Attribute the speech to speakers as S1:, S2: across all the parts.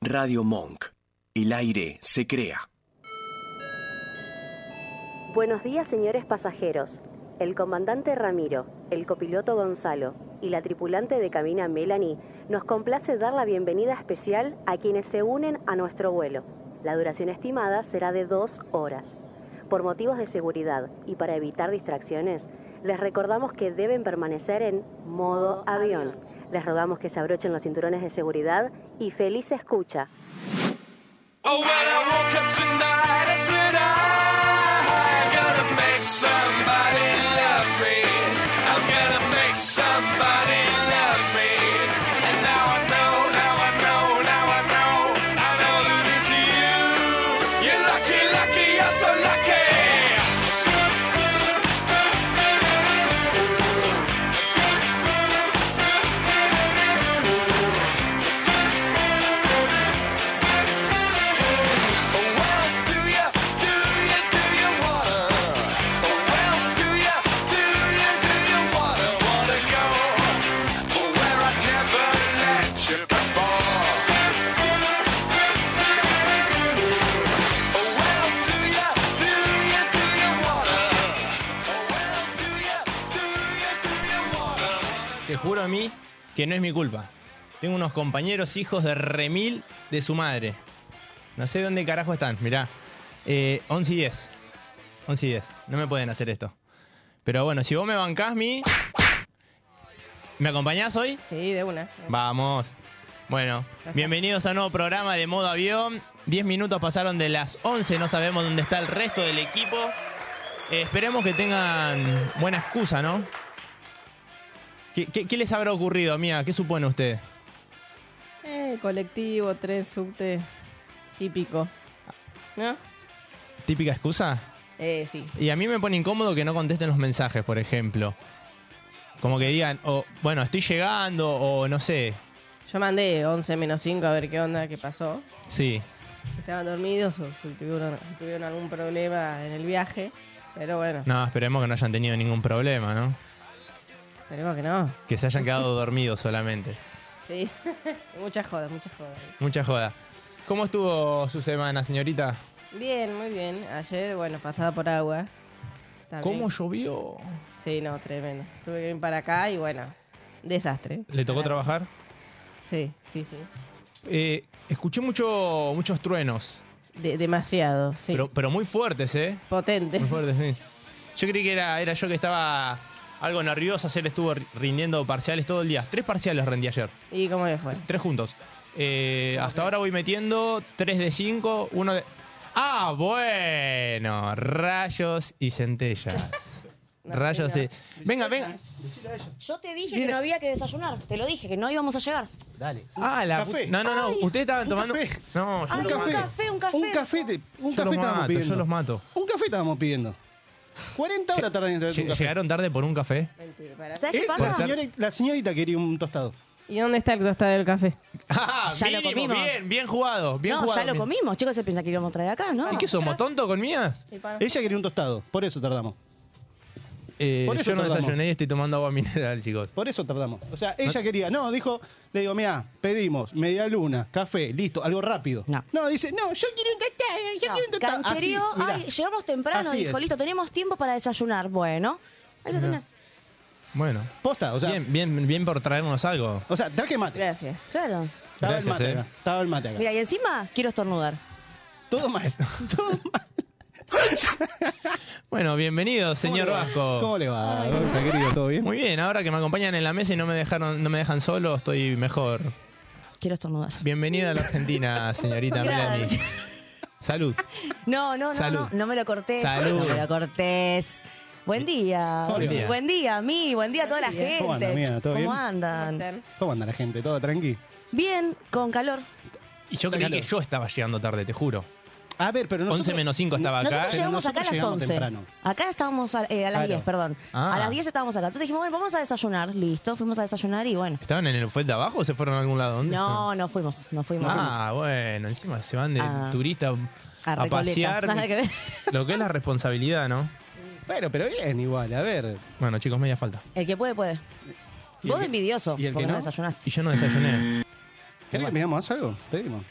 S1: Radio Monk. El aire se crea.
S2: Buenos días, señores pasajeros. El comandante Ramiro, el copiloto Gonzalo y la tripulante de cabina Melanie nos complace dar la bienvenida especial a quienes se unen a nuestro vuelo. La duración estimada será de dos horas. Por motivos de seguridad y para evitar distracciones, les recordamos que deben permanecer en modo avión. Les rogamos que se abrochen los cinturones de seguridad y feliz escucha.
S3: Oh, when I woke up tonight, I said I'm gonna make somebody love me. I'm gonna make somebody love me. And now I know, now I know, now I know, I know that it's you. You're lucky, lucky, you're so lucky.
S4: Te juro a mí que no es mi culpa. Tengo unos compañeros hijos de remil de su madre. No sé dónde carajo están, mirá. Eh, 11 y 10. 11 y 10. No me pueden hacer esto. Pero bueno, si vos me bancás, mi... ¿Me acompañás hoy?
S5: Sí, de una.
S4: Vamos. Bueno, bienvenidos a un nuevo programa de modo avión. 10 minutos pasaron de las 11, no sabemos dónde está el resto del equipo. Eh, esperemos que tengan buena excusa, ¿no? ¿Qué, qué- qué les habrá ocurrido, mía? ¿Qué supone usted?
S5: Eh, colectivo, tren, subte, típico. ¿No?
S4: ¿Típica excusa?
S5: Eh, sí.
S4: Y a mí me pone incómodo que no contesten los mensajes, por ejemplo. Como que digan, o bueno, estoy llegando, o no sé.
S5: Yo mandé 11 menos 5 a ver qué onda, qué pasó.
S4: Sí.
S5: Si Estaban dormidos o si tuvieron, si tuvieron algún problema en el viaje. Pero bueno,
S4: No, esperemos que no hayan tenido ningún problema, ¿no?
S5: esperemos que no.
S4: Que se hayan quedado dormidos solamente.
S5: Sí. muchas jodas, muchas jodas.
S4: Mucha joda. ¿Cómo estuvo su semana, señorita?
S5: Bien, muy bien. Ayer, bueno, pasada por agua. También.
S4: ¿Cómo llovió?
S5: Sí, no, tremendo. Tuve que ir para acá y bueno, desastre.
S4: ¿Le tocó trabajar?
S5: Sí, sí, sí.
S4: Eh, escuché mucho, muchos truenos,
S5: De- demasiado, sí.
S4: pero, pero muy fuertes, ¿eh?
S5: Potente.
S4: Muy fuertes, sí. Yo creí que era, era yo que estaba algo nervioso. Ayer estuvo ri- rindiendo parciales todo el día. Tres parciales rendí ayer,
S5: ¿Y cómo le fue?
S4: tres juntos. Eh, hasta ahora voy metiendo tres de cinco, uno de... Ah, bueno, rayos y centellas.
S5: No,
S4: Rayos
S5: no.
S4: y... Venga, venga.
S6: Yo te dije
S4: Mira.
S6: que no había que desayunar, te lo dije, que no íbamos a llegar.
S7: Dale.
S4: Ah, la
S7: Café.
S4: pu- No, no, no.
S6: Ay,
S4: Ustedes estaban
S7: un
S4: tomando.
S7: café.
S4: No, yo,
S6: Ah,
S7: un
S4: los
S6: no,
S7: café.
S4: mato.
S6: un café.
S7: Un café, te- un
S4: Yo
S7: café
S4: los
S7: estábamos
S4: mato,
S7: pidiendo.
S4: yo los mato.
S7: Un café estábamos pidiendo. 40 horas tardan en traer
S4: Lle-
S7: un café.
S4: Llegaron tarde por un café.
S5: Mentira, pará.
S6: ¿Sabes qué
S7: Eh,
S6: pasa?
S7: La, señora- la señorita quería un tostado.
S5: ¿Y dónde está el tostado del café?
S4: Ah,
S6: Ya lo
S4: mínimo,
S6: comimos.
S4: Bien, bien jugado. Bien
S6: no,
S4: jugado.
S6: ya lo
S4: bien.
S6: comimos, chicos, se piensa que íbamos a traer acá, ¿no?
S4: ¿Y qué somos tontos con mías?
S7: Ella quería un tostado, por eso tardamos.
S4: Eh,
S7: Por eso
S4: yo no
S7: tardamos.
S4: desayuné y estoy tomando agua mineral, chicos.
S7: Por eso tardamos. O sea, ella quería, no, dijo, le digo, mira, pedimos media luna, café, listo, algo rápido.
S6: No.
S7: dice, no, yo quiero un tostado, yo
S6: No,
S7: quiero un tostado.
S6: cancherío,
S7: Así, mirá.
S6: ay, llegamos temprano,
S7: Así
S6: dijo,
S7: es.
S6: listo, tenemos tiempo para desayunar. Bueno, ahí lo tenés.
S4: Bueno.
S7: Posta, o sea,
S4: bien, bien, bien por traernos algo.
S7: o sea, traje mate.
S5: Gracias.
S6: Claro.
S7: Estaba el
S4: Gracias,
S7: mate
S4: eh.
S7: acá, estaba el mate acá.
S6: Mira, y encima quiero estornudar.
S7: Todo mal, todo mal.
S4: Bueno, bienvenido,
S7: ¿Cómo
S4: señor
S7: le va?
S4: Vasco.
S7: ¿Cómo le va? Gonza, querido? ¿Todo bien?
S4: Muy bien, ahora que me acompañan en la mesa y no me dejaron, no me dejan solo, estoy mejor.
S6: Quiero estornudar.
S4: Bienvenida a la Argentina, señorita Melanie.
S6: Gracias.
S4: Salud.
S6: No, no, no,
S4: Salud.
S6: no, no me lo cortés.
S4: Salud.
S6: No me lo cortés. Buen día.
S7: Buen
S4: día.
S6: Buen día a mí, buen día a toda la gente.
S7: ¿Cómo andan, mía? ¿Todo
S6: ¿Cómo
S7: bien?
S6: andan?
S7: ¿Cómo anda la gente? ¿Todo tranqui?
S6: Bien, con calor.
S4: Y yo creí que
S7: Calor.
S4: yo estaba llegando tarde, te juro.
S7: A ver, pero nosotros...
S4: 11 menos 5 estaba acá.
S6: Nosotros
S7: Pero
S6: llegamos acá a
S7: nosotros
S6: las
S7: llegamos
S6: 11.
S7: temprano.
S6: Acá estábamos a, eh, a las
S7: Claro.
S6: 10, perdón.
S4: Ah.
S6: A las 10 estábamos acá. Entonces dijimos, bueno, vamos a desayunar. Listo, fuimos a desayunar y bueno.
S4: ¿Estaban en el fuerte de abajo o se fueron a algún lado? ¿Dónde
S6: No, no fuimos, no
S4: están?
S6: fuimos.
S4: Ah, bueno, encima se van de
S6: Ah.
S4: turista
S6: A
S4: a,
S6: Recoleta.
S4: pasear.
S6: Nada que ver.
S4: Lo que es la responsabilidad, ¿no?
S7: Bueno, pero bien, igual, a ver.
S4: Bueno, chicos, media falta.
S6: El que puede, puede.
S7: ¿Y el
S6: Vos
S7: que-
S6: de envidioso,
S7: y el que
S6: porque
S7: no?
S6: desayunaste.
S4: Y yo no desayuné.
S7: ¿Querés que pidamos algo? Pedimos.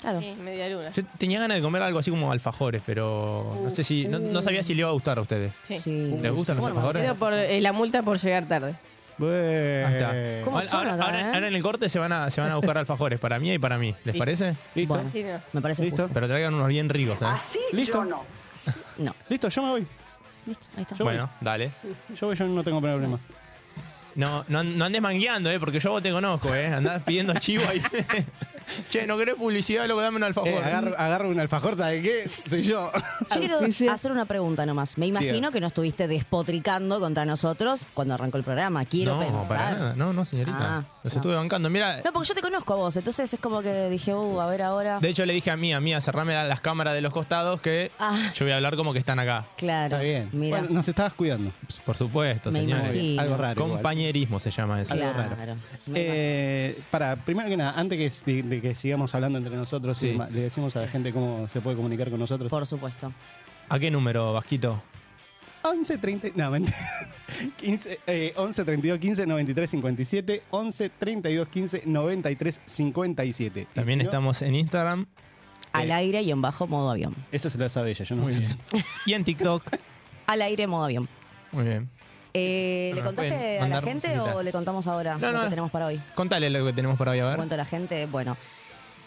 S6: Claro.
S5: Sí, media luna.
S4: Yo tenía ganas de comer algo así como alfajores, pero no sé si. No, no sabía si le iba a gustar a ustedes.
S5: Sí.
S6: Sí.
S4: ¿Les gustan los alfajores?
S5: Pero por eh, la multa por llegar tarde.
S4: Ahí está.
S7: Bueno.
S6: ¿Cómo
S4: Ahora-
S6: son
S4: ahora,
S6: acá,
S4: ahora-
S6: eh?
S4: ahora en el corte se van, a, se van a buscar alfajores para mí y para mí. ¿Les parece?
S7: ¿Listo?
S6: Bueno.
S5: Sí, no.
S6: Me parece
S7: ¿Listo?
S6: justo. Ah,
S4: Pero traigan unos bien ricos, ¿eh?
S7: ¿Listo?
S6: No.
S7: Listo, yo me voy.
S6: Listo, ahí está.
S4: Bueno, dale.
S7: Yo voy, yo no tengo problema.
S4: No, no, no andes mangueando, ¿eh? Porque yo vos te conozco, ¿eh? Andás pidiendo chivo ahí. che, no querés publicidad, loco, dame un alfajor.
S7: Eh, agarro, agarro un alfajor, ¿sabes qué? Soy yo.
S6: Yo quiero hacer una pregunta nomás. Me imagino
S7: Diga.
S6: que no estuviste despotricando contra nosotros cuando arrancó el programa. Quiero
S4: no,
S6: pensar.
S4: para nada. No, no, señorita.
S6: Ah,
S4: Los
S6: no.
S4: estuve bancando. Mira,
S6: No, porque yo te conozco a vos, entonces es como que dije, uh, a ver ahora.
S4: de hecho le dije a mí, a mí, a cerrarme la- las cámaras de los costados que
S6: Ah.
S4: yo voy a hablar como que están acá.
S6: Claro.
S7: Está bien.
S6: Mira.
S7: Bueno, nos estabas cuidando.
S4: Por supuesto,
S6: Me
S4: señores.
S6: imagino. Sí.
S7: Algo raro. igual.
S4: Compañerismo se llama eso.
S7: Algo
S6: Claro.
S7: raro.
S6: Me
S7: Eh, para, primero que nada, antes que, si- de que sigamos hablando entre nosotros, y
S4: Sí.
S7: demás, le decimos a la gente cómo se puede comunicar con nosotros.
S6: Por supuesto.
S4: ¿A qué número, Vasquito?
S7: 11 30. No, mentira. 15, eh, 11 32 15 93 57. 11 32 15 93 57. Y
S4: También
S7: si no,
S4: estamos en Instagram
S6: Al aire y en bajo modo avión.
S7: Esa se la sabe ella, yo no voy a hacer.
S4: y en TikTok.
S6: Al aire modo avión.
S4: Muy bien.
S6: Eh, ¿Le
S4: Bueno, pueden
S6: contaste a la
S4: mandar
S6: gente
S4: musiquita.
S6: o le contamos ahora
S4: No,
S6: lo
S4: no.
S6: que tenemos para hoy?
S4: Contale lo que tenemos por hoy, a ver.
S6: Cuento a la gente, bueno.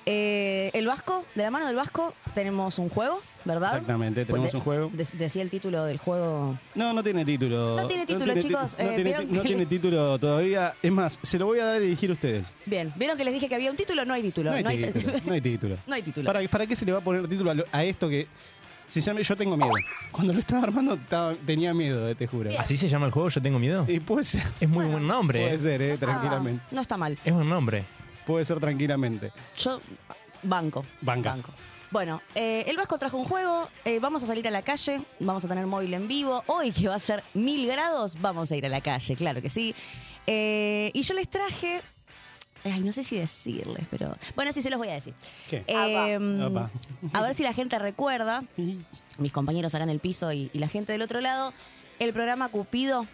S6: Eh, el Vasco, de la mano del Vasco, tenemos un juego, ¿verdad? Pues
S7: Exactamente, tenemos
S6: De-
S7: un juego.
S6: de- decía el título del juego.
S7: No, no tiene título.
S6: No tiene título,
S7: ti-
S6: chicos.
S7: No,
S6: Eh,
S7: tiene,
S6: vieron
S7: ti- no
S6: que-
S7: tiene título todavía. Es más, se lo voy a dar a elegir a ustedes.
S6: Bien, ¿vieron que les dije que había un título? No hay título.
S7: No hay título. No hay título.
S6: No hay título.
S7: ¿Para, ¿Para qué se le va a poner título a, lo- a esto que.? Si ya me- yo tengo miedo. Cuando lo estaba armando estaba- tenía miedo, eh, te juro.
S4: ¿Así se llama el juego? Yo tengo miedo.
S7: Y puede ser,
S4: Es muy buen nombre.
S7: puede
S4: eh.
S7: ser, eh, tranquilamente.
S6: Ah, no está mal.
S4: Es buen nombre.
S7: Puede ser tranquilamente.
S6: Yo banco.
S7: Banca.
S6: Banco. Bueno, eh, el Vasco trajo un juego, eh, vamos a salir a la calle, vamos a tener móvil en vivo, hoy que va a ser mil grados, vamos a ir a la calle, claro que sí. Eh, y yo les traje, ay, no sé si decirles, pero bueno, sí, se los voy a decir.
S7: ¿Qué?
S6: Eh,
S7: Apa.
S6: a ver si la gente recuerda, mis compañeros acá en el piso y, y la gente del otro lado, el programa Cupido,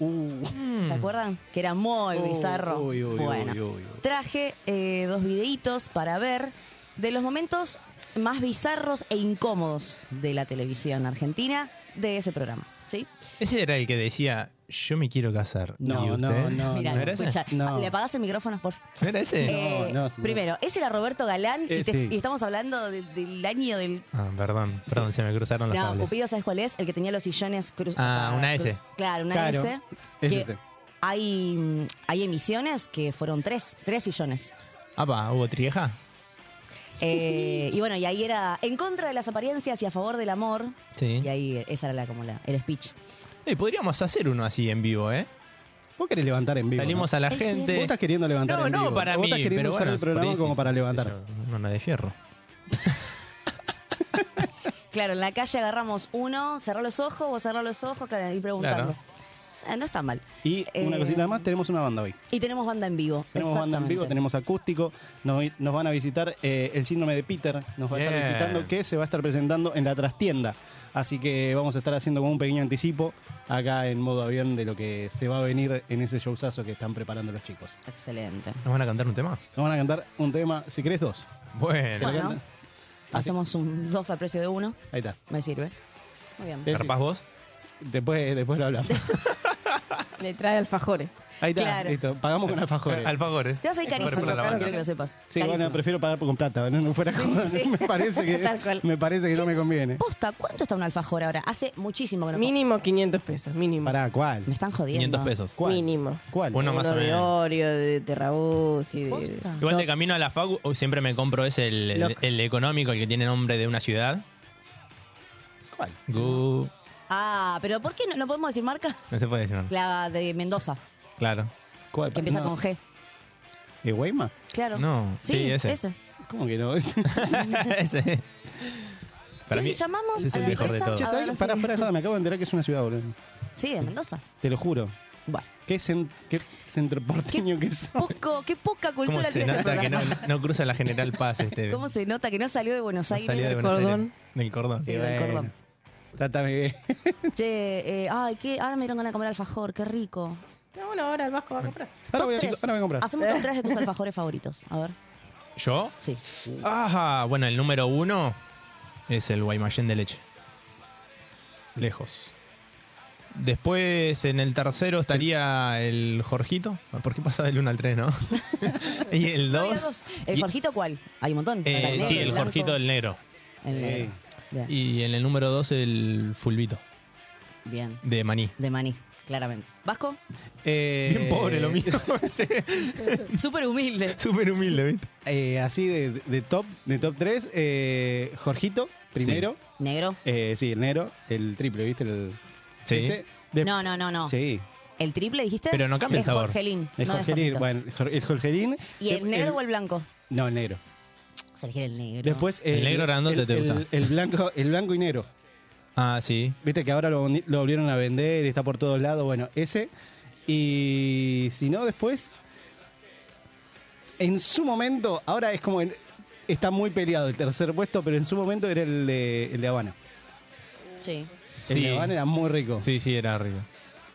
S7: Uh.
S6: ¿se acuerdan? Que era muy
S7: Uy,
S6: bizarro.
S7: uy, uy,
S6: bueno,
S7: uy, uy, uy.
S6: traje eh, dos videitos para ver de los momentos más bizarros e incómodos de la televisión argentina de ese programa, ¿sí?
S4: Ese era el que decía, yo me quiero casar.
S7: No,
S4: ¿Y
S7: no,
S4: usted?
S7: no,
S6: Mirá,
S4: Ah, ¿No era ese?
S6: escucha,
S7: No.
S6: ¿le apagás el micrófono, por favor?
S4: ¿No era ese?
S6: Eh,
S7: no, señor.
S6: primero, ese era Roberto Galán y,
S7: Eh,
S6: te-
S7: sí.
S6: y estamos hablando de- del año del
S4: Ah, perdón, perdón, se me cruzaron los
S6: No,
S4: cables.
S6: Cupido, ¿sabes cuál es? El que tenía los sillones cruzados.
S4: Ah, una S.
S6: Claro, una
S7: Claro,
S6: S.
S7: es
S6: que
S7: ese.
S6: Hay, mm, hay emisiones que fueron tres, tres sillones.
S4: Apa, ¿hubo trieja?
S6: Eh, y bueno, y ahí era en contra de las apariencias y a favor del amor.
S4: Sí.
S6: Y ahí eh, esa era la, como la, el speech.
S4: Eh, podríamos hacer uno así en vivo, ¿eh?
S7: Vos querés levantar en vivo.
S4: Salimos
S7: ¿no?
S4: a la
S6: Ay,
S4: gente.
S7: Vos estás queriendo levantar
S4: no,
S7: en
S4: no,
S7: vivo.
S4: para
S7: Vos
S4: mí.
S7: estás queriendo
S4: pero
S7: usar
S4: bueno,
S7: el programa
S4: por ahí
S7: como
S4: sí,
S7: para
S4: sí, sí,
S7: levantar.
S4: yo- No, no, de fierro.
S6: Claro, en la calle agarramos uno, cerró los ojos, vos cerró los ojos, claro, y preguntando. Ah, no está mal.
S7: Y una
S6: Eh,
S7: cosita más, tenemos una banda hoy.
S6: Y tenemos banda en vivo.
S7: Tenemos banda en vivo,
S6: exactamente.
S7: tenemos acústico, nos, nos van a visitar eh, el síndrome de Peter, nos va a estar
S4: Bien.
S7: visitando, que se va a estar presentando en la trastienda. Así que vamos a estar haciendo como un pequeño anticipo acá en modo avión de lo que se va a venir en ese showzazo que están preparando los chicos.
S6: Excelente.
S4: ¿Nos van a cantar un tema?
S7: Nos van a cantar un tema, si querés, dos.
S4: Bueno.
S6: Bueno,
S7: Así-
S6: hacemos un dos al precio de uno.
S7: Ahí está.
S6: Me sirve. Muy bien.
S7: Es-
S4: ¿Carpás vos?
S7: Después, eh, después lo hablamos.
S5: Le trae alfajores.
S7: Ahí está,
S6: Claro.
S7: listo. Pagamos con alfajores.
S4: Alfajores.
S6: Te vas a ir carísimo,
S4: Por la
S6: quiero
S4: banda.
S6: que lo sepas.
S7: Sí, bueno,
S6: Carísimo.
S7: prefiero pagar con plata, no, no fuera joda. Me parece
S5: Tal
S7: que,
S5: cual.
S7: me parece que no me conviene.
S6: Posta, ¿cuánto está un alfajor ahora? Hace muchísimo que no como.
S5: Mínimo 500 pesos, mínimo.
S7: Pará, ¿cuál?
S6: Me están jodiendo.
S4: 500 pesos.
S7: ¿Cuál?
S5: Mínimo.
S7: ¿Cuál?
S4: Bueno, más
S5: Uno
S4: o
S5: de
S4: menos.
S5: Oreo, de Terrabús y de...
S6: Posta.
S4: Igual
S5: Yo-
S4: de camino a la facu oh, siempre me compro ese, el, el-
S5: Loc.
S4: el económico, el que tiene nombre de una ciudad.
S7: ¿Cuál?
S4: Gu-
S6: Ah, pero ¿por qué no, no podemos decir marca?
S4: No se puede decir. nombre.
S6: La de Mendoza,
S4: Claro.
S7: ¿Cuál?
S6: que empieza
S7: No.
S6: con G.
S7: ¿Eh, Weimar?
S6: Claro.
S4: No,
S6: Sí,
S4: sí, ese.
S6: ese.
S7: ¿Cómo que no?
S4: Ese.
S6: ¿Qué si llamamos
S4: ese es
S6: a
S4: el
S6: la
S4: mejor de
S6: empresa?
S4: todos.
S7: Che,
S6: A
S7: ¿sabes
S6: ver,
S7: qué? Pará,
S6: sí.
S7: pará, joda, me acabo de enterar que es una ciudad, boludo.
S6: Sí, de Mendoza.
S7: Te lo juro.
S6: Bueno.
S7: Qué, cen- qué centro porteño que sos.
S6: Poco, qué poca
S4: ¿Cómo
S6: cultura
S4: se
S6: tiene este
S4: nota que no,
S6: programa.
S4: no cruza la General Paz este?
S6: ¿Cómo se nota que no salió de Buenos
S4: no
S6: Aires?
S4: salió de Buenos
S5: Cordón.
S4: Aires? Del cordón.
S6: Sí, del cordón.
S7: Trata bien.
S6: Che, eh, ay, qué, ahora me dieron ganas de comer alfajor, qué rico.
S5: No, bueno, ahora el Vasco va a comprar.
S7: Ahora
S6: Top
S7: voy, a,
S6: tres.
S7: chicos, ahora voy a comprar.
S6: Hacemos top tres de tus alfajores favoritos. A ver.
S4: ¿Yo?
S6: Sí.
S4: Ajá. Bueno, el número uno es el Guaymallén de leche. Lejos. Después, en el tercero estaría el Jorgito. ¿Por qué pasa del 1 al 3, no? y el
S6: No había
S4: 2.
S6: dos. ¿El Jorgito cuál? Hay un montón. Está
S4: Eh,
S6: negro,
S4: sí, el
S6: blanco,
S4: Jorgito del negro. Eh,
S6: el
S7: Eh,
S6: negro. Bien.
S4: Y en el número 2 el Fulvito,
S6: Bien.
S4: de Maní.
S6: De maní, claramente. ¿Vasco?
S7: Eh,
S4: Bien pobre lo mío.
S6: Súper humilde.
S4: Súper humilde, ¿viste?
S7: eh, así de, de top de top 3, Jorgito, primero.
S6: ¿Negro?
S7: Eh, sí, el negro, el triple, ¿viste? El,
S4: Sí.
S7: ese. De-
S6: No, no, Ah, no, no.
S7: Sí,
S6: ¿El triple dijiste?
S4: Pero no cambia el
S6: Es
S4: sabor.
S6: Jorgelín,
S7: el
S6: no es
S7: Jorgelín.
S6: Jorgito.
S7: bueno, el Jor- el Jorgelín.
S6: ¿Y el negro o el blanco?
S7: No, el negro.
S6: Vamos a elegir el negro.
S7: Después
S4: El negro grandote
S7: el-
S4: te gusta.
S7: el- el blanco, el blanco y negro.
S4: Ah, sí.
S7: Viste que ahora lo, volvi- lo volvieron a vender, está por todos lados, bueno, ese. Y si no, después, en su momento, ahora es como, en- está muy peleado el tercer puesto, pero en su momento era el de, el de Habana.
S6: Sí.
S7: El
S4: Sí.
S7: de Habana era muy rico.
S4: Sí, sí, era rico.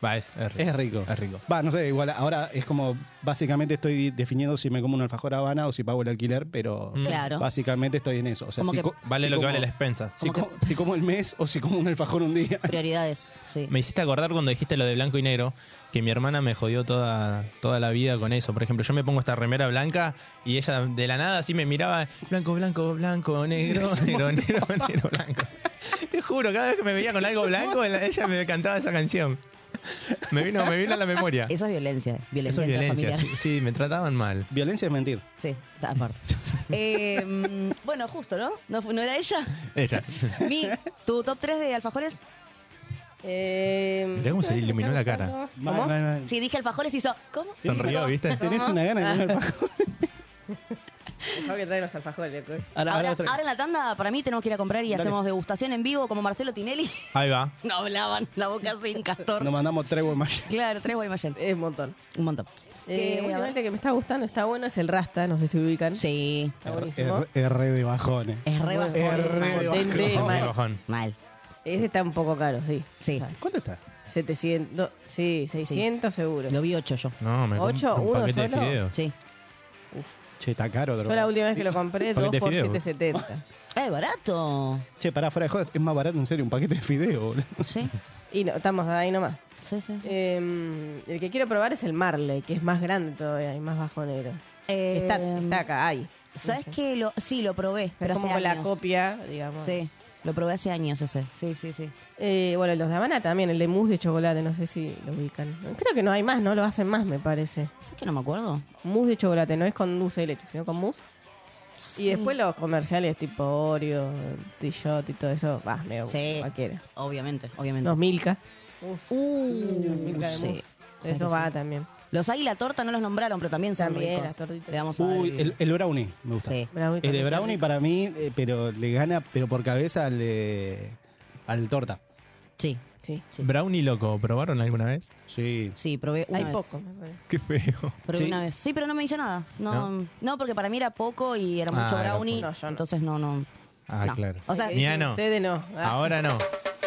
S4: Va, es, es rico.
S7: Es rico.
S4: Es rico.
S7: Va, no sé, igual ahora es como, básicamente estoy definiendo si me como un alfajor Habana o si pago el alquiler, pero
S4: Mm.
S6: Claro.
S7: básicamente estoy en eso. O sea,
S6: Como
S7: si
S6: que
S7: co-
S4: Vale
S7: si
S4: lo que
S7: como-
S4: vale la expensa.
S7: Si,
S6: Como
S7: co- si como el mes o si como un alfajor un día.
S6: Prioridades. Sí.
S4: Me hiciste acordar cuando dijiste lo de blanco y negro, que mi hermana me jodió toda, toda la vida con eso. Por ejemplo, yo me pongo esta remera blanca y ella de la nada así me miraba, blanco, blanco, blanco, negro, negro, negro, negro, blanco. Te juro, cada vez que me veía con algo blanco, la- ella me cantaba esa canción. Me vino, me vino a la memoria.
S6: Eso es violencia.
S4: Eso
S6: Violencia
S4: es violencia. Sí,
S6: intrafamiliar.
S4: sí, me trataban mal.
S7: Violencia es mentir.
S6: Sí, está aparte. Eh, mm, bueno, justo, ¿no? ¿no? fu- ¿No era ella?
S4: Ella.
S6: Mi, ¿Tu top 3 de alfajores?
S5: Eh,
S4: Mirá cómo se le iluminó la cara.
S7: Mal,
S5: ¿Cómo?
S7: mal, mal.
S6: Sí, dije alfajores y hizo... ¿Cómo? Ah.
S4: Sonrió, ¿viste?
S7: Tenés una gana de comer alfajor.
S5: Fabio trae los alfajores. pues.
S7: Ahora,
S6: Ahora,
S7: ahora otra-
S6: ahora en la tanda, para mí tenemos que ir a comprar y
S7: Dale.
S6: hacemos degustación en vivo como Marcelo Tinelli.
S4: Ahí va.
S6: No hablaban, la boca sin castor.
S7: nos mandamos tres más.
S6: Claro, tres Guaymallén.
S5: Es un montón.
S6: Un montón.
S5: Eh,
S6: Eh,
S5: un
S6: a ver.
S5: alimento que me está gustando, está bueno, es el Rasta, no sé si ubican.
S6: Sí.
S5: Está
S7: Eh,
S5: buenísimo.
S7: R de bajones.
S6: Es re bajón. mal.
S5: Potente,
S4: Bajón,
S5: mal.
S4: bajón.
S6: Mal.
S5: Ese está un poco caro, sí.
S6: Sí.
S7: ¿Cuánto está?
S5: 700, no, sí, 600 seguro.
S6: Lo vi ocho yo.
S4: No, me compré
S5: ¿Ocho?
S4: un
S5: ¿Uno
S4: paquete de
S5: solo?
S4: fideos.
S6: Sí.
S7: Che, está caro,
S5: Yo
S7: droga.
S5: la última vez que lo compré,
S4: Paquete
S5: 2
S4: de
S5: por
S4: fideo.
S5: 770.
S6: Es barato.
S7: Che, pará, fuera de jodas. Es más barato, en serio, un paquete de fideo, boludo.
S6: Sí.
S5: Y no, estamos ahí nomás.
S6: Sí, sí, sí.
S5: Eh, el que quiero probar es el Marley, que es más grande todavía y más bajonero.
S6: Eh,
S5: está, está acá, hay.
S6: ¿Sabes
S5: No sé.
S6: qué? Lo, sí, lo probé. Pero
S5: Es
S6: hace
S5: como la
S6: años.
S5: copia, digamos.
S6: Sí. Lo probé hace años ese. Sí, sí, sí.
S5: Eh, bueno, los de Habana también, el de mousse de chocolate, no sé si lo ubican. Creo que no hay más, no lo hacen más, me parece.
S6: ¿Sabes que no me acuerdo?
S5: Mousse de chocolate, no es con dulce de leche, sino con mousse. Y después los comerciales tipo Oreo, T-Shot y todo eso, va, me
S6: Sí.
S5: cualquiera.
S6: Obviamente, obviamente.
S5: Los Milka. Los
S6: Uh,
S5: Milka de
S6: sí.
S5: mousse. Eso va también.
S6: Los águila torta no los nombraron, pero también son
S5: También,
S6: ricos.
S5: las tortitas.
S6: Le vamos a dar
S7: Uy,
S6: el-
S7: el, el brownie me gusta.
S6: Sí.
S5: Brownie
S7: El de
S5: también.
S7: brownie para mí, eh, pero le gana, pero por cabeza al de... al torta.
S6: Sí.
S5: Sí.
S6: Sí.
S4: Brownie loco, ¿probaron alguna vez?
S7: Sí.
S6: Sí, probé una
S5: Hay
S6: vez.
S5: poco, me parece.
S4: Qué feo.
S6: Probé
S7: Sí.
S6: una vez. Sí, pero no me hizo nada. No, no, porque para mí era poco y era mucho
S4: Ah, era
S6: brownie.
S5: poco. No, yo no.
S6: Entonces no, no.
S4: Ah,
S6: no.
S4: claro.
S6: O sea,
S4: Ni a no.
S5: Ustedes no. Ah,
S4: Ahora no.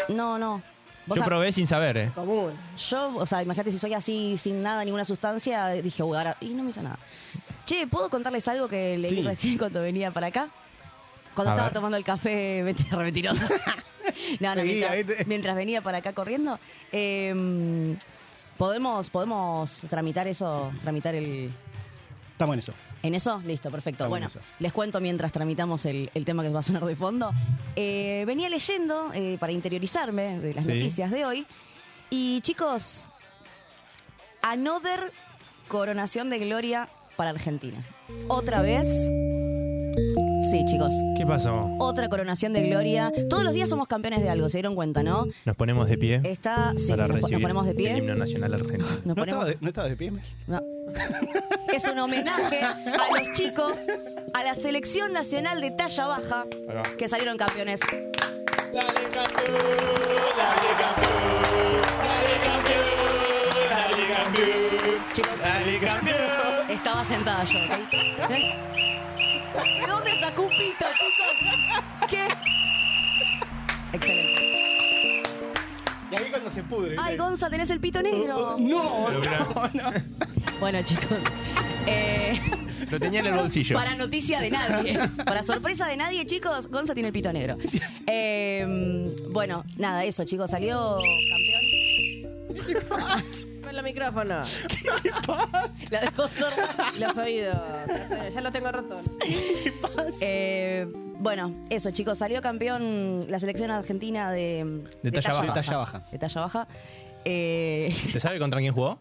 S6: no, no. Vos
S4: Yo
S6: sab-
S4: probé sin saber, ¿eh?
S5: Común.
S6: Yo, o sea, imagínate si soy así, sin nada, ninguna sustancia, dije, uy, ahora, y no me hizo nada. Che, ¿puedo contarles algo que leí
S7: Sí.
S6: recién cuando venía para acá? Cuando
S4: A
S6: estaba
S4: ver.
S6: tomando el café, mentira, re mentirosa. no, no,
S7: Seguí, ahí te-
S6: mientras, mientras venía para acá corriendo, eh, podemos, podemos tramitar eso, tramitar el...
S7: Estamos en eso.
S6: ¿En eso? Listo, perfecto.
S7: Estamos
S6: bueno,
S7: en eso.
S6: les cuento mientras tramitamos el, el tema que va a sonar de fondo. Eh, venía leyendo eh, para interiorizarme de las
S4: Sí.
S6: noticias de hoy. Y chicos, another coronación de gloria para Argentina. Otra vez. Sí, chicos.
S4: ¿Qué pasó?
S6: Otra coronación de gloria. Todos los días somos campeones de algo, se dieron cuenta, ¿no?
S4: Nos ponemos de pie
S6: Está. Sí,
S4: para
S6: sí, nos, po- nos
S4: recibir
S6: ponemos de
S4: el
S6: pie.
S4: himno nacional argentino.
S6: Nos
S7: ¿No,
S6: ponemos-
S7: estaba de, ¿No estaba de pie? Mel?
S6: no. Es un homenaje a los chicos, a la selección nacional de talla baja
S4: va.
S6: que salieron campeones. Chicos, Estaba sentada yo. ¿ok? ¿Eh? ¿De dónde sacó un pito, chicos? ¿Qué? Excelente.
S7: Y ahí cuando se pudre.
S6: Ay, Gonza, tenés el pito negro.
S7: No, no, no.
S6: Bueno, chicos, Eh,
S4: Lo tenía en el bolsillo.
S6: Para noticia de nadie. Para sorpresa de nadie, chicos, Gonza tiene el pito negro. Eh, bueno, nada, eso, chicos, salió campeón.
S5: Con el micrófono.
S6: La dejó sorda.
S5: Y los oídos. Ya lo tengo roto.
S6: Eh, bueno, eso, chicos, salió campeón la selección argentina de,
S4: De talla baja.
S7: De talla baja.
S6: De talla baja. Eh,
S4: ¿Se sabe contra quién jugó?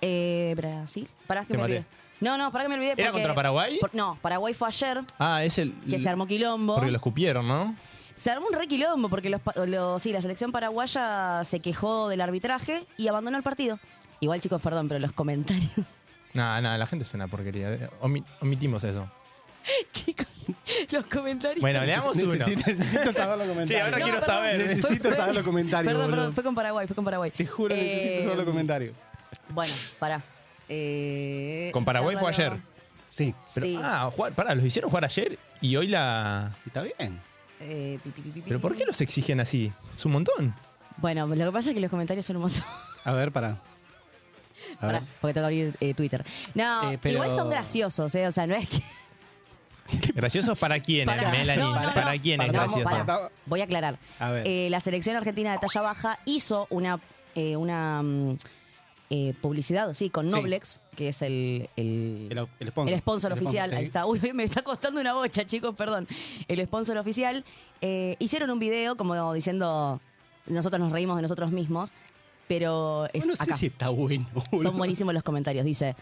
S6: eh, Brasil. Pará, que
S4: Te
S6: me
S4: maté.
S6: olvidé. No, no, pará que me olvidé.
S4: ¿Era
S6: porque-
S4: contra Paraguay?
S6: por- no, Paraguay fue ayer.
S4: Ah, es el.
S6: Que se armó quilombo.
S4: Porque lo escupieron, ¿no?
S6: Se armó un re quilombo porque los, pa- los- sí, la selección paraguaya se quejó del arbitraje y abandonó el partido. Igual, chicos, perdón, pero los comentarios.
S4: Nada, nada, la gente es una porquería. eh, omi- omitimos eso.
S6: chicos, los comentarios.
S4: Bueno, leamos uno.
S7: Necesito, necesito saber los comentarios.
S4: Sí, ahora
S6: No,
S4: quiero
S6: perdón.
S4: saber.
S7: Necesito
S6: Fue- fue-
S7: saber los comentarios,
S6: Perdón,
S7: boludo.
S6: perdón, fue con Paraguay, fue con Paraguay.
S7: Te juro, necesito
S6: Eh,
S7: saber los comentarios.
S6: Bueno, pará. Eh,
S4: Con Paraguay fue
S6: Álvaro.
S4: ayer.
S7: Sí.
S4: Pero,
S6: sí.
S4: Ah, jugar, pará, los hicieron jugar ayer y hoy la.
S7: Y Está bien.
S6: Eh, pi, pi, pi, pi, pi.
S4: ¿Pero por qué los exigen así? Es un montón.
S6: Bueno, lo que pasa es que los comentarios son un montón.
S7: A ver, para. A ver.
S6: Pará, porque tengo que abrir eh, Twitter. No,
S7: Eh, pero-
S6: igual son graciosos, ¿eh? O sea, no es que.
S4: ¿Graciosos para quién,
S6: Pará.
S4: Melanie?
S6: No, no, no.
S4: ¿Para quién es
S6: Pará,
S4: gracioso?
S6: pará.
S7: Pará.
S6: Voy a aclarar.
S7: A ver.
S6: Eh, la selección argentina de talla baja hizo una, eh, una mm, eh, publicidad, sí, con
S7: Sí.
S6: Noblex, que es el, el,
S7: El au- el sponsor.
S6: el sponsor
S7: El
S6: oficial.
S7: sponsor, sí.
S6: Ahí está. Uy, hoy me está costando una bocha, chicos, perdón. El sponsor oficial. eh, hicieron un video como diciendo, nosotros nos reímos de nosotros mismos, pero es
S7: no sé
S6: acá.
S7: si está bueno. boludo.
S6: Son buenísimos los comentarios. Dice,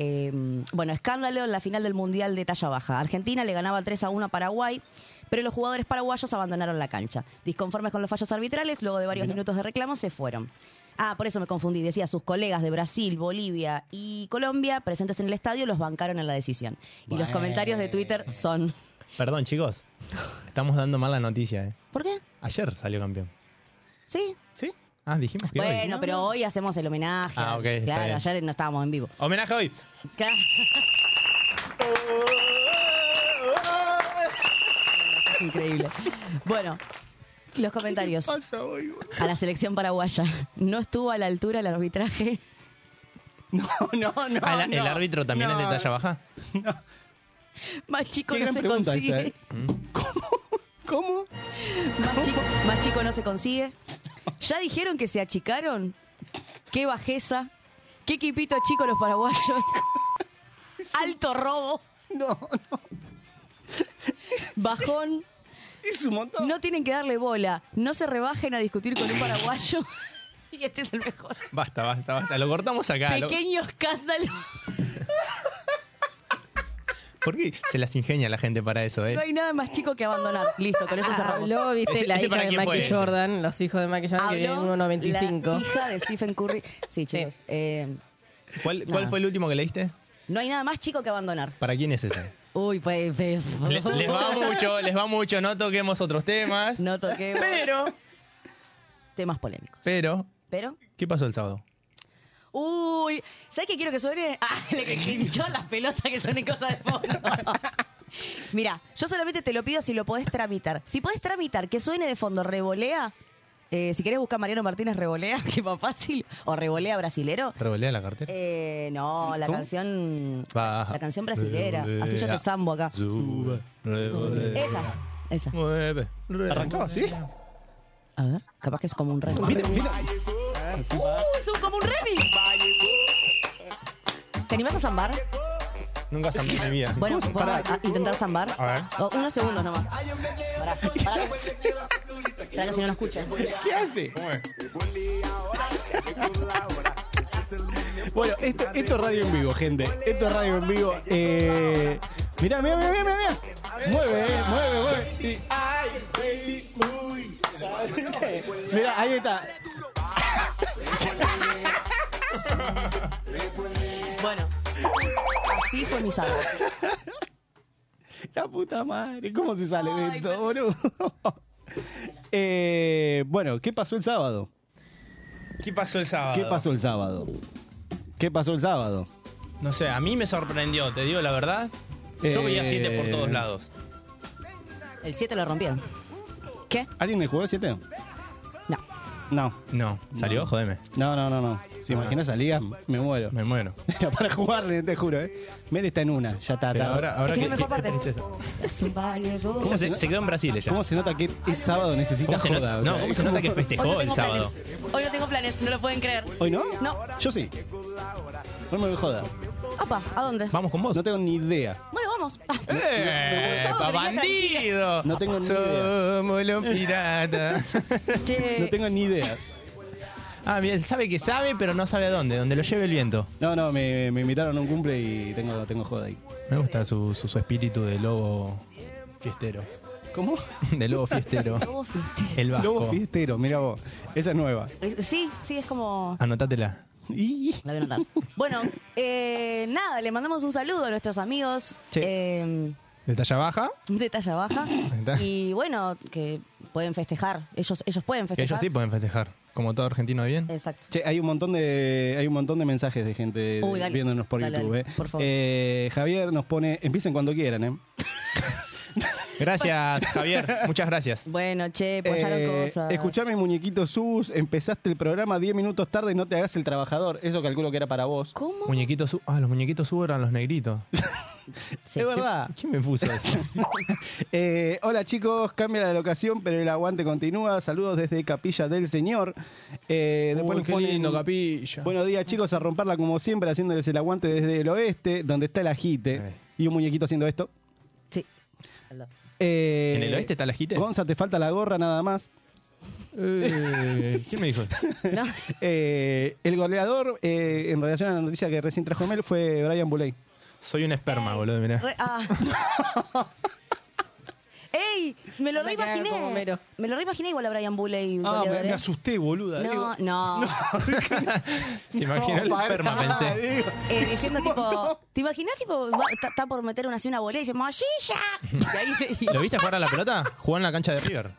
S6: eh, bueno, escándalo en la final del Mundial de talla baja. Argentina le ganaba 3 a 1 a Paraguay, pero los jugadores paraguayos abandonaron la cancha. Disconformes con los fallos arbitrales, luego de varios minutos de reclamo, se fueron. Ah, por eso me confundí. Decía, sus colegas de Brasil, Bolivia y Colombia, presentes en el estadio, los bancaron en la decisión. Y los
S7: Bueno.
S6: comentarios de Twitter son...
S4: Perdón, chicos. Estamos dando mala noticia, ¿eh?
S6: ¿Por qué?
S4: Ayer salió campeón.
S6: ¿Sí?
S7: ¿Sí?
S4: Ah, dijimos que
S6: Bueno,
S4: hoy.
S6: pero hoy hacemos el homenaje.
S4: Ah, ok, está
S6: claro,
S4: bien.
S6: ayer no estábamos en vivo.
S4: Homenaje hoy.
S6: Claro. Es Increíble. Bueno,
S5: Ah,
S6: los comentarios.
S7: pasa hoy, boludo?
S6: A la selección paraguaya. No estuvo a la altura el arbitraje.
S7: No, no, no.
S4: Ah, la- ¿El
S7: no.
S4: árbitro también
S7: No,
S4: es de talla baja?
S6: Más chico
S7: Qué
S6: no
S7: gran
S6: se
S7: pregunta esa,
S6: consigue.
S7: ¿eh? ¿Cómo?
S6: Más, chico, más chico no se consigue. Ya dijeron que se achicaron. Qué bajeza. Qué equipito chico los paraguayos. Alto robo.
S7: No, no.
S6: Bajón.
S7: Es un montón.
S6: No tienen que darle bola. No se rebajen a discutir con un paraguayo. Y este es el mejor.
S4: Mm, Basta, basta, basta. Lo cortamos acá. lo-
S6: Pequeño escándalo.
S4: ¿Por qué se las ingenia la gente para eso, eh?
S6: No hay nada más chico que abandonar. Listo, con eso cerramos.
S5: Habló, viste,
S4: Ese-
S5: la
S4: ese para
S5: hija de
S4: quién fue
S5: Michael
S4: ese.
S5: Jordan, los hijos de Michael Jordan, que vienen
S6: Habló la
S5: 1.95.
S6: hija de Stephen Curry. Sí, chicos. eh,
S4: ¿Cuál, cuál
S7: Ah.
S6: Nada.
S4: fue el último que leíste?
S6: no hay nada más chico que abandonar.
S4: ¿Para quién es ese?
S6: Uy, pues... pues,
S4: Le- les va mucho, les va mucho. No toquemos otros temas.
S6: No toquemos
S4: Pero,
S6: temas polémicos.
S4: pero,
S6: Pero...
S4: ¿qué pasó el sábado?
S6: Uy, ¿sabes qué quiero que suene? Ah, le que hinchó las pelotas que son en cosas de fondo. Mira, yo solamente te lo pido si lo podés tramitar. Si podés tramitar que suene de fondo revolea, eh, si querés buscar Mariano Martínez revolea, que más fácil, o revolea brasilero.
S4: ¿Revolea la cartera?
S6: Eh, no, la
S7: ¿Cómo?
S6: canción.
S4: Baja,
S6: La canción brasilera.
S4: revolea,
S6: Así yo te zambo acá.
S4: Sube, revolea.
S6: Esa, esa.
S4: Mueve. re-
S7: ¿Arrancaba así?
S6: Uh, A ver, capaz que es como un remix. ¡Uh! Es un- como un remix. ¿Te animás a zambar?
S4: Nunca zambré en mi vida.
S6: Bueno, ¿podemos a- intentar zambar?
S4: A ver.
S6: O- unos segundos nomás. Pará, pará. Pará que si no lo escucha.
S7: ¿Qué hace? Bueno, esto, esto es radio en vivo, gente. Esto es radio en vivo. Eh, mirá, mirá, mirá, mirá, mirá. Mueve, eh, mueve, mueve. Y- Mirá, ahí está.
S6: Bueno. Así fue mi sábado.
S7: La puta madre, ¿cómo se sale de esto, boludo? Eh, bueno, ¿qué pasó el sábado?
S4: ¿Qué pasó el sábado?
S7: ¿Qué pasó el sábado? ¿Qué pasó el sábado?
S4: No sé, a mí me sorprendió, te digo la verdad.
S7: Eh,
S4: Yo veía siete por todos lados.
S6: El 7 lo rompieron. ¿Qué?
S7: ¿Alguien le jugó el 7?
S6: No.
S7: No.
S4: No, ¿salió? Jodeme.
S7: No, no, no, no. ¿Se imagina esa liga? Me muero.
S4: Me muero.
S7: Era para jugarle, te juro, ¿eh? Mel está en una, ya está.
S4: Pero
S7: está.
S4: ahora, ahora
S6: Es que
S4: que,
S6: es la mejor
S4: qué- qué
S6: parte.
S4: tristeza.
S7: ¿Cómo
S4: se, se quedó en Brasil ella.
S7: ¿Cómo se nota que es sábado? Necesita
S4: ¿Cómo se
S7: joda. o
S4: nota, no,
S7: sea,
S4: ¿cómo se
S7: ¿cómo-
S4: nota que
S6: Hoy no
S4: festejó el
S6: tengo
S4: sábado?
S6: planes. Hoy no tengo planes, no lo pueden creer.
S7: ¿Hoy no?
S6: No.
S7: Yo sí. No me voy joda.
S6: Opa, ¿a dónde?
S4: Vamos con vos.
S7: No tengo ni idea.
S6: Bueno, vamos.
S4: ¡Eh!
S6: Un sábado
S4: pa'
S6: que tenía
S4: bandido!
S7: No tengo ni idea.
S4: Somos los piratas.
S6: Che.
S7: No tengo ni idea.
S4: ah, bien, sabe que sabe, pero no sabe a dónde, donde lo lleve el viento.
S7: No, no, me, me invitaron a un cumple y tengo, tengo joda ahí.
S4: Me gusta su, su, su espíritu de lobo fiestero.
S7: ¿Cómo?
S4: De lobo fiestero.
S6: Lobo fiestero.
S4: el vasco.
S7: Lobo fiestero, mira vos. Esa es nueva.
S6: Eh, Sí, sí, es como...
S4: Anotátela.
S7: Y...
S6: La voy a anotar. Bueno, eh, nada, le mandamos un saludo a nuestros amigos
S7: Sí.
S6: eh,
S4: De talla baja.
S6: de talla baja.
S4: está.
S6: Y bueno, que pueden festejar. Ellos, ellos pueden
S4: Que
S6: festejar.
S4: ellos sí pueden festejar. Como todo argentino de bien.
S6: Exacto.
S7: Che, hay un montón de hay un montón de mensajes de gente
S6: Uy, dale.
S7: viéndonos por
S6: Dale,
S7: YouTube.
S6: dale,
S7: eh.
S6: por favor.
S7: Eh, Javier nos pone, empiecen cuando quieran, ¿eh?
S4: Gracias, Javier. Muchas gracias.
S6: Bueno, che, pues pasaron
S7: Eh,
S6: cosas.
S7: Escuchame, muñequito Sus, empezaste el programa 10 minutos tarde, no te hagas el trabajador. Eso calculo que era para vos.
S6: ¿Cómo?
S4: Muñequitos su- Ah, los muñequitos sub eran los negritos.
S6: Sí.
S7: es verdad.
S4: ¿Quién me puso eso?
S7: Eh, hola chicos, cambia la locación, pero el aguante continúa. Saludos desde Capilla del Señor. Eh, después
S4: Uy,
S7: nos
S4: Uh, qué
S7: ponen,
S4: lindo, capilla.
S7: Buenos días chicos, a romperla como siempre, haciéndoles el aguante desde el oeste, donde está el ajite.
S4: Ahí.
S7: Y un muñequito haciendo esto.
S6: Sí.
S7: Eh,
S4: ¿En el oeste está la jite?
S7: Gonza, te falta la gorra nada más.
S4: Eh, ¿Quién me dijo?
S6: No,
S7: Eh, el goleador, eh, en relación a la noticia que recién trajo Mel, fue Brian Buley.
S4: Soy un esperma, boludo, mirá.
S6: re- ah. ¡Ey! Me lo
S5: Anda a cagar como
S6: reimaginé.
S5: Homero.
S6: Me lo reimaginé igual a Brian Bulley. goleador, ¿eh?
S7: Ah, asusté, boluda.
S6: No, no.
S4: Se imagina el esperma, pensé.
S6: Eh, diciendo tipo, ¿te imaginas tipo va- está- está por meter una así una volea y dice ¡Mollilla! Y ahí y-
S4: ¿Lo viste jugar a la pelota? Jugó en la cancha de River.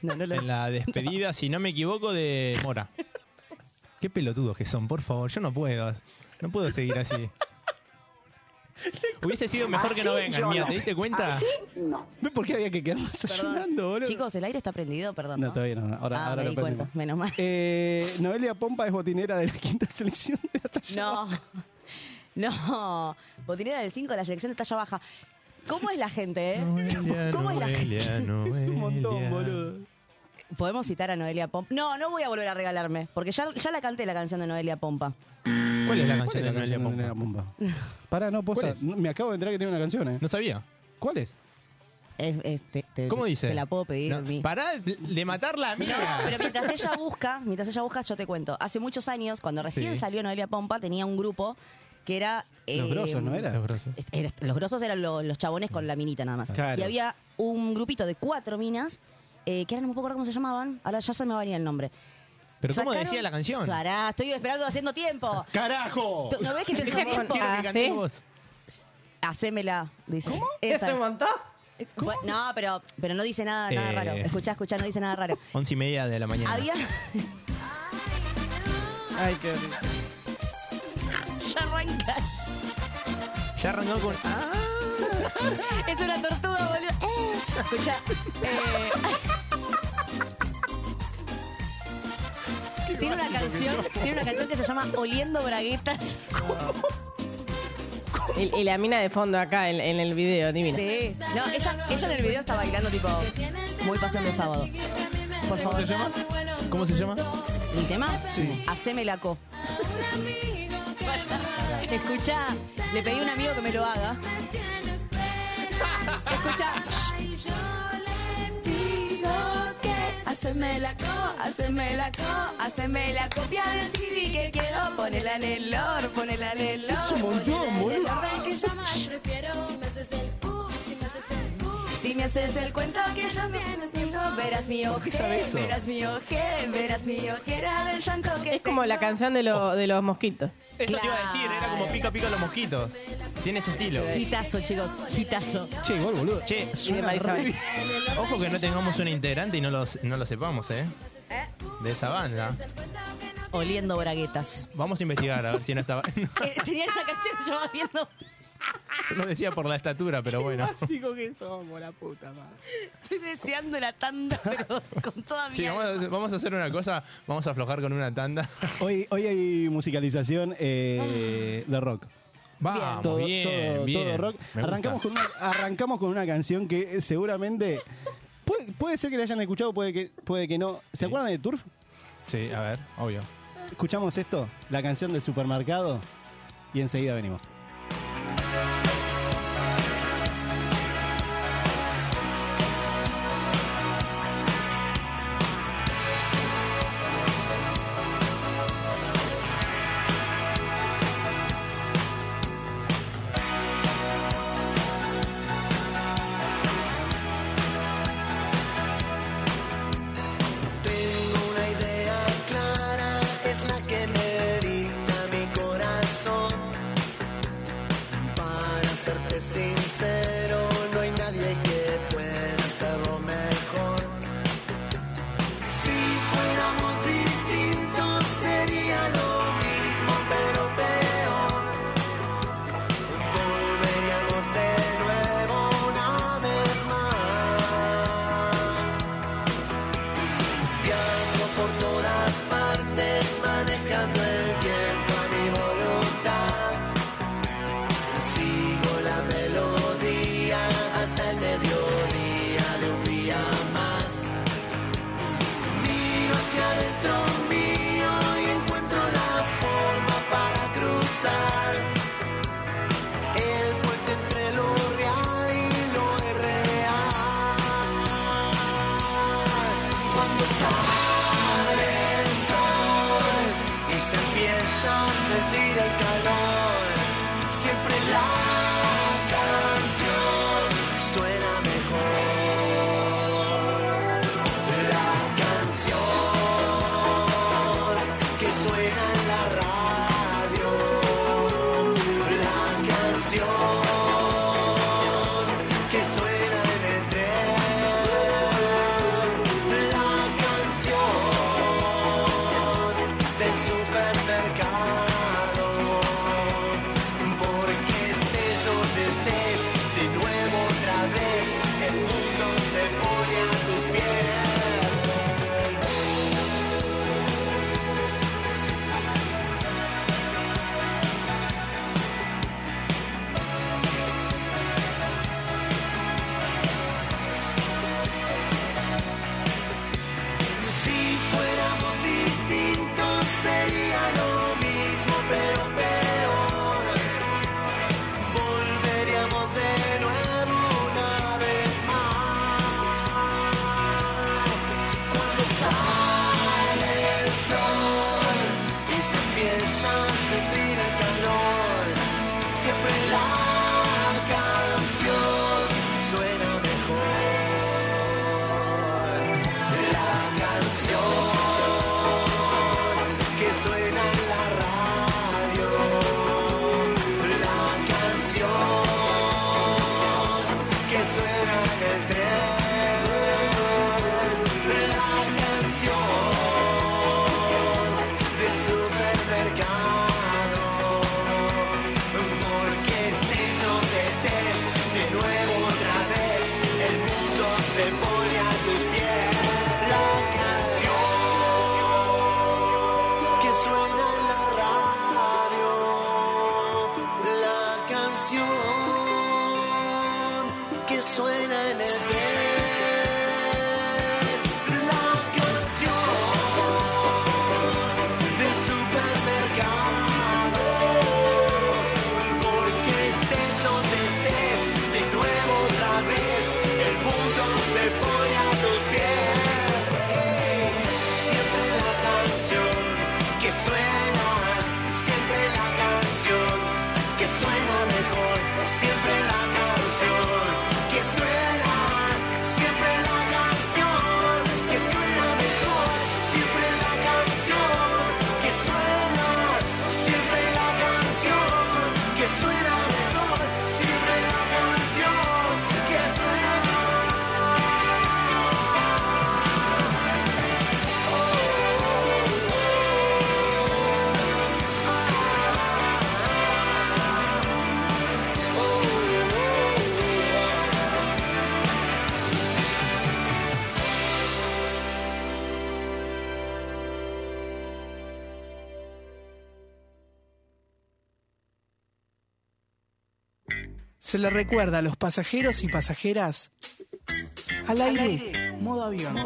S6: no, no lo-
S4: En la despedida, si no me equivoco, de Mora. Qué pelotudos que son, por favor. Yo no puedo. No puedo seguir así. Hubiese sido mejor que no vengan, mía. ¿Te diste
S6: ¿Ah,
S4: cuenta?
S7: ¿Por qué había que quedarnos ayudando, boludo?
S6: Chicos, el aire está prendido, perdón.
S7: No, todavía no. Ahora,
S6: Ah,
S7: ahora
S6: me
S7: lo
S6: di cuenta,
S7: prendemos.
S6: menos mal.
S7: Eh, Noelia Pompa es botinera de la quinta selección de la talla.
S6: No, no. Botinera del 5, la selección de talla baja. ¿Cómo es la gente, eh? ¿Cómo es la gente?
S7: Es un montón, boludo.
S6: ¿Podemos citar a Noelia Pompa? No, no voy a volver a regalarme, porque ya, ya la canté la canción de Noelia Pompa.
S4: ¿Cuál es la
S7: ¿Cuál
S4: canción
S7: es
S4: de
S7: la
S4: Noelia
S7: canción de Noelia
S4: Pompa?
S7: Pompa? Pará, no, posta.
S4: ¿Cuál es?
S7: No, Me acabo de enterar que tiene una canción, ¿eh?
S4: No sabía.
S7: ¿Cuál es?
S6: Es- es- te- te-
S4: ¿Cómo dice?
S6: Te la puedo pedir.
S4: No,
S6: mi-
S4: Pará de- de matar la
S6: No,
S4: mía.
S6: pero mientras ella busca, mientras ella busca, yo te cuento. Hace muchos años, cuando recién
S4: Sí.
S6: salió Noelia Pompa, tenía un grupo que era.
S7: Los
S6: eh,
S7: grosos, ¿no era?
S4: Em, Los grosos.
S6: Este, era- los grosos eran lo- los chabones con la minita nada más.
S7: Claro.
S6: Y había un grupito de cuatro minas, eh, que ahora no me puedo acordar cómo se llamaban, ahora ya se me va a venir el nombre.
S4: Pero ¿cómo
S6: Sacaron-
S4: decía la canción?
S6: Sará, estoy esperando haciendo tiempo.
S7: ¡Carajo!
S6: ¿Tú- ¿No ves que te
S4: Esa
S6: estoy tiempo?
S4: canción que
S5: Ah,
S4: cantás
S5: ¿sí?
S4: vos.
S6: Hacémela, dice. ¿Cómo?
S5: montó?
S6: No, pero, pero no dice nada, nada
S4: Eh.
S6: raro. Escuchá, escuchá, no dice nada raro.
S4: Once y media de la mañana.
S6: Había...
S5: Ay, qué horrible.
S6: ya arranca.
S4: Ya arrancó con...
S6: Es una tortuga, boludo. Eh, escucha. eh, tiene una canción, tiene una canción que se llama Oliendo Braguetas.
S5: Y, y la mina de fondo acá en, en el video, divina.
S6: Sí. No, ella, ella en el video está bailando tipo muy pasión de sábado.
S4: ¿Cómo
S6: Por
S4: se
S6: favor.
S4: llama? ¿Cómo se llama?
S6: ¿El tema? Sí. Haceme la co.
S8: eh,
S6: Escucha, le pedí a un amigo que me lo haga. Escucha.
S8: Haceme la co, haceme la co, haceme la copia del CD que quiero. Ponela en el lor, ponela en el lor.
S7: Es un montón, boludo.
S8: que yo más prefiero. Me haces el cu, si me haces el cu. Si me haces el cuento que ya tienes tiempo, verás mi ojera, verás mi ojera, verás mi ojera del llanto que
S5: Es como la canción de, lo- de los mosquitos.
S4: Eso te iba a decir, era como pica pica los mosquitos. Tiene ese estilo.
S6: Gitazo, chicos. Gitazo.
S7: Che, igual, boludo.
S4: Che,
S5: Y de
S4: suena
S5: Marisa
S4: re-
S5: Bel.
S4: Ojo que no tengamos una integrante y no, los, no lo sepamos, ¿eh? De esa banda.
S6: Oliendo Braguetas.
S4: Vamos a investigar a ver si no estaba.
S6: Eh, Tenía una canción que se llama Oliendo
S4: Yo lo decía por la estatura, pero bueno.
S7: Básico que somos, la puta madre.
S6: Estoy deseando la tanda, pero con toda mi
S4: Sí, vamos,
S6: alma.
S4: a- vamos a hacer una cosa, vamos a aflojar con una tanda.
S7: Hoy, hoy hay musicalización eh, de rock.
S4: Vamos,
S7: todo,
S4: bien,
S7: todo- todo
S4: bien.
S7: rock.
S4: Me gusta.
S7: Arrancamos con, una, arrancamos con una canción que eh, seguramente. Puede, puede ser que la hayan escuchado, puede que, puede que no. ¿Se acuerdan de Turf?
S4: Sí, a ver, obvio.
S7: Escuchamos esto, la canción del supermercado, y enseguida venimos.
S9: Tengo una idea clara, es la que me dicta mi corazón.
S10: Se le recuerda a los pasajeros y pasajeras al aire, modo avión.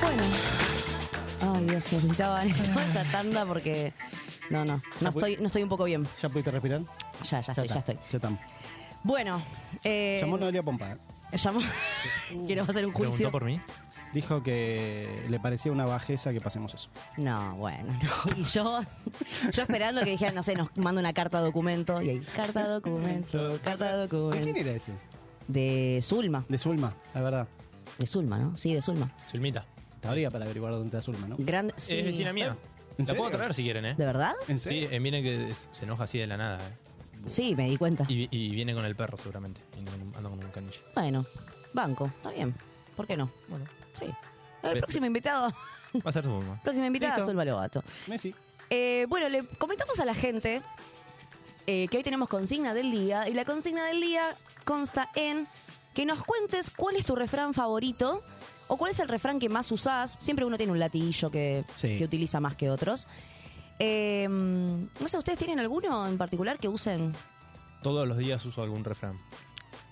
S6: Bueno. Ay, Dios, necesitaba, necesitaba esta tanda porque. No, no. No estoy, no estoy un poco bien.
S7: ¿Ya pudiste respirar?
S6: Ya, ya, estoy, ya
S7: está,
S6: estoy.
S7: Ya estamos.
S6: Bueno. Eh,
S7: Llamó Noelia Pompa. ¿eh?
S6: Llamó. Quiero hacer un juicio.
S4: mí?
S7: Dijo que le parecía una bajeza que pasemos eso.
S6: No, bueno, no. Y yo, yo esperando que dijeran, no sé, nos manda una carta documento. Y ahí, carta documento, carta documento.
S7: ¿De quién era ese?
S6: De Zulma.
S7: De Zulma, la verdad.
S6: De Zulma, ¿no? Sí, de Zulma.
S4: Zulmita.
S7: Estaría para averiguar dónde está Zulma, ¿no?
S6: Gran, sí.
S4: Es vecina mía.
S7: ¿En
S4: La puedo
S7: serio?
S4: traer si quieren, ¿eh?
S6: ¿De verdad?
S7: ¿En
S4: Sí,
S7: serio?
S4: eh, miren que es- se enoja así de la nada. eh.
S6: Sí, me di cuenta.
S4: Y, y viene con el perro seguramente. Y no- anda con un canillo.
S6: Bueno, banco, está bien. ¿Por qué no? Bueno, sí. El
S4: Ve-
S6: próximo invitado,
S4: Va a ser su mamá.
S6: próxima invitada,
S7: Listo.
S6: Zulma Lobato.
S7: Messi.
S6: Eh, bueno, le comentamos a la gente eh, que hoy tenemos consigna del día y la consigna del día consta en que nos cuentes cuál es tu refrán favorito o cuál es el refrán que más usás. Siempre uno tiene un latillo que,
S7: Sí.
S6: que utiliza más que otros. Eh, no sé, ¿ustedes tienen alguno en particular que usen?
S4: Todos los días uso algún refrán.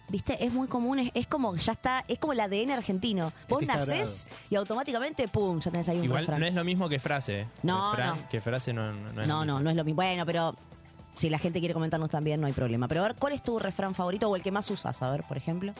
S6: Viste, es muy común, es, es como ya está, es como el ADN argentino. Vos
S7: que Este está
S6: nacés y automáticamente, pum, ya tenés ahí un
S4: Igual
S6: refrán.
S4: no es lo mismo que frase. eh.
S6: No,
S4: Refrán-
S6: no.
S4: Que frase no, no es. lo
S6: No,
S4: mismo.
S6: no, no es lo mismo. Bueno, pero si la gente quiere comentarnos también, no hay problema. Pero a ver, ¿cuál es tu refrán favorito o el que más usas? A ver, por ejemplo.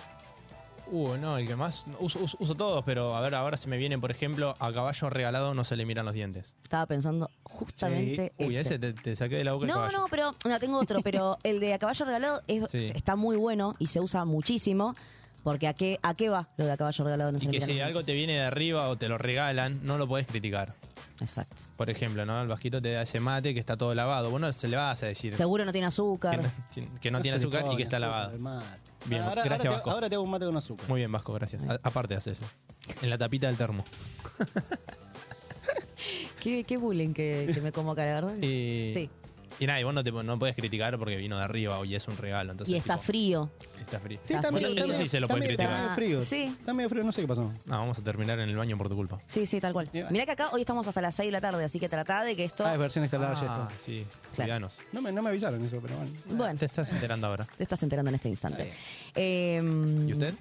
S4: Uh, no, el que más. Uso, uso- uso todos, pero a ver, ahora se me viene, por ejemplo, a caballo regalado no se le miran los dientes.
S6: Estaba pensando justamente
S4: Uy,
S6: ese.
S4: ese te, te saqué de la boca el
S6: No,
S4: caballo.
S6: no, pero no, tengo otro, pero el de a caballo regalado es-
S4: Sí.
S6: está muy bueno y se usa muchísimo. Porque a qué, a qué va lo de a caballo regalado no se
S4: Y
S6: le
S4: que
S6: miran
S4: si
S6: los
S4: algo te viene de arriba o te lo regalan, no lo podés criticar.
S6: dientes. Exacto.
S4: Por ejemplo, ¿no? El vasquito te da ese mate que está todo lavado. Bueno, se le vas a decir que
S6: Seguro no tiene azúcar.
S4: no, que no tiene azúcar y que está lavado. Bien, gracias,
S7: te-
S4: Vasco.
S7: ahora te hago un mate con azúcar.
S4: Muy bien, Vasco, gracias. A- aparte haces eso. En la tapita del termo.
S6: Qué, qué bullying que, que me como acá, la verdad.
S4: Y,
S6: Sí.
S4: Eh, y nada, y vos no, te, no podés criticar porque vino de arriba o y es un regalo. Entonces,
S6: Y está
S4: tipo,
S6: frío.
S4: está frío.
S7: Sí,
S6: Está
S7: también.
S6: frío.
S4: Eso sí se lo puede
S7: Está
S4: criticar.
S7: medio frío.
S6: Sí.
S7: Está medio frío, no sé qué pasó.
S4: No, vamos a terminar en el baño por tu culpa.
S6: Sí, sí, tal cual.
S7: Bien.
S6: Mirá que acá hoy estamos hasta las 6 de la tarde, así que tratá de que esto...
S7: Ah, es versión instalada ya
S4: Ah,
S7: esto.
S4: sí,
S6: Claro.
S4: cuidanos.
S7: No me, no me avisaron eso, pero bueno.
S6: Bueno,
S4: Te estás enterando ahora.
S6: te estás enterando en este instante. Eh,
S4: ¿Y usted?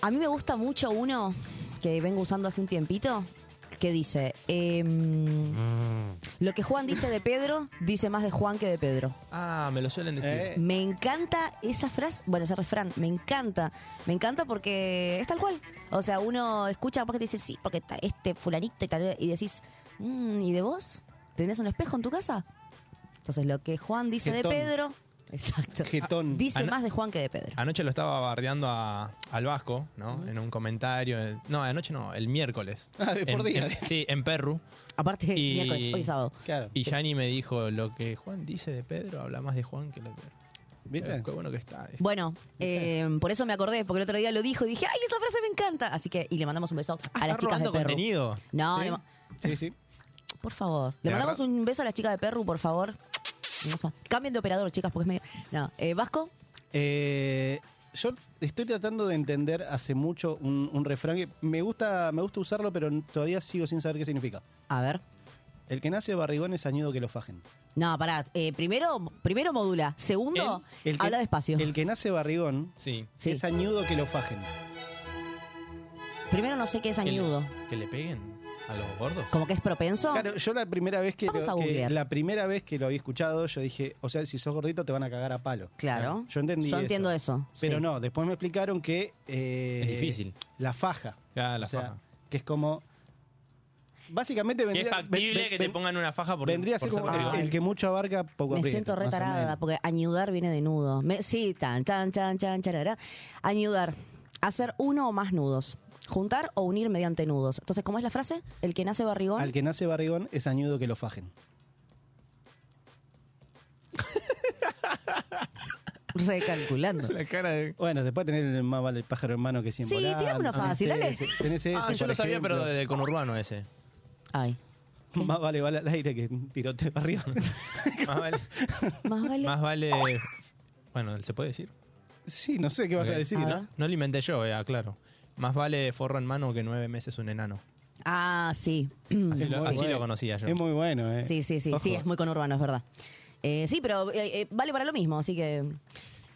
S6: A mí me gusta mucho uno que vengo usando hace un tiempito, que dice, eh, lo que Juan dice de Pedro, dice más de Juan que de Pedro.
S4: Ah, me lo suelen decir.
S7: Eh.
S6: Me encanta esa frase, bueno, ese refrán, me encanta. Me encanta porque es tal cual. O sea, uno escucha capaz que te dice, sí, porque está este fulanito y tal, y decís, "Mm, ¿y de vos? ¿Tenés un espejo en tu casa? Entonces, lo que Juan dice
S7: Getón.
S6: de Pedro, exacto, Ah,
S7: Getón.
S6: dice
S4: Mm. Ana-
S6: más de Juan que de Pedro.
S4: Anoche lo estaba bardeando a- al Vasco, ¿no? En un comentario. eh, No, anoche no, el miércoles.
S7: Ah,
S4: En-
S7: por día.
S4: en- sí, en Perru.
S6: Aparte,
S4: Y-
S6: miércoles, hoy es sábado.
S7: Claro.
S4: Y Yanni me dijo, lo que Juan dice de Pedro habla más de Juan que lo de Pedro.
S7: ¿Viste?
S4: Eh, Qué bueno que está. eh.
S6: Bueno, eh, por eso me acordé, porque el otro día lo dijo y dije, ¡ay, esa frase me encanta! Así que, y le mandamos un beso
S4: Ah,
S6: a las
S4: está
S6: chicas de
S4: robando
S6: Perru.
S4: contenido.
S6: No,
S7: ¿Sí?
S6: le ma-
S7: Sí, sí.
S6: por favor. Le
S4: Le
S6: mandamos
S4: agarra-
S6: un beso a las chicas de Perru, por favor. Hermosa. Cambien de operador, chicas, porque es medio. No, eh, Vasco,
S7: Eh, yo estoy tratando de entender hace mucho un, un refrán que me gusta, me gusta usarlo, pero todavía sigo sin saber qué significa.
S6: a ver.
S7: El que nace barrigón es añudo que lo fajen.
S6: No, pará. Eh, primero, primero modula. Segundo,
S7: El que-
S6: habla despacio.
S7: El que nace barrigón
S4: Sí.
S6: Sí.
S7: es añudo que lo fajen.
S6: Primero no sé qué es
S4: Que le-
S6: añudo.
S4: Que le peguen. ¿A los gordos?
S6: Como que es propenso.
S7: Claro, yo la primera vez que,
S6: Vamos
S7: lo,
S6: a
S7: que-
S6: googlear.
S7: la primera vez que lo había escuchado, yo dije, o sea, si sos gordito te van a cagar a palo.
S6: Claro.
S7: Yo entendí.
S6: Yo entiendo eso,
S7: Pero
S6: sí.
S7: no, después me explicaron que eh,
S4: Es difícil.
S7: La faja.
S4: Ya, la
S7: O sea,
S4: faja.
S7: Que es como básicamente
S4: Que es
S7: vendría,
S4: factible
S7: ven- ven-
S4: que te
S7: ven-
S4: pongan una faja por,
S7: vendría a
S4: por
S7: ser como
S4: ser
S7: el,
S4: gordo.
S7: el que mucho abarca poco
S6: Me
S7: aprieta,
S6: siento
S7: más o
S6: retarada
S7: menos.
S6: porque añudar viene de nudo. Me- sí, tan, tan, tan, tan, charará. Añudar. Hacer uno o más nudos. Juntar o unir mediante nudos. Entonces, ¿cómo es la frase? El que nace barrigón.
S7: Al que nace barrigón es añudo que lo fajen.
S6: Recalculando.
S4: La cara de...
S7: Bueno, después tener el más vale el pájaro en mano que siempre.
S6: Sí, tirame una fácil, dale.
S7: Tenés ese,
S4: Ah, yo
S7: por
S4: lo sabía,
S7: ejemplo.
S4: pero de, de conurbano ese.
S6: Ay.
S7: Más vale bala al aire que tirote para arriba.
S4: Más vale...
S6: Más vale.
S4: más vale... Bueno, ¿se puede decir?
S7: Sí, no sé qué vas
S4: Ok.
S7: a decir.
S6: A
S7: ¿no?
S6: ver.
S4: No lo inventé yo, eh, claro. Más vale forro en mano que nueve meses un enano.
S6: Ah, sí.
S4: Así,
S7: Es
S4: lo,
S7: muy
S4: así
S7: bueno.
S4: lo conocía yo.
S7: Es muy bueno, ¿eh?
S6: Sí, sí, sí.
S4: Ojo.
S6: Sí, es muy conurbano, es verdad. Eh, sí, pero eh, eh, vale para lo mismo, así que.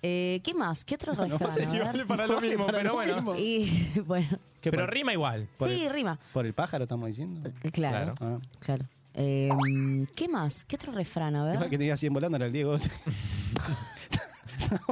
S6: eh, ¿Qué más? ¿Qué otro refrán?
S7: no sé
S6: A
S7: si
S6: ver.
S7: vale
S4: para lo mismo,
S7: Para
S4: pero
S7: lo
S4: bueno.
S7: mismo.
S6: Y bueno.
S7: ¿Qué
S4: Pero
S7: por-
S4: rima igual.
S7: por
S6: sí,
S7: el-
S6: rima.
S7: ¿Por el pájaro estamos diciendo?
S6: Eh, Claro. Claro.
S7: Ah.
S6: Eh, ¿Qué más? ¿Qué otro refrán? A
S7: Capaz
S6: ver.
S7: que tenía 100 volando era el Diego.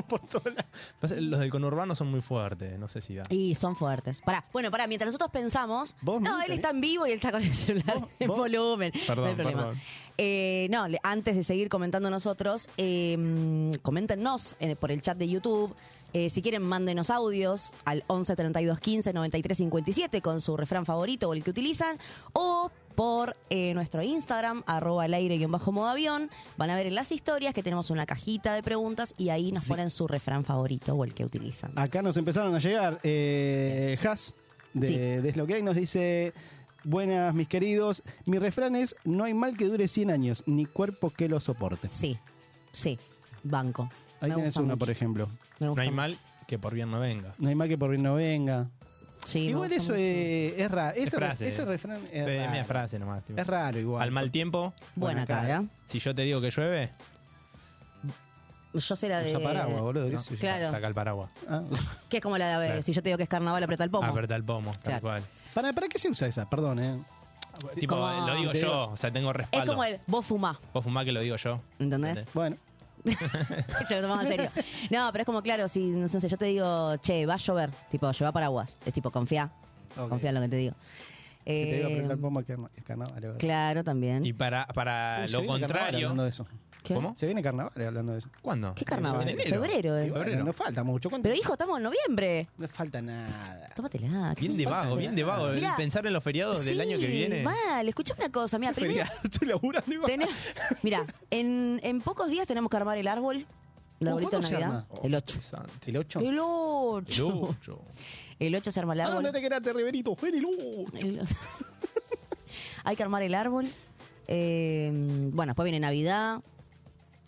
S7: por todos lados.
S4: Pasa, Los del conurbano son muy fuertes, no sé si da.
S6: Y son fuertes. Pará. Bueno, pará, mientras nosotros pensamos.
S7: Vos
S6: no,
S7: nunca,
S6: él
S7: ¿eh?
S6: está en vivo y él está con el celular en
S7: vos-
S6: volumen. no hay
S4: Perdón,
S6: problema.
S4: perdón.
S6: Eh, no, le- antes de seguir comentando nosotros, eh, coméntenos eh, por el chat de YouTube. Eh, si quieren, mándenos audios al 11 32 15 93 57 con su refrán favorito o el que utilizan. O por eh, nuestro Instagram, arroba al aire guión bajo modo avión. Van a ver en las historias que tenemos una cajita de preguntas y ahí nos ponen su refrán favorito o el que utilizan.
S7: Acá nos empezaron a llegar. Eh, Has de,
S6: Sí.
S7: de Es lo que hay nos dice. Buenas, mis queridos. Mi refrán es: No hay mal que dure 100 años, ni cuerpo que lo soporte.
S6: Sí, sí, banco.
S7: Ahí
S6: Me
S7: tienes
S6: gusta
S7: uno,
S6: mucho.
S7: por ejemplo.
S6: Me gusta
S4: No hay
S6: mucho.
S4: mal que por bien no venga.
S7: No hay mal que por bien no venga.
S6: Sí, me
S7: igual
S6: gusta
S7: eso
S6: mucho.
S7: eh, es raro. Ese,
S4: Es frase.
S7: re- ese refrán es
S4: Ve,
S7: raro.
S4: media frase nomás. tipo.
S7: Es raro igual. ¿eh?
S4: Al mal tiempo,
S7: Buena
S6: Buena
S7: cara.
S6: cara.
S4: si yo te digo que llueve,
S6: Yo sé la de.
S7: Usa paraguas, boludo.
S4: no,
S7: qué sé yo.
S6: Claro.
S4: saca el paraguas.
S7: Ah.
S6: Que es como la de.
S4: Claro.
S6: Si yo te digo que es carnaval, aprieta el pomo.
S4: Aperta el pomo,
S6: Claro.
S4: tal cual.
S7: ¿Para, Ah, ¿Para qué se usa esa? Perdón, ¿eh?
S4: Tipo,
S6: Como-
S4: eh, lo digo
S7: te
S4: yo,
S7: digo-
S4: o sea, tengo
S6: es
S4: respaldo.
S6: como el vos fumá.
S4: Vos fumá que lo digo yo.
S6: ¿Entendés?
S7: Bueno,
S6: Se lo tomamos en serio. No, pero es como, claro, si no sé, yo te digo, che, va a llover. Tipo, lleva paraguas. Es tipo, confía.
S7: Ok.
S6: Confía en lo que te digo.
S7: que te digo
S6: Eh,
S7: apretar el pomo que es carna- es carnaval. es verdad.
S6: claro, también.
S4: Y para, para
S7: Uy, se
S4: lo
S7: viene carnaval
S4: contrario.
S7: hablando de eso.
S6: ¿Qué?
S4: ¿Cómo?
S7: Se viene carnaval eh, hablando de eso.
S4: ¿Cuándo?
S6: ¿Qué carnaval?
S4: En enero.
S6: Febrero, eh.
S7: Y bueno,
S4: Febrero.
S7: no falta mucho. ¿Cuánto?
S6: Pero hijo, estamos en noviembre.
S7: No falta nada.
S6: Tómatela. ¿qué
S4: Bien
S6: te
S4: de
S6: pasa?
S4: vago, bien de vago. El
S6: Mirá.
S4: pensar en los feriados del
S6: Sí,
S4: año que viene.
S6: Mal, escuchá una cosa, mira, primero.
S7: Feriado, estoy laburando y va.
S6: tenés- Mirá, en, en pocos días tenemos que armar el árbol. El
S7: Uh,
S6: arbolito de
S7: ¿cuándo se
S6: Navidad.
S7: arma?
S6: El 8.
S4: Interesante.
S7: El 8.
S6: El 8.
S4: Yo, yo.
S6: El 8 se arma el
S4: Ah,
S7: ¿A
S6: árbol.
S7: dónde te quedaste, Riverito? En el 8.
S6: El- Hay que armar el árbol. Eh, bueno, después viene Navidad.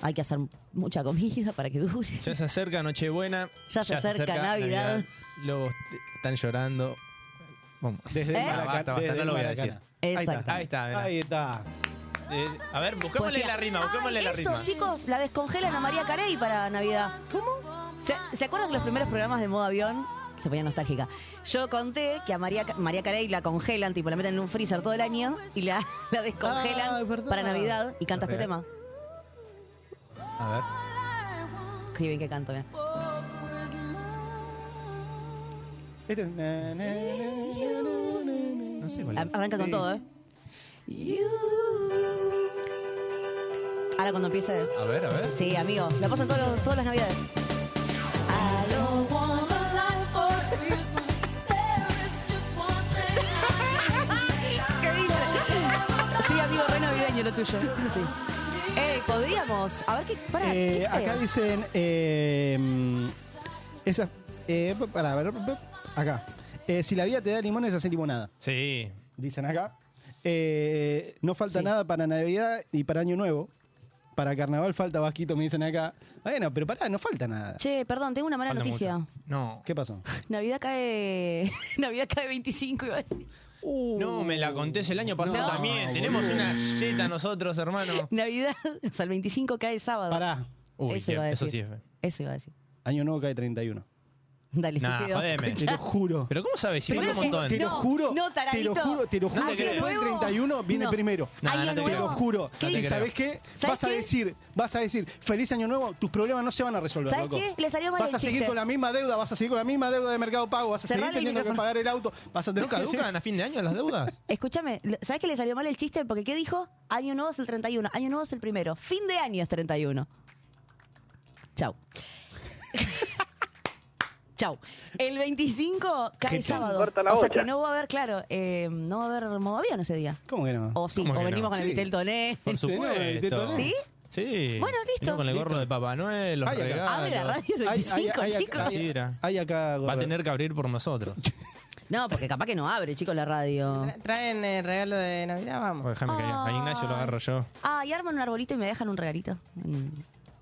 S6: Hay que hacer mucha comida para que dure.
S4: Ya se acerca Nochebuena.
S6: Ya se acerca Navidad.
S4: Luego están llorando. Vamos.
S7: Desde
S6: ¿Eh?
S7: Maracaná.
S4: Ah, Basta, basta,
S7: desde
S4: no lo voy a
S7: Maracaná.
S4: decir.
S6: Exacto.
S4: Ahí está, mirá.
S7: Ahí está.
S4: Eh, a ver, busquémosle
S6: Poesía.
S4: la rima, busquémosle
S6: Ay,
S4: la
S6: eso,
S4: rima.
S6: chicos, la descongelan a María Carey para Navidad. ¿Cómo? ¿Se, se acuerdan que los primeros programas de modo avión se ponían nostálgica? Yo conté que a María, Ca- María Carey la congelan, tipo, la meten en un freezer todo el año y la,
S7: Ah,
S6: la
S7: es
S6: descongelan
S7: verdad.
S6: para Navidad y canta este
S4: Real.
S6: tema.
S4: A ver.
S6: Qué bien que canto, eh. mirá.
S7: Este es- na, na, na, na, na, na.
S4: No sé cuál es.
S6: Ar- Arranca con
S7: Sí.
S6: todo, ¿eh? Ahora cuando empiece.
S4: A ver, a ver.
S6: Sí, amigo, la pasan todos los- todas las navidades. ¿Qué dice? Sí, amigo, re navideño lo tuyo. Sí. Eh, podríamos. A ver qué. Pará,
S7: Eh,
S6: ¿qué
S7: acá
S6: feo?
S7: dicen. eh, mm, esas. eh, para ver. Acá. Eh, si la vida te da limones, hace limonada.
S4: Sí.
S7: Dicen acá. Eh, no falta
S6: Sí.
S7: nada para Navidad y para Año Nuevo. Para Carnaval falta Vasquito, me dicen acá. Bueno, pero pará, no falta nada.
S6: Che, perdón, tengo una mala
S4: Falta
S6: noticia.
S4: mucho. No.
S7: ¿Qué pasó?
S6: Navidad cae. Navidad cae 25, iba a decir.
S4: No, me la conté el año pasado
S7: No,
S4: también.
S7: boludo.
S4: Tenemos una yeta nosotros, hermano.
S6: Navidad. O sea, el 25 cae sábado.
S7: Pará,
S4: Uy,
S6: eso, iba a
S4: eso
S6: decir.
S4: sí es.
S6: Eso iba a decir.
S7: Año Nuevo cae 31.
S6: Dale,
S4: Nah,
S6: estúpido.
S4: jodeme.
S7: Te lo juro.
S4: Pero ¿cómo sabes? Si
S7: Te
S4: manda
S7: lo
S4: un montón.
S7: Te lo
S6: No,
S7: juro.
S6: no,
S7: te lo
S6: taradito.
S7: juro, te lo
S4: No
S7: juro.
S4: te
S7: que
S4: creo.
S7: después del 31 viene
S6: No.
S7: primero.
S4: No, no te
S6: Año nuevo.
S7: Te lo juro.
S4: ¿Qué
S7: ¿Y
S4: dice?
S7: sabes qué?
S6: ¿Sabes
S7: vas a
S6: qué?
S7: decir, vas a decir, feliz año nuevo, tus problemas no se van a resolver,
S6: ¿Sabes
S7: loco.
S6: qué? Le salió mal
S7: Vas
S6: el
S7: a seguir
S6: chiste.
S7: con la misma deuda, vas a seguir con la misma deuda de Mercado Pago, vas a
S6: Cerrale
S7: seguir
S6: el
S7: teniendo que
S6: micrófono.
S7: pagar el auto, vas a tener
S4: ¿No
S7: que
S4: caducan a fin de año las deudas?
S6: Escúchame, ¿sabes que le salió mal el chiste? Porque ¿qué dijo? Año nuevo es el 31, año nuevo es el primero, fin de año es 31. Chau. Chau. El 25 cae
S7: Que te
S6: sábado.
S11: corta la
S6: o sea
S11: bocha.
S6: que no va a haber, claro, eh, no va a haber modo avión ese día.
S7: ¿Cómo que no?
S6: O sí,
S4: ¿Cómo
S6: o
S4: que no?
S6: venimos con el
S7: Sí.
S6: Vitel Toné.
S4: Por
S7: Sí, no, el de
S4: supuesto.
S7: Toné.
S6: ¿Sí?
S4: Sí.
S6: Bueno, listo.
S4: Vino con el gorro
S7: Listo.
S4: de Papá Noel, los
S7: Ay, acá.
S6: Abre la
S4: regalos.
S6: radio el 25,
S7: hay,
S6: chicos.
S7: acá- hay,
S4: Sidra.
S7: hay acá
S4: Va a
S7: gorra.
S4: tener que abrir por nosotros.
S6: No, porque capaz que no abre, chicos, la radio.
S5: ¿Traen el regalo de Navidad?
S4: Bueno,
S5: Vamos.
S4: Pues déjame que a Ignacio lo agarro yo.
S6: Ah, y arman un arbolito y me dejan un regalito. Mm.
S4: en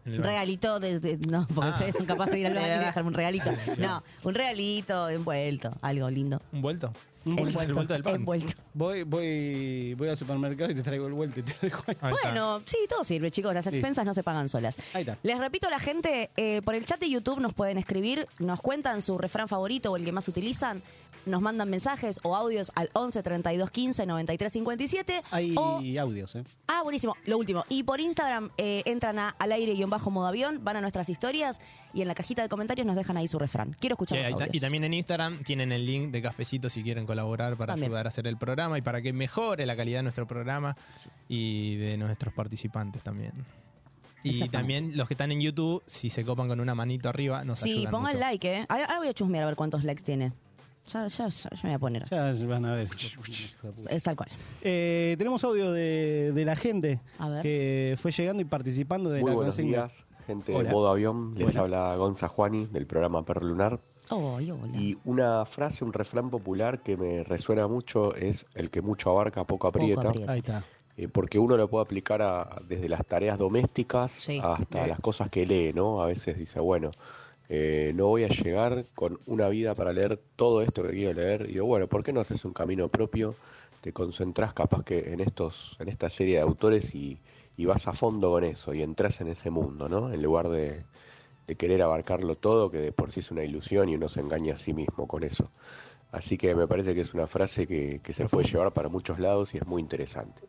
S4: el
S6: Un
S4: baño.
S6: regalito de, de- no, porque
S4: Ah.
S6: ustedes son capaces de ir al baño y
S5: verdad.
S6: dejarme un regalito. No, un regalito envuelto, algo lindo.
S4: ¿Un vuelto?
S6: Envuelto,
S4: El vuelto del pan.
S6: envuelto.
S7: Voy, voy, voy al supermercado y te traigo el vuelto y te lo dejo ahí.
S4: Ahí está.
S6: Bueno, sí, todo sirve, chicos. Las expensas no se pagan solas.
S7: Ahí está.
S6: Les repito a la gente, eh, por el chat de YouTube nos pueden escribir, nos cuentan su refrán favorito o el que más utilizan, nos mandan mensajes o audios al 11 32 15 93 57.
S7: Hay
S6: o-
S7: audios, ¿eh?
S6: ah, buenísimo, lo último. Y por Instagram eh, entran a al aire guión bajo modo avión, van a nuestras historias y en la cajita de comentarios nos dejan ahí su refrán. Quiero
S4: Sí,
S6: escuchar los
S4: ahí está.
S6: audios.
S4: y también en Instagram tienen el link de cafecito si quieren colaborar para
S6: También.
S4: ayudar a hacer el programa y para que mejore la calidad de nuestro programa y de nuestros participantes también. Y
S6: Exactamente.
S4: también los que están en YouTube, si se copan con una manito arriba, nos
S6: Sí,
S4: ayudan
S6: pongan
S4: mucho.
S6: like, ¿eh? Ahora ahora voy a chusmear a ver cuántos likes tiene. Ya, ya, ya, ya me voy a poner.
S7: Ya van a ver.
S6: Es tal cual.
S7: Eh, tenemos audio de, de la gente
S6: A ver.
S7: que fue llegando y participando de
S11: Muy
S7: la
S11: buenos
S7: consigna.
S11: días, gente
S7: Hola.
S11: de modo avión. Les
S7: Hola.
S11: habla Gonza Juani del programa Perro Lunar.
S6: Oh, y hola.
S11: Y una frase, un refrán popular que me resuena mucho es: el que mucho abarca, poco aprieta.
S6: aprieta.
S7: Ahí está.
S11: Eh, porque uno lo puede aplicar a- desde las tareas domésticas
S6: Sí.
S11: hasta las cosas que lee, ¿no? A veces dice, bueno, eh, no voy a llegar con una vida para leer todo esto que quiero leer. Y digo, bueno, ¿por qué no haces un camino propio? Te concentrás capaz que en estos, en esta serie de autores y, y vas a fondo con eso y entras en ese mundo, ¿no? En lugar de, de querer abarcarlo todo, que de por sí es una ilusión y uno se engaña a sí mismo con eso. Así que me parece que es una frase que, que se puede llevar para muchos lados y es muy interesante.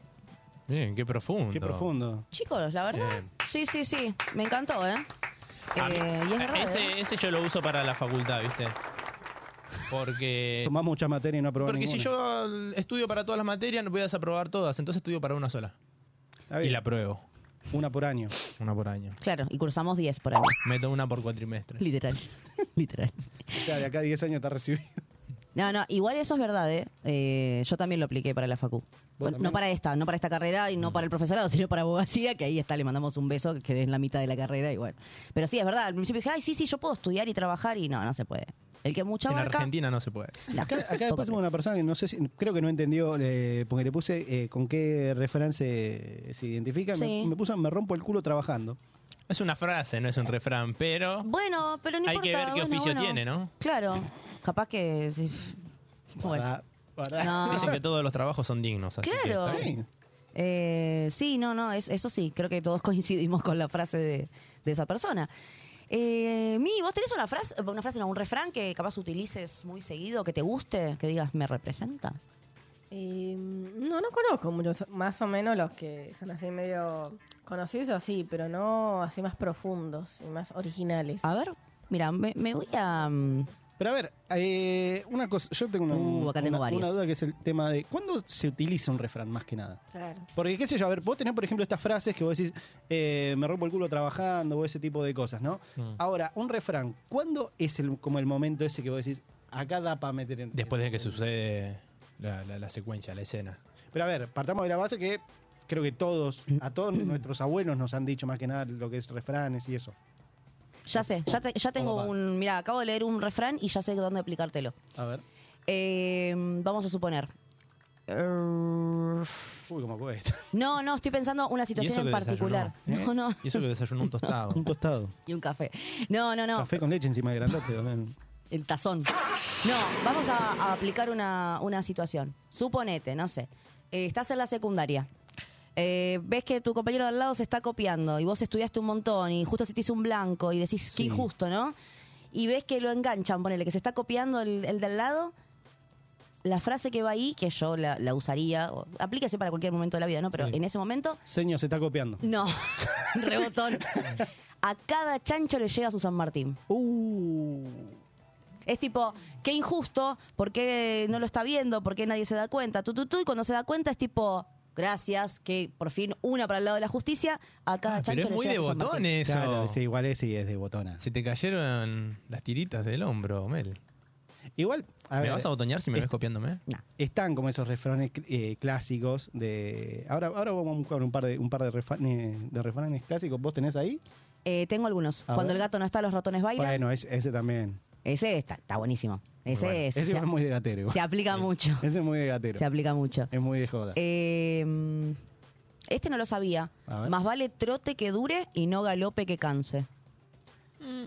S4: Bien, qué profundo.
S7: Qué profundo.
S6: Chicos, la verdad.
S4: Bien.
S6: Sí, sí, sí. Me encantó, ¿eh?
S4: A mí-
S6: Eh, y es verdad. ¿eh?
S4: e-, ese, ese yo lo uso para la facultad, ¿viste? Porque
S7: Tomás mucha materia y no aprobás
S4: porque si
S7: ninguna.
S4: yo eh, estudio para todas las materias, no voy a desaprobar todas, entonces estudio para una sola.
S7: Está bien,
S4: Y la apruebo,
S7: Una por año.
S4: una por año.
S6: Claro, y cursamos 10 por año.
S4: Meto una por cuatrimestre.
S6: Literal. Literal.
S7: O sea, de acá a 10 años está recibido.
S6: No, no, igual eso es verdad, ¿eh? Eh, yo también lo apliqué para la Facu. Bueno, No
S7: también?
S6: para esta, no para esta carrera y no para el profesorado, sino para abogacía, que ahí está, le mandamos un beso, que quedé en la mitad de la carrera y bueno. Pero sí, es verdad, al principio dije, ay, sí, sí, yo puedo estudiar y trabajar y no, no se puede. El que mucha
S4: En
S6: barca.
S4: Argentina no se puede.
S7: Acá, acá después hubo una persona que no sé si, creo que no entendió, eh, porque le puse eh, con qué referencia se, se identifica. Me-
S6: Sí.
S7: Me, puso, me rompo el culo trabajando.
S4: Es una frase, no es un refrán, pero
S6: Bueno, pero no
S4: Hay
S6: importa.
S4: que ver qué
S6: bueno,
S4: oficio
S6: bueno.
S4: tiene, ¿no?
S6: Claro, capaz que... sí. Bueno,
S7: Para- para-
S6: no.
S4: dicen que todos los trabajos son dignos. así que
S6: Claro.
S4: está bien.
S7: Sí.
S6: Eh, sí, no, no, es- eso sí, creo que todos coincidimos con la frase de, de esa persona. Eh, Mi, ¿vos tenés una frase, una frase, no, un refrán que capaz utilices muy seguido, que te guste, que digas, me representa?
S5: Y, mm, no, no conozco muchos. Más o menos los que son así medio conocidos, sí, pero no así más profundos y más originales.
S6: A ver, mira, me, me voy a... mm,
S7: Pero a ver, eh, una cosa, yo tengo una,
S6: Uh, acá tengo
S7: una-
S6: varios.
S7: una duda que es el tema de cuándo se utiliza un refrán más que nada.
S5: Claro.
S7: Porque, qué sé yo, a ver, vos tenés, por ejemplo, estas frases que vos decís, eh, me rompo el culo trabajando, o ese tipo de cosas, ¿no? Ahora, un refrán, ¿cuándo es el, como el momento ese que vos decís, acá da para meter en...
S4: Después de que sucede la, la- la secuencia, la escena.
S7: Pero a ver, partamos de la base que creo que todos, a todos nuestros abuelos nos han dicho más que nada lo que es refranes y eso.
S6: Ya sé, ya, te- ya tengo
S7: ¿Cómo va?
S6: un... Mira, acabo de leer un refrán y ya sé dónde aplicártelo.
S7: A ver.
S6: Eh, vamos a suponer... Err,
S7: Uy, cómo cuesta.
S6: No, no, estoy pensando una situación en
S4: que
S6: particular.
S4: desayunó,
S6: No,
S4: ¿eh?
S6: no.
S4: Y eso que desayunó un tostado.
S7: Un tostado.
S6: Y un café. No, no, no.
S7: Café con leche encima de grandote. ¿no?
S6: El tazón. No, vamos a, a aplicar una, una situación. Suponete, no sé. eh, estás en la secundaria. Eh, ves que tu compañero de al lado se está copiando y vos estudiaste un montón y justo se te hizo un blanco y decís, qué
S7: Sí.
S6: injusto, ¿no? y ves que lo enganchan, ponele, que se está copiando el, el del lado, la frase que va ahí, que yo la, la usaría, o- aplíquese para cualquier momento de la vida, ¿no? Pero en ese momento,
S7: Señor, se está copiando.
S6: no, rebotón. A cada chancho le llega su San Martín. Es tipo, qué injusto, ¿por qué no lo está viendo? ¿Por qué nadie se da cuenta? Tú, tú, tú, y cuando se da cuenta es tipo, gracias, que por fin una para el lado de la justicia, a cada chancho le llega su San Martín.
S4: botones eso.
S7: Claro, sí, igual es, sí, es de botona.
S4: Se te cayeron las tiritas del hombro, Mel.
S7: Igual, a
S4: ¿Me
S7: ver,
S4: vas a botonear si me
S7: es-
S4: ves copiándome?
S7: Están como esos refranes cl- eh, clásicos de... Ahora, ahora vamos a buscar un par de, un par de, refranes, de refranes clásicos. ¿Vos tenés ahí?
S6: Eh, tengo algunos.
S7: A
S6: Cuando
S7: ver.
S6: el gato no está, los ratones bailan.
S7: Bueno, es- ese también.
S6: Ese está, está buenísimo. Ese es.
S7: Ese
S6: se-
S7: igual es muy de gatero. igual.
S6: se aplica mucho.
S7: Ese es muy de gatero.
S6: Se aplica mucho.
S7: Es muy de joda.
S6: Eh, este no lo sabía.
S7: A ver.
S6: Más vale trote que dure y no galope que canse.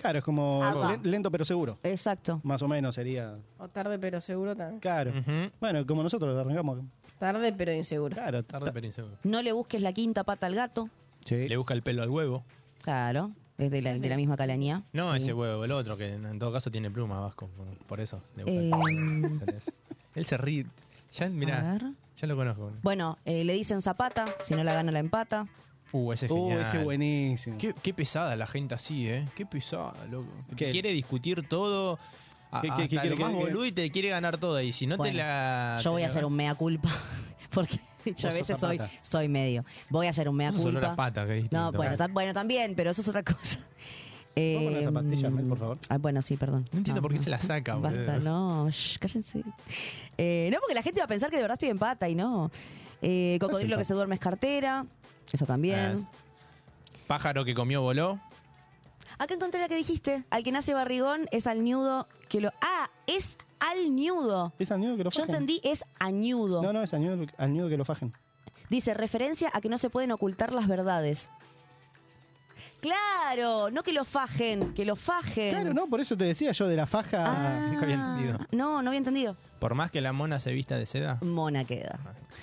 S7: Claro, es como
S6: Ah, va.
S7: len- lento pero seguro.
S6: Exacto.
S7: Más o menos sería.
S5: O tarde pero seguro también.
S7: Claro. Bueno, como nosotros lo arrancamos.
S5: Tarde pero inseguro.
S7: Claro,
S4: tarde pero inseguro.
S6: No le busques la quinta pata al gato.
S4: Le busca el pelo al huevo.
S6: Claro, es de la, de la misma calanía.
S4: No,
S6: Sí.
S4: ese
S7: Mm.
S4: huevo, el otro, que en todo caso tiene plumas, Vasco. por- Por eso. le busca el
S6: Eh,
S4: pelo. ¿Entendés? Él se ríe. Ya,
S6: A
S4: mirá,
S6: ver.
S4: ya lo conozco.
S6: Bueno, eh, le dicen zapata, si no la gana la empata.
S4: Uh, ese es
S7: Uh,
S4: genial.
S7: ese es buenísimo.
S4: Qué, qué pesada la gente así, ¿eh? Qué pesada, loco. Que
S7: ¿Qué?
S4: te quiere discutir todo. a-
S7: ¿Qué- qué-
S4: hasta
S7: qué quiere-
S4: lo más
S7: qué- qué?
S4: boludo y te quiere ganar todo. Y si no te
S6: Bueno,
S4: la...
S6: Yo
S4: te
S6: voy a
S4: la-
S6: hacer un mea culpa, porque yo a
S4: sos
S6: veces soy,
S4: zapata.
S6: soy medio. Voy a hacer un mea
S4: Vos sos olor
S6: culpa.
S4: a pata, que es
S6: no,
S4: distinto.
S6: bueno, ta- bueno, también, pero eso es otra cosa. Eh,
S4: Vos con las zapatillas, Mel, por favor.
S6: Ah, bueno, sí, perdón.
S4: No entiendo
S6: Ah,
S4: por qué
S6: no.
S4: se la saca, boludo.
S6: Basta, no, shh, cállense. Eh, no, porque la gente va a pensar que de verdad estoy en pata y no. Eh, cocodrilo
S4: en
S6: que
S4: pata.
S6: se duerme es cartera, eso también.
S4: Pájaro que comió voló.
S6: Acá encontré la que dijiste. Al que nace barrigón es al nudo que lo. Ah, es al nudo.
S7: Es al nudo que lo
S6: Yo
S7: fajen.
S6: entendí, eh, es añudo.
S7: No, no, es al nudo, al nudo que lo fajen.
S6: Dice, referencia a que no se pueden ocultar las verdades. Claro, no que lo fajen, que lo fajen.
S7: Claro, no, por eso te decía yo de la faja.
S6: Ah.
S4: Nunca había entendido.
S6: No, no había entendido.
S4: Por más que la mona se vista de seda. Ah.
S6: Mona queda.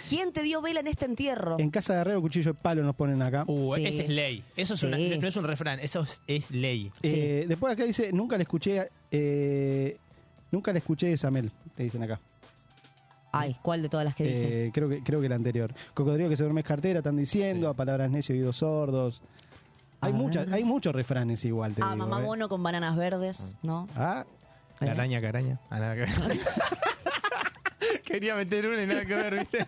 S6: ¿Quién te dio vela en este entierro?
S7: En casa de Herrero, cuchillo de palo nos ponen acá.
S4: Uh, Esa es ley. Eso es una- no es un refrán, eso es, es ley.
S7: Eh, Después acá dice, nunca le escuché. eh, nunca le escuché esa Mel, te dicen acá.
S6: Ay, ¿cuál de todas las que dije?
S7: Eh, creo que creo que la anterior. Cocodrilo que se duerme es cartera, están diciendo, a palabras necios, oídos sordos. Hay muchas, hay muchos refranes igual, te
S6: Ah,
S7: digo,
S6: mamá
S7: eh.
S6: bono con bananas verdes, ¿no?
S7: Ah.
S4: La araña caraña. Ah, nada que ver. Quería meter una y nada que ver, ¿viste?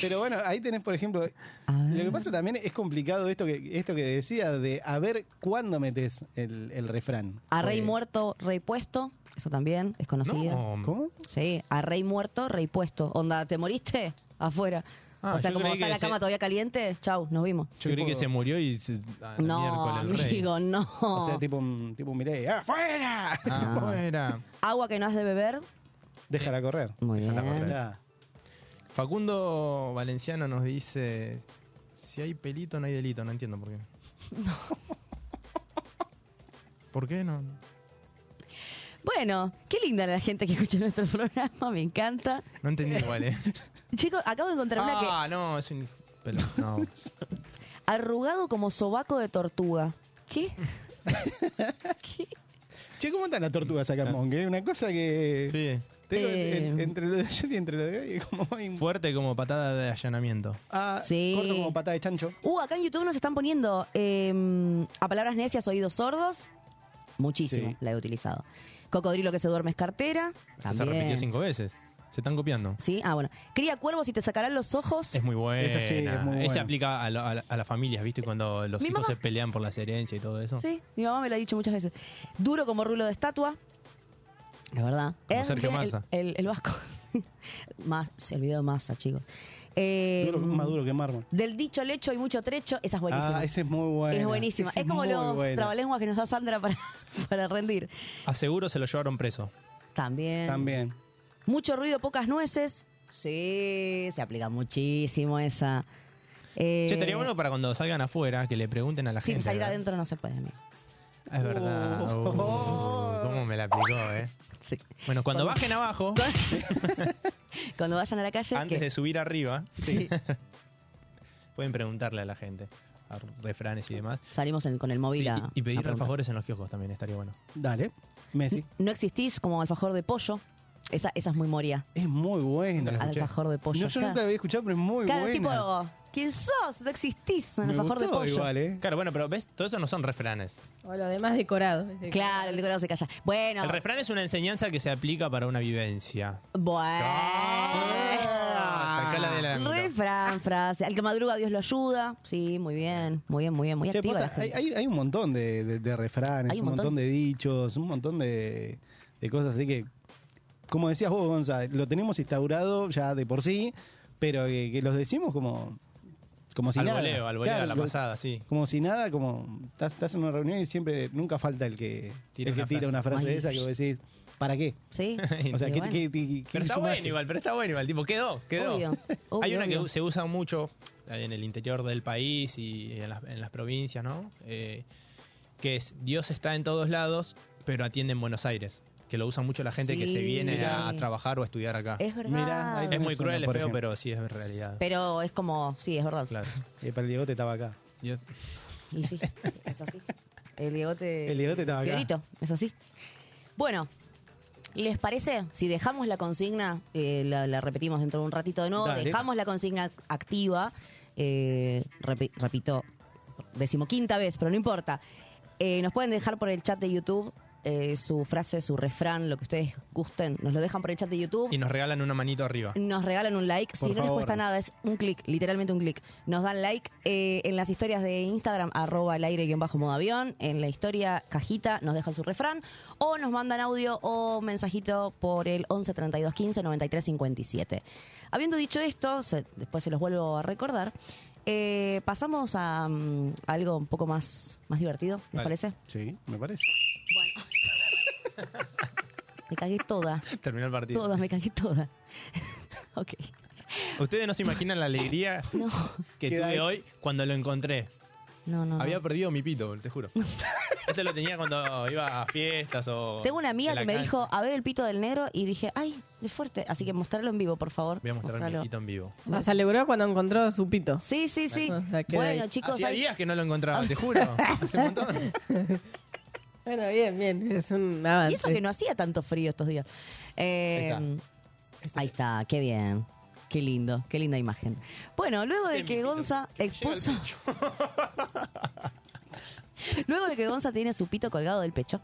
S7: Pero bueno, ahí tenés, por ejemplo, lo que pasa también es complicado esto que esto que decía de a ver cuándo metes el, el refrán.
S6: A rey
S7: Porque-
S6: muerto, rey puesto. Eso también es conocido.
S7: No. ¿Cómo?
S6: Sí, a rey muerto, rey puesto. Onda, ¿te moriste? Afuera.
S4: Ah,
S6: o sea,
S4: yo
S6: como
S4: creí
S6: está
S4: que
S6: la
S4: se-
S6: cama todavía caliente, chau, nos vimos.
S4: Yo creí que se murió y se, a la
S6: No,
S4: miércoles el rey.
S6: amigo, no.
S7: O sea, tipo, un- tipo un miré, ¡ah, fuera!
S4: Ah, fuera.
S6: Agua que no has de beber.
S7: Déjala correr.
S6: Muy
S4: Déjala
S6: bien.
S4: correr.
S7: Ah.
S4: Facundo Valenciano nos dice: Si hay pelito, no hay delito. No entiendo por qué. ¿Por qué no?
S6: Bueno, qué linda la gente que escucha nuestro programa, me encanta.
S4: No entendí igual, ¿eh?
S6: Chicos, acabo de encontrar una que
S4: ah, no, es un. Pero, no.
S6: arrugado como sobaco de tortuga. ¿Qué?
S7: Che, ¿cómo están las tortugas acá, Monk? eh? Una cosa que.
S4: Sí.
S7: Te digo, en- en-
S4: Eh.
S7: entre lo de ayer y entre lo de hoy, es como
S6: Pues
S7: hay un-
S4: Fuerte como patada de allanamiento.
S7: Ah,
S6: Sí.
S7: corto como patada de chancho.
S6: Uh, acá en YouTube nos están poniendo eh, a palabras necias, oídos sordos. Muchísimo la he utilizado. Cocodrilo que se duerme es cartera.
S4: Esa Se repitió
S6: También.
S4: cinco veces. Se están copiando.
S6: Sí, ah, bueno. Cría cuervos y te sacarán los ojos.
S4: Es muy buena.
S7: Esa sí, es muy
S4: Ese
S7: buena.
S4: aplica a, lo- a la- a las familias, ¿viste? Cuando los
S6: Mi
S4: hijos
S6: mamá-
S4: se pelean por las herencias y todo eso.
S6: Sí, mi mamá me lo ha dicho muchas veces. Duro como rulo de estatua. La verdad.
S4: Como
S6: Es
S4: Sergio
S6: bien
S4: Massa.
S6: El, el- el vasco. más, se olvidó masa, chicos. Eh,
S7: Duro- más duro que mármol.
S6: Del dicho al hecho hay mucho trecho. Esa es buenísima.
S7: Ah, ese es muy bueno.
S6: Es buenísima. Es, como los trabalenguas que nos da Sandra para, para rendir.
S4: A seguro se lo llevaron preso.
S6: También.
S7: También.
S6: Mucho ruido, pocas nueces. Sí, se aplica muchísimo esa. Eh,
S4: Che, estaría bueno para cuando salgan afuera que le pregunten a la
S6: Sí,
S4: gente.
S6: salir
S4: ¿verdad?
S6: adentro no se puede. amigo.
S4: Es verdad. Uh, ¿Cómo me la picó, eh? Bueno, cuando bajen abajo,
S6: Cuando vayan a la calle.
S4: antes
S6: ¿qué?
S4: de subir arriba, pueden preguntarle a la gente. a refranes y demás.
S6: Salimos en- con el móvil
S4: Sí, y,
S6: a.
S4: y
S6: a
S4: pedir
S6: preguntar.
S4: alfajores en los kioscos también estaría bueno.
S7: Dale. Messi.
S6: No existís como alfajor de pollo. Esa, esa es muy moria.
S7: Es muy buena.
S6: Alfajor de pollo.
S7: No, yo
S6: Cada-
S7: nunca la había escuchado, pero es muy
S6: Cada
S7: buena.
S6: tipo, ¿quién sos? No existís en alfajor de pollo.
S4: Claro, bueno, pero ves, todo eso no son refranes.
S5: O lo demás decorado.
S6: Claro, el decorado se calla. Bueno,
S4: El refrán es una enseñanza que se aplica para una vivencia. Ah.
S6: bueno.
S4: Sacala de la
S6: Refrán, frase. Al que madruga, Dios lo ayuda. Sí, muy bien, muy bien, muy bien, muy
S7: Che,
S6: activa
S7: posta,
S6: la gente.
S7: hay, hay- hay un montón de, de- de refranes,
S6: Hay
S7: un,
S6: un
S7: montón.
S6: montón.
S7: de dichos, un montón de, de cosas. Así que, como decías vos, Gonza, lo tenemos instaurado ya de por sí, pero que, que los decimos como, como si
S4: al
S7: nada.
S4: voleo, al voleo,
S7: Claro,
S4: a la
S7: lo-
S4: pasada, sí.
S7: Como si nada, como estás, estás en una reunión y siempre, nunca falta el que
S4: Tira
S7: el que
S4: una
S7: tira
S4: frase.
S7: una frase
S4: Ay.
S7: de esa que vos decís, ¿para qué?
S6: Sí.
S7: O sea,
S4: Y
S7: ¿qué,
S4: bueno.
S7: qué- qué- qué
S4: Pero está
S7: sumaste?
S4: bueno igual, pero está bueno igual. Tipo, quedó, quedó.
S6: Obvio,
S4: Hay
S6: obvio,
S4: una que
S6: obvio.
S4: se usa mucho en el interior del país y en las, en las provincias, ¿no? Eh, que es Dios está en todos lados, pero atiende en Buenos Aires. Que lo usa mucho la gente que se
S6: Sí.
S4: viene
S6: Mirá.
S4: a trabajar o a estudiar acá.
S6: Es verdad. Mirá, ahí
S4: es
S6: tenés
S4: muy
S6: una,
S4: cruel, es
S6: por
S4: feo,
S6: ejemplo.
S4: pero sí es realidad.
S6: Pero es como, sí, es verdad.
S7: Eh, para el Diegote estaba acá.
S4: Dios-
S6: Y sí, es así. El Diegote.
S7: El Diegote estaba acá.
S6: Fiorito, es así. Bueno, ¿les parece? Si dejamos la consigna, eh, la, la repetimos dentro de un ratito de nuevo,
S12: Dale.
S6: dejamos la consigna activa, eh, repi- repito, decimoquinta vez, pero no importa. Eh, nos pueden dejar por el chat de YouTube eh, su frase, su refrán, lo que ustedes gusten, nos lo dejan por el chat de YouTube.
S4: Y nos regalan una manito arriba.
S6: Nos regalan un like.
S4: Por
S6: si no les
S4: favor.
S6: cuesta nada, es un clic, literalmente un clic. Nos dan like eh, en las historias de Instagram, arroba el aire guión bajo modo avión. En la historia cajita nos dejan su refrán. O nos mandan audio o mensajito por el 11 32 15 93 57. Habiendo dicho esto, se- después se los vuelvo a recordar. eh, pasamos a, mm, a algo un poco más, más divertido, ¿les
S7: Dale.
S6: parece?
S7: Sí, me parece.
S6: Me cagué toda.
S4: Terminó el partido.
S6: Toda, me cagué toda. ok.
S4: Ustedes no se imaginan la alegría que
S6: ¿Qué edad
S4: tuve
S6: es?
S4: hoy cuando lo encontré.
S6: No, no. no.
S4: Había perdido mi pito, te juro. Esto lo tenía cuando iba a fiestas o.
S6: Tengo una amiga
S4: en la
S6: que me
S4: cancha.
S6: dijo, a ver el pito del negro, y dije, ay, es fuerte. Así que mostrarlo en vivo, por favor.
S4: Voy a mostrar
S6: Mostralo.
S4: mi pito en vivo.
S5: La celebró cuando encontró su pito.
S6: Sí, sí, sí. Bueno, chicos,
S4: Hacía
S6: hay- Ah.
S4: días que no lo encontraba, te juro.
S5: Bueno, bien, bien. Es un
S6: Y
S5: avance.
S6: eso que no hacía tanto frío estos días. Eh, ahí, está. qué bien. Qué lindo, qué linda imagen. Bueno,
S4: Este
S6: luego de que Gonza expuso... Luego de que Gonza tiene su pito colgado del pecho.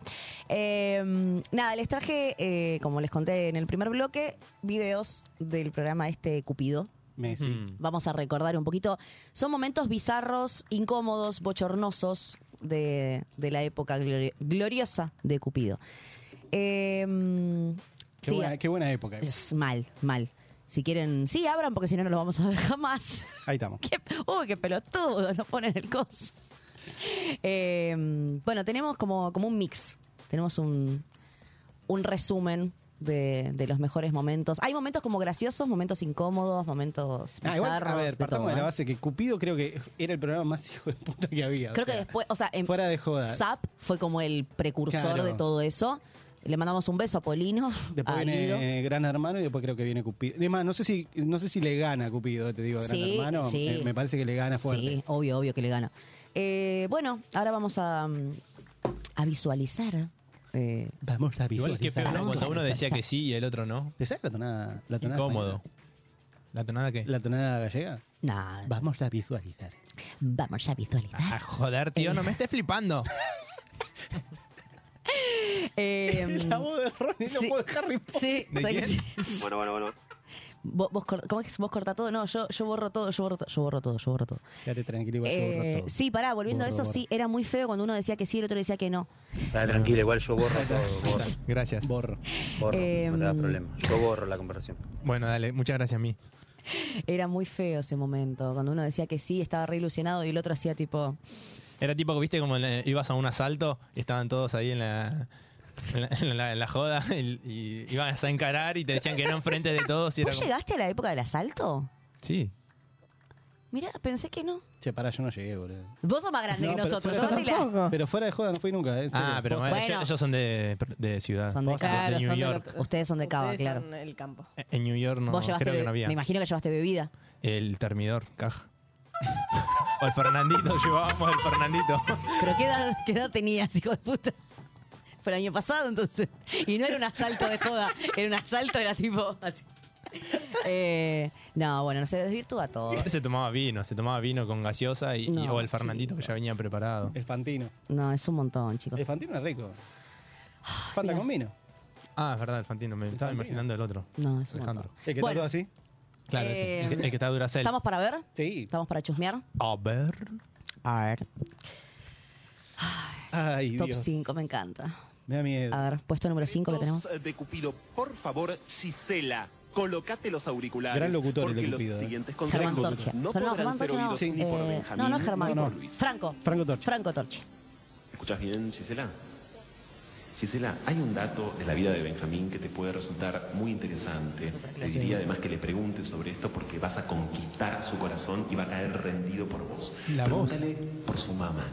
S6: eh, nada, les traje, eh, como les conté en el primer bloque, videos del programa este Cupido.
S7: Messi.
S6: Vamos a recordar un poquito. Son momentos bizarros, incómodos, bochornosos de, de la época glori- gloriosa de Cupido. Eh,
S7: Qué,
S6: sí, ah,
S7: buena, qué buena época.
S6: es mal, mal. Si quieren, sí, abran porque si no, no lo vamos a ver jamás.
S7: Ahí estamos.
S6: Uy, qué pelotudo, nos ponen el coso. Eh, bueno, tenemos como, como un mix. Tenemos un, un resumen de, de los mejores momentos. Hay momentos como graciosos, momentos incómodos, momentos
S7: Ah, igual, a
S6: bizarros,
S7: ver,
S6: de
S7: partamos
S6: todo,
S7: de la
S6: ¿eh?
S7: base que Cupido creo que era el programa más hijo de puta que había. o
S6: Creo que
S7: sea,
S6: después, o sea, en
S7: fuera de joda.
S6: Zap fue como el precursor
S7: Claro.
S6: de todo eso. Le mandamos un beso a Polino,
S7: Después
S6: a Guido.
S7: viene Gran Hermano y después creo que viene Cupido. Además, no sé si, no sé si le gana Cupido, te digo, a Gran
S6: Sí,
S7: Hermano.
S6: sí.
S7: Me, me parece que le gana fuerte.
S6: Sí, obvio, obvio que le gana. Eh, bueno, ahora vamos a, mm, a visualizar. Eh,
S7: Vamos a
S4: Igual que feo,
S7: visualizar.
S4: ¿no? Cuando uno decía que sí y el otro no.
S7: ¿Te sabes la tonada? La tonada
S4: Incómodo. ¿La tonada qué?
S7: ¿La tonada gallega?
S6: No.
S7: Vamos a visualizar.
S6: Vamos a visualizar.
S4: A joder, tío, no me estés flipando.
S6: Eh,
S7: La voz de Ronnie,
S6: sí.
S7: la voz de Harry Potter.
S6: Sí, o sea que sí.
S13: Bueno, bueno, bueno.
S6: Vos, vos cor- ¿Cómo es que vos corta todo? No, yo, yo borro todo, yo borro todo, yo borro todo, yo borro todo.
S7: Quédate tranquilo, igual yo borro
S6: Eh,
S7: todo.
S6: sí, pará, volviendo
S7: Borro,
S6: a eso,
S7: borro.
S6: sí, era muy feo cuando uno decía que sí y el otro decía que no.
S13: Dale, tranquilo, igual yo borro todo. Borro,
S4: Gracias.
S7: Borro.
S13: borro
S6: Eh,
S13: no te da problema. Yo borro la comparación.
S4: Bueno, dale, muchas gracias a mí.
S6: Era muy feo ese momento, cuando uno decía que sí, estaba re ilusionado y el otro hacía tipo...
S4: Era tipo que viste como le- ibas a un asalto y estaban todos ahí en la. En la, en la- en la joda y, y ibas a encarar y te decían que no enfrente de todos y era
S6: ¿Vos
S4: como-
S6: llegaste a la época del asalto?
S4: Sí.
S6: Mira, pensé que no.
S7: Che, pará, yo no llegué, boludo.
S6: Vos sos más grande que nosotros. tomate la-
S7: Pero fuera de joda no fui nunca. ¿eh? en serio.
S4: Ah, pero
S7: Posta.
S4: ellos, ellos son de, de ciudad.
S6: Son de Cava.
S4: New York.
S6: Ustedes son de Cava,
S5: Ustedes
S6: claro.
S5: son el campo.
S4: En New York no,
S6: Vos llevaste
S4: creo que
S6: be-
S4: no había.
S6: Me imagino que llevaste bebida.
S4: El termidor, caja. O el Fernandito, llevábamos el Fernandito.
S6: Pero ¿qué edad, qué edad tenías, hijo de puta? Fue el año pasado, entonces. Y no era un asalto de joda, era un asalto, era tipo así. Eh, no, bueno, no se desvirtúa todo.
S4: Se tomaba vino, se tomaba vino con gaseosa y, y-
S6: No,
S4: o el Fernandito que ya venía preparado.
S7: El Fantino.
S6: No, es un montón, chicos.
S7: El Fantino es rico. Fanta con vino.
S4: Ah, es verdad, el Fantino, me estaba imaginando el otro.
S6: No, es un
S4: Alejandro.
S7: ¿El que
S6: Bueno.
S7: todo así?
S4: Claro, ese,
S6: Eh,
S4: el, que, el que está Duracell.
S6: ¿Estamos para ver?
S7: Sí.
S6: ¿Estamos para chusmear?
S4: A ver.
S6: A ver.
S14: Ah,
S7: Ay,
S6: Top
S7: Dios.
S6: 5, me encanta.
S7: Me da miedo.
S6: A ver, puesto número 5 que tenemos.
S12: eh, De Cupido, por favor, Gisela, colócate los auriculares.
S7: Gran locutor el de
S12: porque los
S7: Cupido, ¿eh?
S12: siguientes
S6: Germán
S12: consejos
S6: Torche.
S12: no
S6: Pero
S12: podrán
S6: Germán
S12: ser
S6: Torche no.
S12: oídos
S6: Sí.
S12: ni por
S6: Eh,
S12: Benjamín
S6: no, no es Germán.
S12: ni por
S6: No.
S12: Luis.
S6: Franco.
S7: Franco Torche.
S6: Franco Torche.
S12: ¿Escuchas bien, Gisela? Gisela, hay un dato de la vida de Benjamín que te puede resultar muy interesante. Le diría además que le preguntes sobre esto porque vas a conquistar su corazón y va a caer rendido por vos.
S4: La voz.
S12: Pregúntale por su mamá.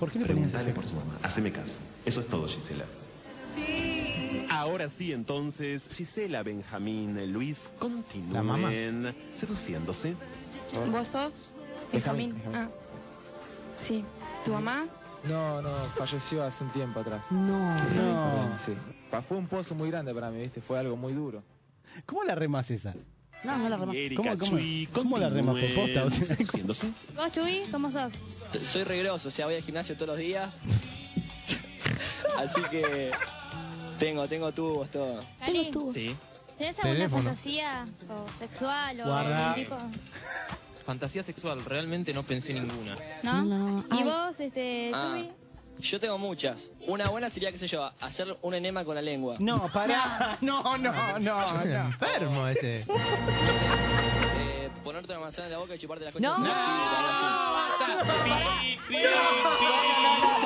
S7: ¿Por qué le
S12: Pregúntale por su mamá. Haceme caso. Eso es todo, Gisela. Ahora sí, entonces, Gisela, Benjamín, Luis,
S4: La mamá.
S12: continúen seduciéndose.
S15: ¿Vos sos?
S12: Benjamín,
S15: Benjamín. Ah. Sí. ¿Tu mamá?
S14: No, no, falleció hace un tiempo atrás.
S6: No.
S14: No. Sí. Pa- Fue un pozo muy grande para mí, ¿viste? Fue algo muy duro.
S7: ¿Cómo la remas esa?
S6: No, no la
S12: Eh,
S7: ¿Cómo, cómo, cómo la remas por posta? O sea, ¿cómo-
S15: ¿Vos, Chuy? ¿Cómo sos?
S16: Soy regroso, o sea, voy al gimnasio todos los días. Así que tengo, tengo tubos, todo.
S15: Cali,
S16: Sí.
S15: ¿Tenés alguna
S16: Teléfono.
S15: fantasía o sexual o
S16: Guarda.
S15: algún tipo?
S16: Fantasía sexual, realmente no pensé ninguna.
S15: ¿No? ¿Y vos, este,
S12: Ah.
S15: Chuy?
S16: Yo tengo muchas. Una buena sería, qué sé yo, hacer un enema con la lengua.
S7: No, pará. No, no, no, no.
S4: Enfermo ese.
S16: Eh, ponerte una manzana en la boca y chuparte las coches.
S6: No.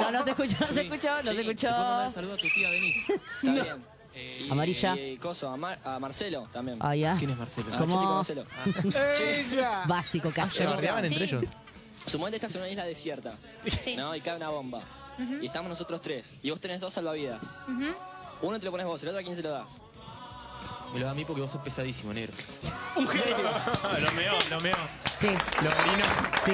S6: No, no se escuchó, no se escuchó, no se escuchó.
S16: Saludos a tu tía Denise. Está bien. Eh,
S6: Amarilla.
S16: Y, coso, a, Mar- a Marcelo también.
S6: Ah, ya.
S16: ¿Quién es Marcelo? Ah,
S6: ¿Cómo?
S16: Chelico Marcelo. Ah. Che.
S6: Básico, casi.
S16: Sí. Sumamente estás en una isla desierta, ¿no? Y cae una bomba. Y estamos nosotros tres. Y vos tenés dos salvavidas. Uno te lo pones vos, el otro a quién se lo das.
S17: Me lo da a mí porque vos sos pesadísimo, negro.
S4: lo meo, lo meo.
S6: Sí.
S4: Lo orino.
S6: Sí.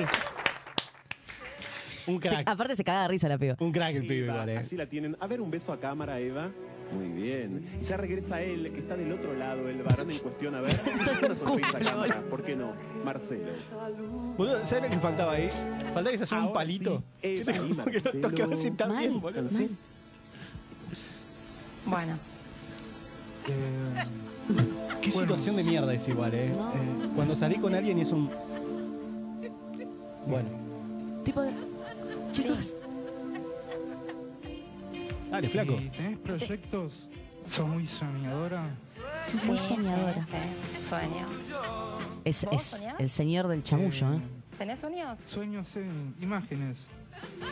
S7: Un
S6: Sí, aparte se caga de risa la piba.
S7: Un crack el pibe,
S12: Eva,
S6: eh.
S12: Así la tienen. A ver, un beso a cámara, Eva. Muy bien. Y ya regresa él, que está del otro lado, el varón en cuestión. A ver, una sonrisa a cámara. ¿Por qué no? Marcelo.
S7: Boludo, ¿sabes lo que faltaba ahí? Faltaba que se hacía un palito.
S12: eh,
S7: Que te-
S12: Eva y
S7: que lo tocaba así tan
S12: Marcelo.
S7: bien, boludo.
S12: Mal,
S6: Bueno.
S7: Qué situación de mierda es igual, eh. Eh, Cuando salí con alguien y es un. Bueno.
S6: Tipo de... Chicos.
S7: Dale, flaco.
S18: ¿Y ¿Tenés proyectos? ¿Sos muy soñadora?
S6: Soy muy soñadora.
S18: Sueño.
S6: Es,
S18: ¿Vos
S6: es
S18: soñás?
S6: el señor del chamullo, ¿eh?
S18: ¿Tenés sueños? Sueños en imágenes.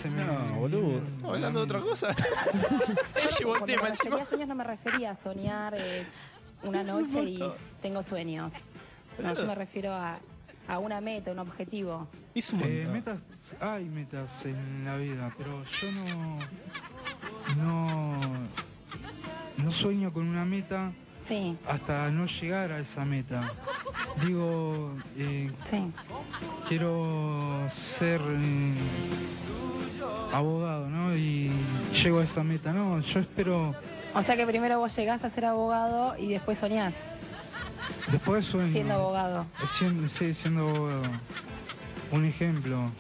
S18: Se me
S7: No, boludo.
S4: Hablando de otra cosa.
S19: Llevó el
S18: Cuando
S19: tema
S18: me refería
S19: encima.
S18: a sueños no me refería a soñar eh, una
S19: Es un
S18: noche y
S19: montón.
S18: s- tengo sueños. No, yo me refiero a, a una meta, un objetivo.
S7: Eh,
S18: metas, hay metas en la vida, pero yo no, no, no sueño con una meta hasta no llegar a esa meta. Digo, eh, quiero ser eh, abogado, ¿no? Y llego a esa meta, ¿no? Yo espero,
S15: O sea que primero vos llegás a ser abogado y después soñás.
S18: después sueño.
S15: Siendo abogado.
S18: Eh, Siendo, sí, siendo abogado. Un ejemplo.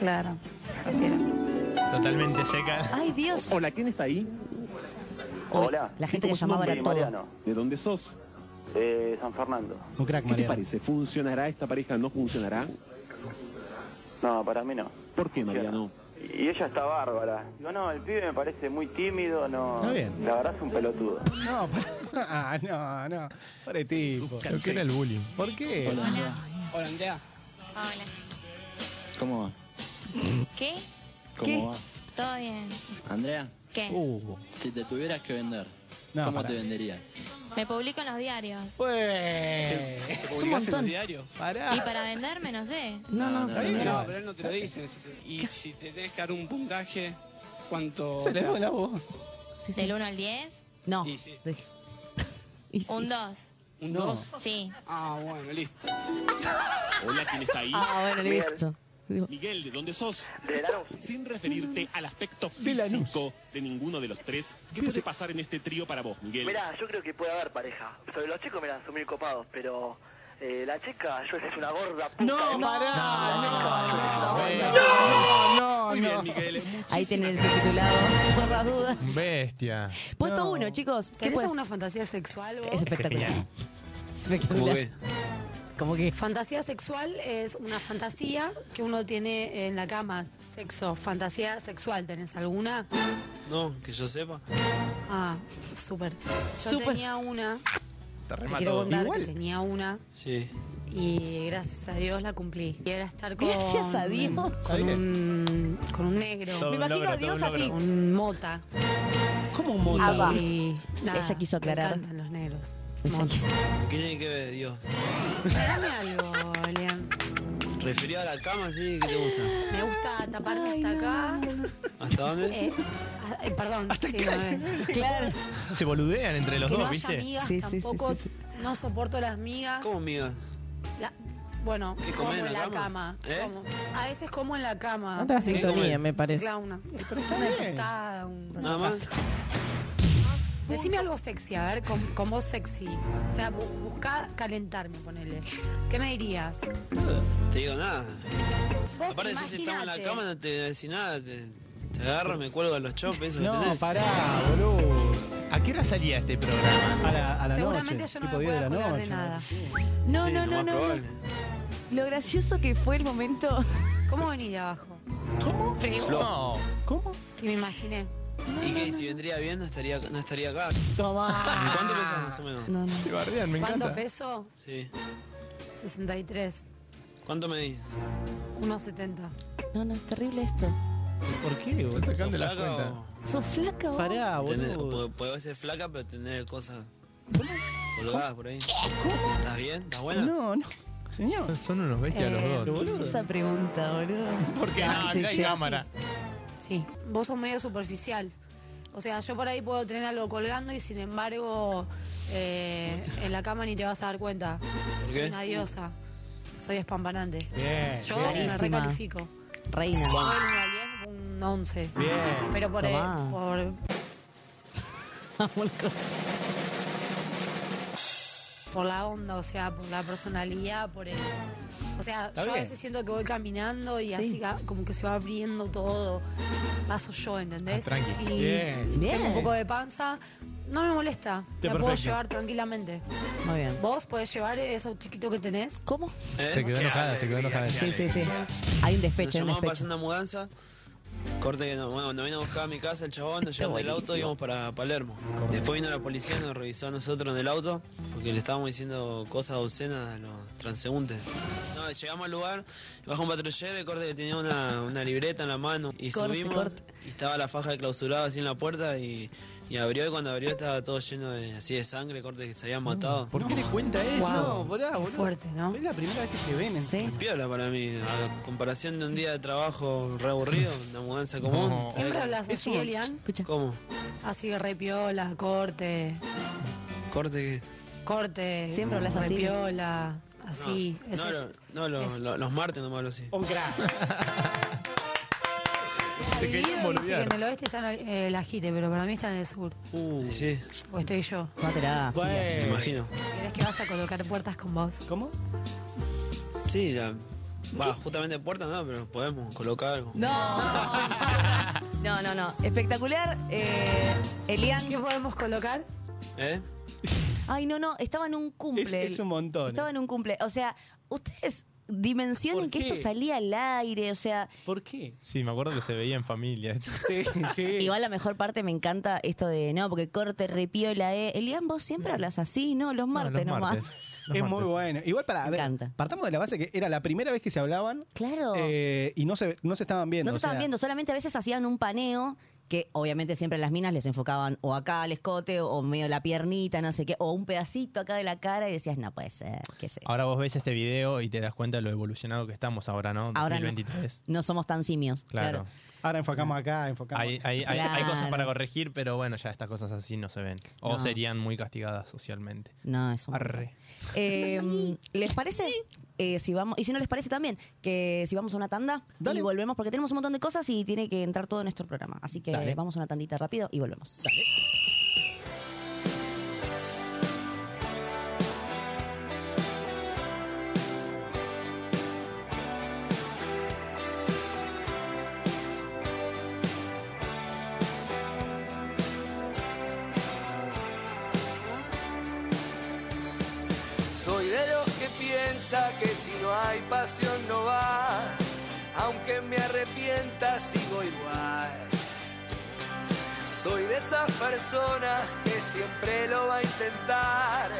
S15: Claro.
S4: Totalmente seca.
S6: Ay, Dios.
S12: Hola, ¿quién está ahí?
S6: Hola. La gente que llamaba era todo.
S12: ¿De dónde sos?
S20: Eh,
S12: De San Fernando.
S7: Un crack,
S12: ¿Qué te
S7: Mariano.
S12: parece? ¿Funcionará esta pareja? ¿No funcionará?
S20: No, para mí no.
S12: ¿Por qué, Mariano?
S20: Y ella está bárbara. Digo, no, el pibe me parece muy tímido, no.
S7: Está bien.
S20: La verdad es un pelotudo.
S7: No, pará. Ah, no, no. Pobre tipo.
S4: Creo que era el bullying.
S7: ¿Por qué?
S16: Hola, Andrea.
S15: Hola.
S17: ¿Cómo va?
S15: ¿Qué?
S17: ¿Cómo va?
S15: Todo bien.
S17: Andrea,
S6: Eh.
S15: ¿Qué?
S16: Uh.
S17: si te tuvieras que vender,
S7: No,
S17: ¿cómo
S7: pará.
S17: te venderías?
S15: Me publico en los diarios.
S17: ¿Te
S15: Es un
S17: publicás en los
S15: montón.
S17: diarios?
S15: Y para venderme, no sé.
S17: no,
S9: Está bien, no, pero él no te lo dice. Y si te deja dar un puntaje, ¿cuánto?
S7: Se le da la voz.
S15: ¿Del 1 al 10?
S6: No.
S9: Y sí.
S6: De-
S15: Un 2.
S9: ¿Un 2?
S15: Sí.
S9: Ah, bueno, listo.
S12: Hola, ¿quién está ahí?
S6: Ah, bueno, listo. Digo,
S19: Miguel, ¿de dónde sos? Sin referirte al aspecto
S6: De Lanús.
S19: físico de ninguno de los tres, ¿qué puede pasar en este trío para vos, Miguel?
S21: Mirá, yo creo que puede haber pareja. Sobre los chicos, mirá, son muy copados, pero eh, la chica, yo es una gorda puta.
S7: No, pará,
S21: no,
S7: no,
S6: no. Ahí tienen su titulado, por las dudas.
S4: Bestia.
S6: Puesto uno, chicos. ¿Qué
S22: ¿Tenés
S6: puedes-
S22: alguna fantasía sexual? vos?
S6: Es espectacular.
S4: Genial.
S6: espectacular. ¿Cómo que?
S22: Fantasía sexual es una fantasía que uno tiene en la cama. Sexo, fantasía sexual, ¿tenés alguna?
S17: No, que yo sepa.
S22: Ah, súper. Yo
S17: Súper.
S22: tenía una,
S17: Te
S22: te quiero contar que tenía una
S17: Sí.
S22: y gracias a Dios la cumplí. Y era estar con...
S6: Gracias a Dios.
S22: Con un, con un negro.
S6: Todo Me un imagino logro, a todo Dios un así. logro.
S22: Un mota.
S7: ¿Cómo un
S6: mota? Ah, va.
S22: nada,
S6: Ella quiso aclarar.
S22: Me encantan los negros.
S17: ¿Qué tiene que ver Dios?
S22: Dame algo, Elian.
S17: ¿Referido a la cama, sí? ¿Qué te gusta?
S22: Me gusta taparme hasta acá.
S17: ¿Hasta dónde?
S22: Eh, ah, eh, perdón. sí, a ver. Claro.
S4: Se boludean entre los
S22: que
S4: dos,
S22: no
S4: ¿viste?
S22: haya migas tampoco. No soporto las migas.
S17: ¿Cómo, amiga?
S22: La- bueno,
S17: ¿Qué,
S22: como
S17: comer
S22: en la cama.
S17: ¿Eh?
S22: como. A veces como en la cama.
S5: Otra sintonía, me parece.
S22: La una. una tostada, un-
S17: Nada más.
S22: Decime algo sexy, a ver, con, con voz sexy. O sea, bu- buscá calentarme, ponele. ¿Qué me dirías?
S17: Te digo nada.
S22: Vos
S17: Aparte, si estamos en la
S22: imaginate.
S17: cama, no te decís nada. Te, te agarro, me cuelgo a los chopes. eso que
S7: No,
S17: tenés.
S7: pará, boludo.
S4: Ah, ¿A qué hora salía este programa?
S7: A la, a la
S22: Seguramente
S7: noche,
S22: yo no
S7: tipo
S22: me
S7: 10 de la
S22: pueda colgar
S7: noche.
S22: de nada.
S6: No,
S7: Sí, lo
S6: no, no,
S7: más
S6: no,
S7: probable.
S6: no. Lo gracioso que fue el momento.
S22: ¿Cómo venís de abajo?
S7: ¿Cómo?
S17: Flojo.
S7: ¿Cómo?
S22: Sí, me imaginé.
S17: Y que si vendría bien, no estaría, no estaría acá.
S22: Tomá.
S17: ¿Cuánto pesas más o menos?
S6: No, no.
S4: Te bardean,
S22: ¿Cuánto peso?
S17: Sí.
S22: 63.
S17: ¿Cuánto me di?
S22: 1,70.
S6: No, no, es terrible esto.
S7: ¿Por qué? boludo?
S17: sacando las cuentas.
S6: ¿Sos flaca o...?
S7: Pará,
S17: Tener-
S7: boludo.
S17: pu- Puedo ser flaca, pero tener cosas colgadas por ahí. ¿Estás bien? ¿Estás buena?
S7: No, no. Señor.
S4: Son unos bestias
S6: Eh,
S4: los dos.
S6: ¿Qué es esa pregunta, boludo?
S4: Porque
S22: Ah,
S4: no,
S22: sí,
S4: acá hay
S22: sí,
S4: cámara.
S22: Sí. Vos sos medio superficial. O sea, yo por ahí puedo tener algo colgando y sin embargo eh, en la cama ni te vas a dar cuenta.
S17: ¿Por
S22: Soy
S17: qué?
S22: una diosa. Soy espampanante.
S7: Bien.
S22: Yo
S6: Clarísima.
S22: me recalifico.
S6: Reina.
S22: Soy una 10, un 11.
S6: Bien.
S22: Pero por, eh,
S6: Tomá.
S22: por, por la onda, o sea, por la personalidad, por el... O sea,
S6: Está
S22: yo a
S6: bien.
S22: veces siento que voy caminando y así ca- como que se va abriendo todo. Paso yo, ¿entendés?
S6: Ah, tranqui.
S22: Si
S6: Bien. Bien.
S22: tengo un poco de panza, no me molesta.
S6: Está
S22: la puedo
S6: perfecto.
S22: llevar tranquilamente.
S6: Muy bien.
S22: ¿Vos podés llevar eso chiquito que tenés?
S6: ¿Cómo?
S4: Se quedó enojada, se quedó enojada.
S6: Sí, sí, sí. Hay un
S17: Nos
S6: despecho, hay un
S17: llamamos para
S6: despecho.
S17: hacer una mudanza. Corte que no, bueno, cuando vino a buscar a mi casa el chabón, nos llevamos del auto y íbamos para Palermo. Después vino la policía, nos revisó a nosotros en el auto, porque le estábamos diciendo cosas obscenas a los transeúntes. No, llegamos al lugar, bajó un patrullero y corte que tenía una, una libreta en la mano. Y
S6: Corte,
S17: subimos
S6: corte.
S17: y estaba la faja de clausurado así en la puerta y, y abrió y cuando abrió estaba todo lleno de así de sangre, corte que se habían matado.
S7: ¿Por qué le cuenta eso?
S17: Guau.
S7: Pará, boludo.
S22: fuerte, ¿no?
S7: Es la primera vez que se ven.
S6: Sí.
S17: Piola para mí, a comparación de un día de trabajo re aburrido, una mudanza común.
S22: No. Siempre hablas
S17: Es
S22: así,
S17: un-
S22: Elian.
S17: ¿Cómo?
S22: Así, repiola, corte,
S17: Corte que.
S22: corte.
S17: Siempre hablas así.
S22: Repiola, así. Eso
S17: no,
S22: es-
S17: lo- no, lo-
S22: es-
S17: lo- los martes no me hablo así.
S7: Un
S4: Te querían
S22: Dice que en
S4: boludear.
S22: el oeste está eh, el ajite, pero para mí está en el sur.
S17: Uh, sí.
S22: O estoy yo.
S6: Mátela.
S17: Me imagino.
S22: ¿Querés que vaya a colocar puertas con vos?
S7: ¿Cómo?
S17: Sí, ya. Va, justamente puerta no, pero podemos colocar algo.
S6: No. No, no, no. Espectacular. Eh, Elian.
S22: ¿Qué podemos colocar?
S17: ¿Eh?
S6: Ay, no, no. Estaba en un cumple.
S7: Es- es un montón,
S6: Estaba en un cumple. O sea, ustedes dimensionen
S7: ¿Por
S6: que esto
S7: qué?
S6: salía al aire. O sea,
S7: ¿Por qué?
S4: Sí, me acuerdo que se veía en familia.
S6: Igual la mejor parte me encanta esto de no, porque corte, repío la E. Elian, vos siempre hablas así, ¿no? Los
S4: Ah,
S6: martes nomás.
S7: es muy bueno. Igual para a ver, partamos de la base que era la primera vez que se hablaban.
S6: Claro.
S7: eh, y no se, no se estaban viendo.
S6: No
S7: o
S6: se estaban
S7: sea,
S6: viendo, solamente a veces hacían un paneo que obviamente siempre las minas les enfocaban o acá al escote o medio la piernita, no sé qué, o un pedacito acá de la cara y decías, no puede ser, qué sé.
S4: Ahora vos ves este video y te das cuenta de lo evolucionado que estamos ahora, ¿no?
S6: Ahora no.
S4: 2023.
S6: No somos tan simios.
S4: Claro.
S6: Claro.
S7: Ahora enfocamos acá, enfocamos.
S4: Hay, hay- hay- hay
S6: Claro.
S4: cosas para corregir, pero bueno, ya estas cosas así no se ven. O
S6: No.
S4: serían muy castigadas socialmente.
S6: No, eso.
S4: Arre.
S6: Eh, em, ¿Les parece? eh, si vamos, y si no les parece también, que si vamos a una tanda y volvemos, porque tenemos un montón de cosas y tiene que entrar todo en nuestro programa. Así que
S4: Dale.
S6: vamos a una tandita rápido y volvemos.
S23: Soy de los que piensa que si no hay pasión no va, aunque me arrepienta sigo igual. Soy de esas personas que siempre lo va a intentar,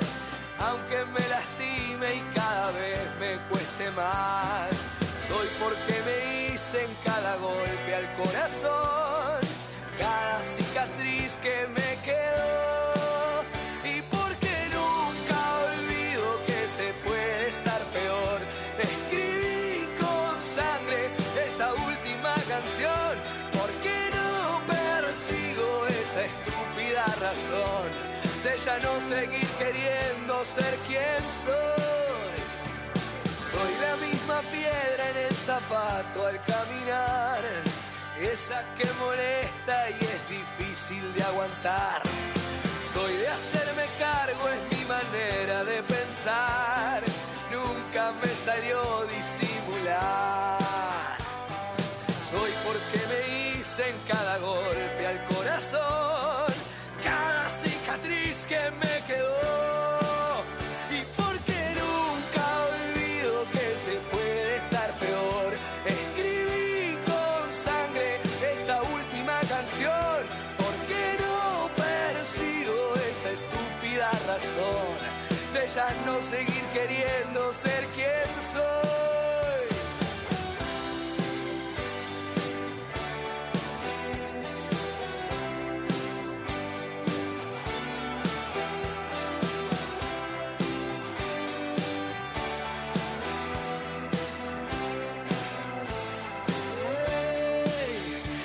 S23: aunque me lastime y cada vez me cueste más. Soy porque me hice en cada golpe al corazón, cada cicatriz que me quedó. Y porque nunca olvido que se puede estar peor. Escribí con sangre esta última canción. Porque no persigo esa estúpida razón de ya no seguir queriendo ser quien soy. Soy la misma piedra en el zapato al caminar, esa que molesta y es difícil de aguantar. Soy de hacerme cargo, es mi manera de pensar, nunca me salió disimular. Soy porque me hice en cada golpe al corazón, cada cicatriz que me quedó. Y porque nunca olvido que se puede estar peor. Escribí con sangre esta última canción. Porque no persigo esa estúpida razón de ya no seguir queriendo ser quien soy.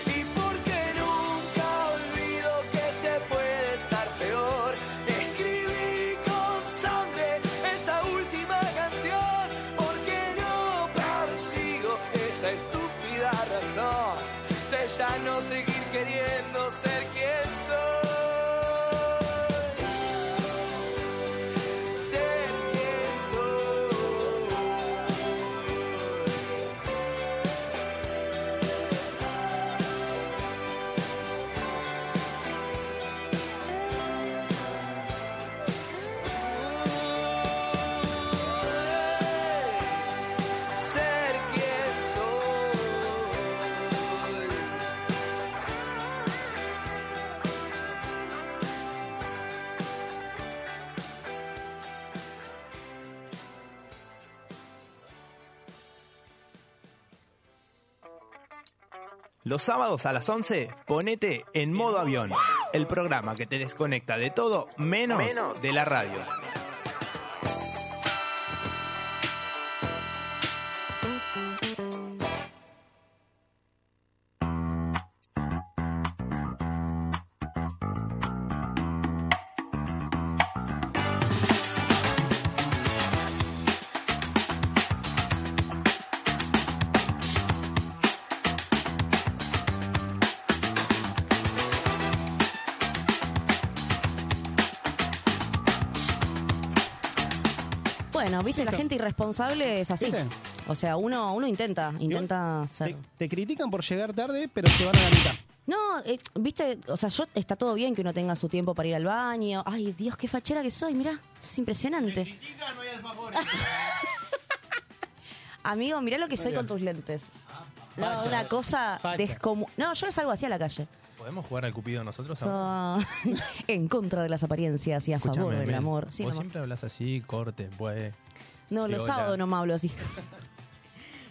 S23: Y porque nunca olvido que se puede estar peor, escribí con sangre esta última canción, porque no persigo esa estúpida razón de ya no seguir queriendo ser quien soy. Ser quien soy. ser quien soy.
S4: Los sábados a las 11, ponete en modo avión, el programa que te desconecta de todo menos,
S23: Menos.
S4: de la radio.
S6: Bueno, viste, la gente irresponsable es así. O sea, uno, uno intenta, intenta ser.
S7: Te critican por llegar tarde, pero se van a la mitad.
S6: No, eh, viste, o sea, yo está todo bien que uno tenga su tiempo para ir al baño. Ay, Dios, qué fachera que soy, mirá, es impresionante. Amigo, mirá lo que
S4: Muy
S6: soy
S4: bien.
S6: con tus lentes.
S7: Ah,
S4: facha.
S6: No, una cosa
S4: Facha.
S6: descomunal. No, yo salgo así a la calle.
S4: ¿Podemos jugar al cupido nosotros?
S6: So- en contra de las apariencias y a
S4: Escuchame,
S6: favor del
S4: Mel,
S6: amor. Sí,
S4: vos
S6: mi amor.
S4: siempre hablas así, corte, pues.
S6: No, los
S4: Viola.
S6: sábados no me hablo así.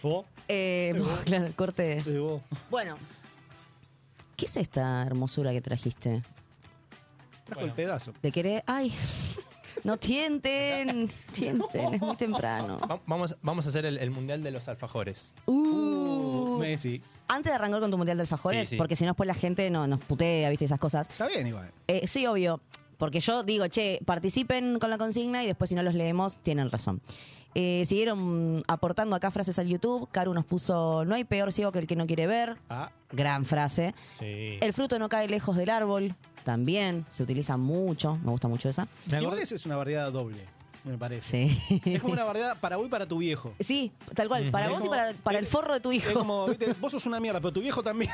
S7: ¿Vos?
S6: Eh, vos, claro, corte.
S7: vos.
S6: Bueno. ¿Qué es esta hermosura que trajiste?
S7: Trajo el pedazo.
S6: ¿Te querés? ¡Ay! No tienten, tienten, es muy temprano.
S4: Va- Vamos, vamos a hacer el, el mundial de los alfajores.
S6: Uh.
S7: Messi.
S6: Antes de arrancar con tu mundial de alfajores,
S4: Sí, sí.
S6: porque si no después la gente no, nos putea, viste, esas cosas.
S7: Está bien igual.
S6: Eh, sí, obvio. Porque yo digo, che, participen con la consigna y después si no los leemos, tienen razón. Eh, siguieron aportando acá frases al YouTube. Caru nos puso, no hay peor ciego que el que no quiere ver. Gran frase.
S4: Sí.
S6: El fruto no cae lejos del árbol. También se utiliza mucho. Me gusta mucho esa.
S7: Igual esa es una bardeada doble, me parece.
S6: Sí.
S7: Es como una bardeada para vos y para tu viejo.
S6: Sí, tal cual. Para
S7: Es
S6: vos y
S7: como-
S6: para, para el forro de tu hijo.
S7: Es como, viste, vos sos una mierda, pero tu viejo también.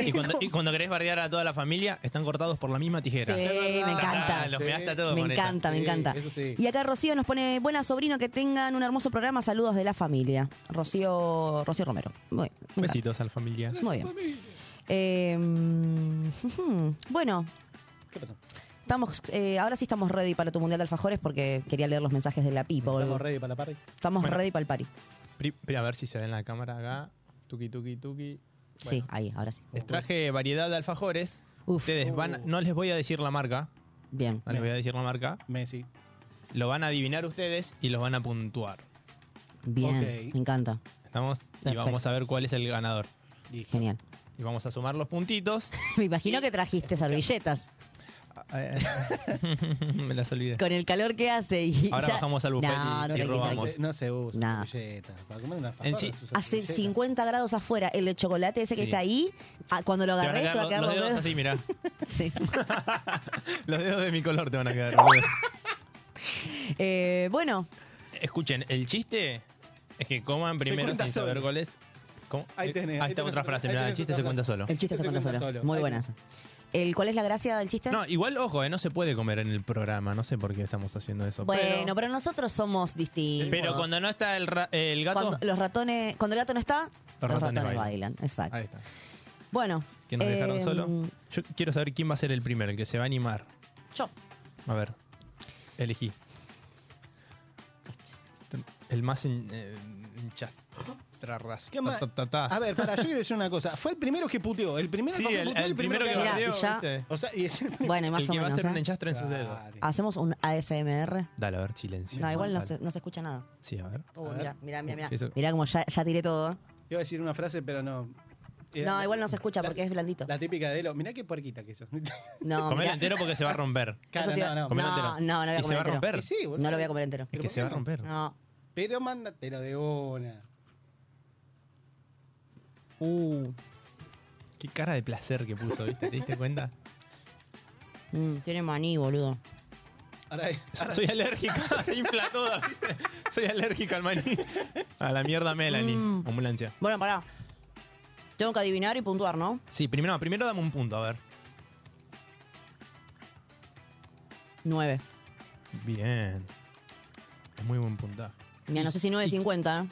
S4: Y cuando, y cuando querés bardear a toda la familia, están cortados por la misma tijera.
S6: Sí, me encanta.
S4: Ah, los measte a todos
S6: me
S4: con esa.
S6: encanta, me encanta. Y acá Rocío nos pone, buena sobrino, que tengan un hermoso programa, saludos de la familia. Rocío, Rocío Romero. Muy, me encanta.
S4: Besitos a la familia.
S6: Muy bien. Eh, ujú. bueno. Estamos, eh, ahora sí estamos ready para tu Mundial de Alfajores porque quería leer los mensajes de la Pipo.
S7: Estamos ready para la party.
S6: Estamos
S4: Bueno.
S6: ready para el party.
S4: Pri- pri- a ver si se ve en la cámara acá. Tuki, tuki, tuki.
S6: Sí, ahí, ahora sí.
S4: Les traje variedad de alfajores. Ustedes van, no les voy a decir la marca.
S6: Bien.
S4: No les voy a decir la marca.
S7: Messi.
S4: Lo van a adivinar ustedes y los van a puntuar.
S6: Bien, me encanta.
S4: Estamos y
S6: Perfecto.
S4: vamos a ver cuál es el ganador.
S6: Genial.
S4: Y vamos a sumar los puntitos.
S6: Me imagino que trajiste servilletas
S7: Uh.
S4: Me las olvidé.
S6: con el calor que hace. Y
S4: Ahora
S6: ya-
S4: bajamos al buffet
S6: No,
S4: y, y
S6: tranqui,
S4: robamos.
S6: tranqui.
S7: No se usa
S6: Nah.
S7: servilleta. Para comer una
S4: En sí-
S6: Hace 50 grados afuera. El de chocolate ese que
S4: Sí.
S6: está ahí, ah, cuando lo
S4: Te van a
S6: agarré, te
S4: quedar
S6: va
S4: los,
S6: a quedar
S4: los
S6: los
S4: dedos
S6: dedos.
S4: así, mirá.
S6: Sí.
S4: Los dedos de mi color te van a quedar.
S6: Eh, bueno,
S4: Escuchen, el chiste es que coman primero
S6: cuenta
S4: sin saber
S6: solo.
S4: cuál es. ¿Cómo?
S6: Ahí tenés,
S4: Ah,
S6: ahí
S4: está
S6: tenés
S4: otra
S6: otra-
S4: frase,
S6: ahí
S4: mirá, el
S6: tenés
S4: chiste
S6: otra
S4: se
S6: frase.
S4: cuenta solo.
S6: El chiste se cuenta solo. Muy buena esa. El, ¿Cuál es la gracia del chiste?
S4: No, igual, ojo, eh, no se puede comer en el programa, no sé por qué estamos haciendo eso.
S6: bueno,
S4: pero,
S6: pero, nosotros somos distintos.
S4: pero cuando no está el, ra- el gato,
S6: Cuando los ratones, cuando el gato no está, los, ratones, bailan. Exacto.
S4: Ahí está.
S6: Bueno.
S4: Que nos dejaron
S6: eh,
S4: solo. Yo quiero saber quién va a ser el primero, el que se va a animar.
S6: Yo.
S4: A ver, elegí. El más hin- eh, hinchastrarras.
S7: ¿Qué más?
S4: Ta, ta, ta, ta.
S7: A ver, para, yo quiero decir una cosa. Fue el primero que puteó. El primero
S4: Sí,
S7: que
S4: el-
S7: puteó,
S4: el primero que
S7: agarró.
S4: bardeó, Mirá, y ya- ¿viste?
S7: O sea, y es el
S6: Bueno, y más
S4: el
S6: o
S4: que va a
S6: menos,
S4: hacer un
S6: ¿eh?
S4: enchastre en sus dedos.
S6: Hacemos un ASMR.
S4: Dale, a ver, silencio.
S6: no, igual no se,
S4: Gonzalo.
S6: no se escucha nada.
S4: Sí, a ver.
S6: Uh,
S7: A ver.
S6: mirá, mirá, mirá, mirá.
S4: Eso-
S6: Mirá como ya, ya tiré todo. ¿eh?
S7: Iba a decir una frase, pero no. Eh,
S6: No, igual no se escucha porque es blandito.
S7: La típica de Elo. Mirá qué puerquita que sos.
S6: No,
S4: Comelo
S6: mirá.
S4: entero porque se va a romper.
S7: Cara,
S6: Eso te iba-
S7: no, no.
S4: Comelo entero.
S6: No, no, no lo voy a
S4: Y
S6: comer
S4: se va a
S6: entero.
S4: romper.
S7: Y sí, boludo.
S6: No lo voy a comer entero.
S4: Es que se va a romper.
S6: No.
S7: Pero mándatelo de una.
S6: Uh.
S4: Qué cara de placer que puso, ¿viste? ¿Te diste cuenta?
S6: Mm, tiene maní, boludo.
S7: Ahora, ahora-
S4: Soy alérgica, se infla toda. Soy alérgica al maní. A la mierda Melanie.
S6: Mm.
S4: Ambulancia.
S6: Bueno, pará. Tengo que adivinar y puntuar, ¿no?
S4: Sí, primero, no, primero dame un punto, a ver.
S6: Nueve.
S4: Bien. Es muy buen puntaje.
S6: Mira, no sé si 9.50, ¿eh?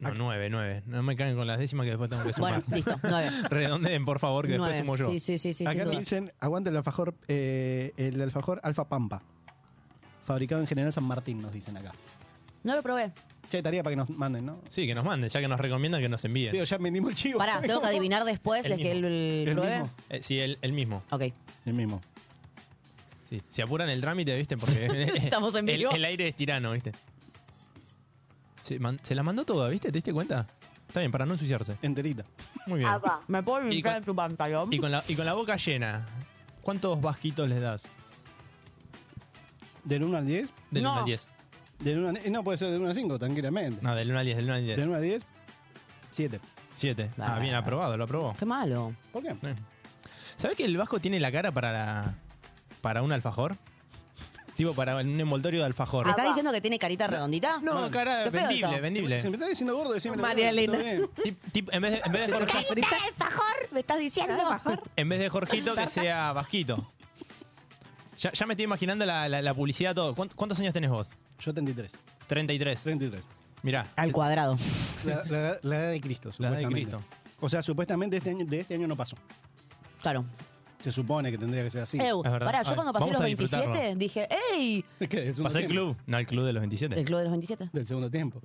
S4: No, nueve, nueve. No me caen con las décimas que después tengo que sumar.
S6: Bueno, listo, nueve.
S4: Redondeen, por favor, que después
S6: Nueve.
S4: sumo yo.
S6: Sí, sí, sí, sí,
S7: Acá
S6: sin
S7: nos
S6: duda.
S7: dicen, aguanta el alfajor, eh, el alfajor Alfa Pampa. Fabricado en General San Martín, nos dicen acá.
S6: No lo probé.
S7: Che, tarea para que nos manden, ¿no?
S4: Sí, que nos manden, ya que nos recomiendan que nos envíen.
S7: Digo, ya vendimos el chivo.
S6: Pará, tengo que adivinar después
S4: El
S6: de que él
S4: mismo.
S6: el pruebe.
S4: Eh, sí, el, el mismo.
S6: Ok.
S7: El mismo.
S4: Sí, se apuran el trámite, ¿viste? Porque eh,
S6: Estamos en
S4: el,
S6: vivo.
S4: el aire es tirano, ¿viste? Se, man- se la mandó toda, ¿viste? ¿Te diste cuenta? Está bien, para no ensuciarse.
S7: Enterita.
S4: Muy bien.
S6: ¿Me puedo
S4: Y
S6: limpiar
S4: con-
S6: tu pantalón?
S4: Y con, la, y con la boca llena, ¿cuántos vasquitos les das?
S7: ¿Del 1 al 10?
S4: Del 1 al 10.
S7: Del 1 al 10. No, puede ser del 1 al 5, tranquilamente.
S4: No, del 1 al 10, del 1 al 10.
S7: Del 1 al 10, 7.
S4: 7. Ah, bien aprobado, lo aprobó.
S6: Qué malo.
S7: ¿Por qué?
S4: Eh, ¿Sabes que el vasco tiene la cara para la- para un alfajor? Tipo, para un envoltorio de alfajor.
S6: ¿Me estás diciendo que tiene carita redondita?
S4: No, cara,
S6: Qué feo
S4: vendible,
S6: eso.
S4: vendible.
S7: Si me estás diciendo gordo, decime.
S6: María Elena.
S4: Tip- tip- en, vez de, en vez de Jorgi-
S6: ¡Carita de alfajor! ¿Me estás diciendo?
S4: en vez de Jorgito, que sea vasquito. Ya, ya me estoy imaginando la, la- la publicidad, todo. ¿Cuánt- ¿Cuántos años tenés vos?
S7: Yo 33.
S4: 33.
S7: 33.
S4: Mirá.
S6: Al cuadrado.
S7: La, la- la edad de Cristo,
S4: La edad de
S7: supuestamente.
S4: Cristo.
S7: O sea, supuestamente este año, de este año no pasó.
S6: Claro.
S7: Se supone que tendría que ser así.
S6: Ew, pará, yo cuando pasé los 27 dije, ¡ey!
S4: Pasé el club. No, el club de los 27.
S6: El club de los 27.
S7: Del segundo tiempo.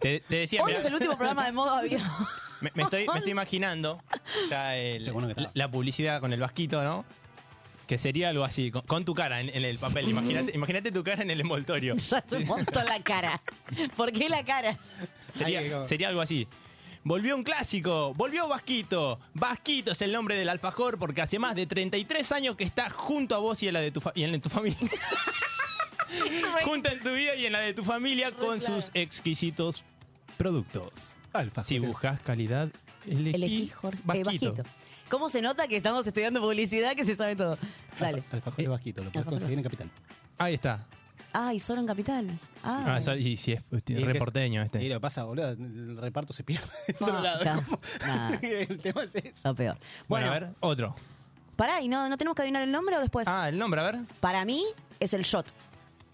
S4: Te, te decía,
S6: Hoy
S4: mirá,
S6: es el último programa de modo avión.
S4: me, me estoy, me estoy imaginando ya el- la, la publicidad con el vasquito, ¿no? Que sería algo así, con, con tu cara en, en el papel. Imagínate imagínate tu cara en el envoltorio.
S6: Ya se montó la cara. ¿Por qué la cara?
S4: Sería, sería algo así. Volvió un clásico, volvió Vasquito. Vasquito es el nombre del alfajor porque hace más de 33 años que está junto a vos y a la de tu, fa- y en la de tu familia. Junta en tu vida y en la de tu familia con sus exquisitos productos. si buscas calidad, elegí,
S6: Elegí Jorge eh,
S4: Vasquito.
S6: Vasquito. ¿Cómo se nota que estamos estudiando publicidad que se sabe todo? Dale.
S7: Alfajores Vasquito, lo puedes
S6: alfajores.
S7: conseguir en Capital.
S4: Ahí está.
S6: Ay, solo en Capital. Ah,
S4: Ah, esa- y si es usted,
S7: es que-
S4: reporteño este.
S7: Y lo que pasa, boludo, el reparto se pierde. en
S6: Ah,
S7: otro lado.
S6: está.
S7: Es como-
S6: Nah.
S7: el tema es ese.
S6: Lo peor.
S4: Bueno, a ver, otro.
S6: Pará, ¿y no, no tenemos que adivinar el nombre o después?
S4: Ah, el nombre, a ver.
S6: Para mí es el shot.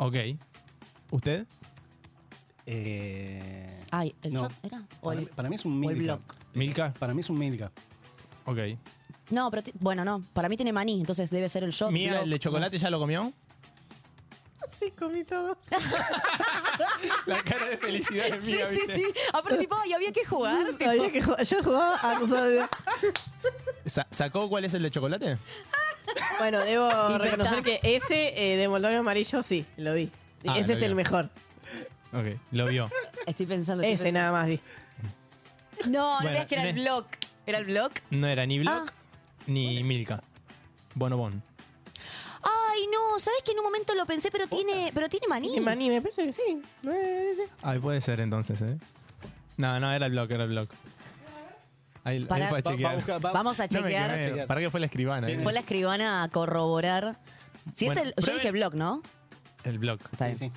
S4: Ok. ¿Usted?
S7: Eh,
S6: Ay, ¿el
S7: no.
S6: shot Ah, era? O
S7: Para,
S6: el-
S7: para mí es un
S6: o el
S7: Milka.
S4: ¿Milka?
S7: Para mí es un Milka.
S4: Ok.
S6: No, pero ti- bueno, no. Para mí tiene maní, entonces debe ser el shot.
S4: Mía,
S6: block,
S4: ¿el de chocolate ya lo comió?
S5: Sí, comí todo.
S4: La cara de felicidad de
S6: Sí, sí, sí. Aparte, tipo, y había que jugar. tipo.
S5: Había que jugar- Yo jugaba a cosas-
S4: Sa- ¿Sacó cuál es el de chocolate?
S5: Bueno, debo
S6: Y
S5: reconocer que ese eh, de Moldavio Amarillo sí, lo vi.
S4: Ah,
S5: ese
S4: lo
S5: es el
S4: vio.
S5: mejor.
S4: Ok, lo vio.
S6: Estoy pensando. estoy
S5: Ese nada más vi.
S6: pensando. No, no
S4: Bueno,
S6: creas que era el
S4: ne-
S6: block. ¿Era el block?
S4: No era ni
S6: Ah.
S4: Block ni Milka. Bonobon.
S6: Ay, no. ¿Sabes que en un momento lo pensé, pero tiene, pero tiene maní?
S5: Y maní, me parece que sí. No era ese.
S4: Ahí puede ser entonces, ¿eh? No, no, era el Block, era el Block. Ahí, ahí
S6: Para-
S4: fue a
S6: Va- va a
S4: chequear.
S6: buscar- va- Vamos a
S4: No me
S6: chequear.
S4: quemé, ¿Para qué fue la escribana? eh?
S6: Fue la escribana a corroborar. Si
S4: Bueno,
S6: es el, yo
S4: prueben-
S6: dije block, ¿no?
S4: El Block.
S7: Sí,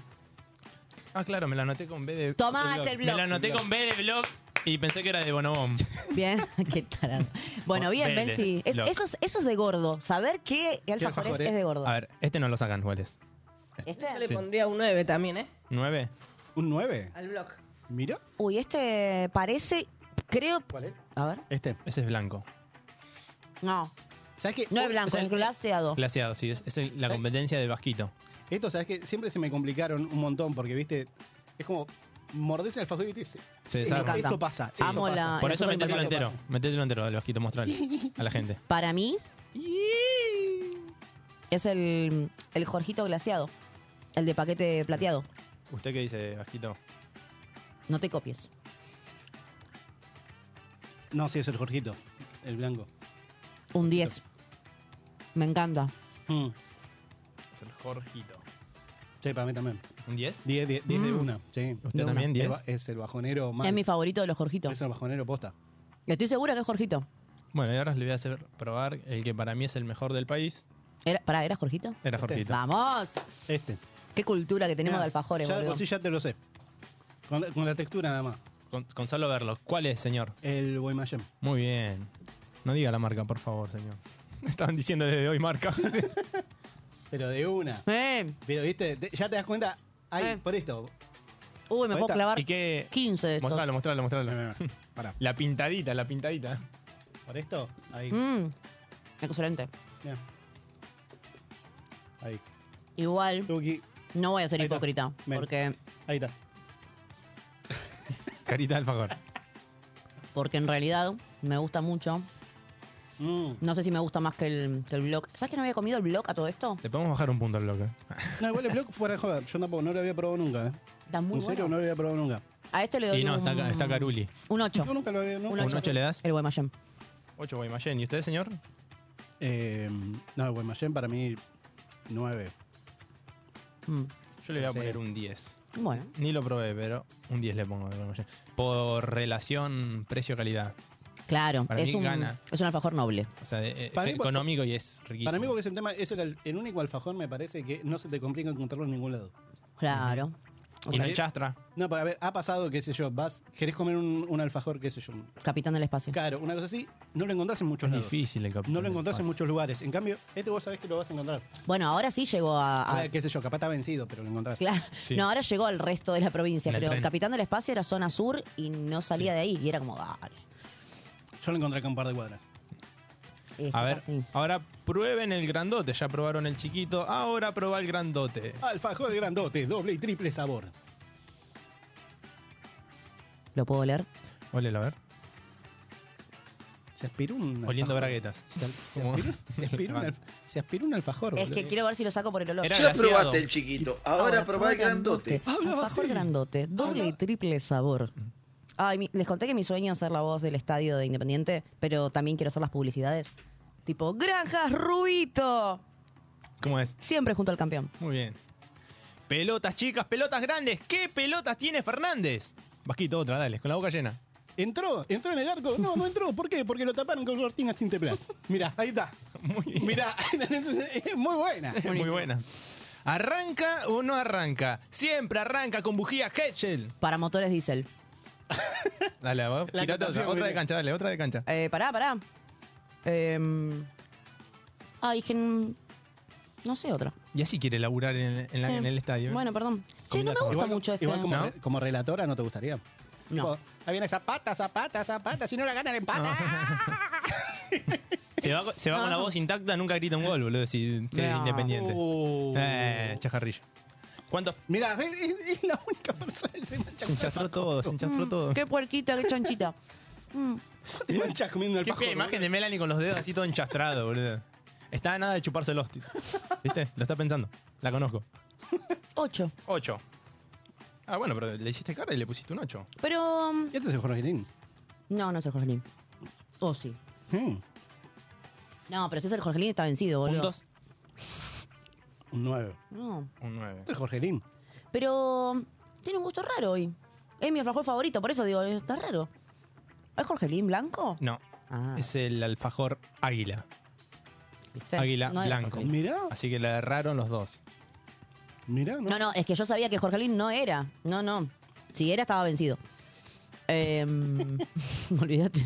S4: Ah, claro, me lo anoté con B de...
S6: Tomás, el
S4: Me
S6: Block.
S4: lo anoté con B de Block y pensé que era de Bonobon.
S6: Bien, qué tarado. Bueno,
S4: Oh,
S6: bien,
S4: Vélez,
S6: Benzi. Es-
S4: Locke.
S6: eso, es, eso es de gordo. Saber qué eh? Ah, alfajores es de gordo.
S4: A ver, este no lo sacan, ¿cuál es?
S6: Este.
S5: Yo le
S4: Sí.
S5: pondría un 9 también, ¿eh?
S4: ¿Nueve?
S7: ¿Un 9?
S5: Al blog.
S7: Mira.
S6: Uy, este parece, creo.
S7: ¿Cuál es?
S6: A ver.
S7: Este.
S4: Ese es blanco.
S6: No.
S7: ¿Sabes qué?
S6: No es blanco,
S7: O sea,
S6: es glaseado.
S4: Glaseado, sí. Es, es el- la competencia de Vasquito.
S7: Esto, ¿sabes que Siempre se me complicaron un montón porque, viste, es como mordés el alfajor y te
S4: Se
S7: esto,
S4: desarma.
S7: esto pasa. esto
S6: Amo
S7: pasa.
S6: la-
S4: Por
S6: la
S4: eso
S6: sopa
S4: métetelo
S6: Ah, de
S4: entero. Métetelo entero de Vasquito, mostrarle a la gente.
S6: Para mí. Es el, el Jorgito glaseado. El de paquete plateado.
S4: ¿Usted qué dice, Vasquito?
S6: No te copies.
S7: No, sí, es el Jorgito, el blanco.
S6: Un 10. Me encanta.
S7: Mm.
S4: Es el Jorgito.
S7: Sí, para mí también.
S4: ¿Un 10?
S7: 10 de, 10 de
S6: Mm.
S7: una. Sí.
S4: ¿Usted también
S7: Es
S4: 10?
S7: ba- Es el bajonero más.
S6: Es mi favorito de los Jorgitos.
S7: Es el bajonero posta.
S6: Estoy segura que es Jorgito.
S4: Bueno, y ahora le voy a hacer probar el que para mí es el mejor del país.
S6: Era, pará, ¿era Jorgito?
S4: Era Jorgito.
S6: ¡Vamos!
S7: Este.
S6: Qué cultura que tenemos
S7: Mirá,
S6: de alfajores,
S7: ya, de
S6: boludo.
S7: por sí ya te lo sé. Con, la- con la textura nada más.
S4: Con- Gonzalo Verlo, ¿cuál es, señor?
S7: El Guaymallén.
S4: Muy bien. No diga la marca, por favor, señor. Estaban diciendo desde hoy marca.
S7: Pero de una.
S6: Eh,
S7: Pero, viste, Te- ya te das cuenta. Ay,
S6: Eh.
S7: por esto.
S6: uy, me puedo
S7: Cuenta.
S6: clavar
S4: ¿Y qué?
S6: 15 de estos.
S4: Mostralo, mostralo, mostralo.
S7: Pará.
S4: La pintadita, la pintadita.
S7: Por esto. Ahí.
S6: Mmm, excelente.
S7: Mirá. Ahí.
S6: Igual,
S7: Tuki.
S6: no voy a ser
S7: Ahí está.
S6: hipócrita,
S7: Ven.
S6: porque,
S7: Ahí está.
S4: Carita de alfajor.
S6: porque en realidad me gusta mucho.
S7: Mm.
S6: No sé si me gusta más que el, que el blog. ¿Sabes que no había comido el blog a todo esto?
S4: Le podemos bajar un punto al bloque.
S7: No, igual el block fuera de joda. Yo tampoco, no lo había probado nunca. ¿eh?
S6: Está muy
S7: en serio,
S6: bueno.
S7: no lo había probado nunca.
S6: A este le doy
S4: Y no,
S6: un,
S4: está, está Caruli.
S6: un 8.
S7: Yo nunca lo había.
S6: Un
S7: nunca-
S4: ¿Un
S6: ocho.
S4: 8 le das?
S6: El Guaymallén.
S4: 8 Guaymallén. ¿Y usted, señor?
S7: Eh, no, el Guaymallén para mí, 9.
S6: Mm,
S4: Yo le voy a
S7: Sí.
S4: poner un 10.
S6: Bueno,
S4: Ni lo probé, pero un 10 le pongo de Guaymallén. Por relación precio-calidad.
S6: claro,
S4: Para
S6: es
S4: mí
S6: un,
S4: gana.
S6: es un alfajor noble.
S4: O sea, de- eh, es
S7: Para mí,
S4: económico y es riquísimo.
S7: Para mí, porque es un tema, es el, el único alfajor, me parece, que no se te complica encontrarlo en ningún lado.
S6: Claro.
S4: Y no hay
S7: Ok.
S4: chastra.
S7: No, pero a ver, ha pasado, qué sé yo, vas, querés comer un, un alfajor, qué sé yo, un-
S6: Capitán del espacio.
S7: caro, una cosa así, no lo encontrás en muchos
S4: Es
S7: lados.
S4: difícil el capitán.
S7: No lo encontrás en
S4: mucho.
S7: muchos lugares. En cambio, este vos sabés que lo vas a encontrar.
S6: Bueno, ahora sí llegó a...
S7: A
S6: a-
S7: ver, Eh, qué sé yo, capaz está vencido, pero lo encontrás.
S6: Claro.
S4: Sí.
S6: No, ahora llegó al resto de la provincia,
S4: En el
S6: pero
S4: tren.
S6: Capitán del Espacio era zona sur y no salía de ahí. Y era como, dale.
S7: Yo lo encontré acá un par de cuadras.
S6: Es
S4: A ver,
S6: así.
S4: ahora prueben el grandote. Ya probaron el chiquito, ahora probá el grandote.
S7: Alfajor grandote, doble y triple sabor.
S6: ¿Lo puedo leer?
S4: Olelo, a ver.
S7: Se aspiró un. alfajor.
S4: Oliendo braguetas.
S7: Se, se aspiró, se aspiró un, alf- se aspiró un alfajor.
S6: Es que
S7: boludo.
S6: quiero ver si lo saco por el olor.
S4: Era
S6: Yo-
S4: graciado.
S1: chiquito,
S6: probá Alfajor grandote, doble y triple sabor. Ay, mi- les conté que mi sueño es ser la voz del estadio de Independiente, pero también quiero hacer las publicidades. Tipo, Granjas Rubito,
S4: ¿Cómo es?
S6: siempre junto al campeón.
S4: Muy bien. Pelotas chicas, pelotas grandes. ¿Qué pelotas tiene Fernández? Vasquito, otra, dale, con la boca llena.
S7: ¿Entró? ¿Entró en el arco? No, no entró. ¿Por qué? Porque lo taparon con cortinas teplas. Mirá, ahí está. Mirá, es muy buena.
S4: Es muy buena. ¿Arranca o no arranca? Siempre arranca con bujía Hetchel.
S6: Para motores diésel.
S4: Dale, vos,
S6: La
S4: tirate
S6: acotación,
S4: otra, otra de
S6: Julián.
S4: cancha, dale, otra de cancha.
S6: Eh, pará, pará. Eh, ay, que n- no sé otra.
S4: Y así quiere laburar en, en la-
S6: Eh,
S4: en el estadio.
S6: Bueno, perdón. Che, no me gusta
S7: Igual-
S6: mucho este.
S7: Igual como,
S6: ¿No?
S7: re- como relatora no te gustaría.
S6: No.
S7: Ahí viene zapata, zapata, zapata. Si no la ganan, empata.
S4: Se va, se va
S7: No,
S4: con la
S7: no.
S4: voz intacta, nunca grita un gol, boludo, si, si es
S7: No.
S4: independiente.
S7: Oh.
S4: Eh, chajarrillo. ¿Cuántos?
S7: Mirá, es, es- es la única persona que se mancha.
S4: Se enchastró todo, se enchastró
S6: Mm,
S4: todo.
S6: Qué puerquita, qué chanchita. Mm.
S7: Te manchas comiendo el
S4: Qué
S7: pajo.
S4: fea imagen de Melanie con los dedos así todo enchastrado, boludo. Está a nada de chuparse el hostis. ¿Viste? Lo está pensando. La conozco.
S6: Ocho.
S4: Ocho. Ah, bueno, pero le hiciste cara y le pusiste un ocho.
S6: Pero. mm,
S7: Este es el Jorge Lin.
S6: No, no es el Jorgelín. O sí. No, pero si es el Jorgelín está vencido, boludo.
S4: ¿Puntos?
S7: Un 9.
S6: No.
S4: Un 9.
S7: El Jorgelín.
S6: Pero mm, tiene un gusto raro hoy. Es mi alfajor favorito, por eso digo, está raro. ¿Es Jorgelín blanco?
S4: No. Es el alfajor águila.
S6: ¿Viste?
S4: Águila
S6: No era
S4: blanco.
S6: Jorgelín.
S4: Así que la erraron los dos.
S7: Mirá,
S6: No, no, es que yo sabía que Jorgelín no era. No, no. Si era, estaba vencido. Eh, olvídate.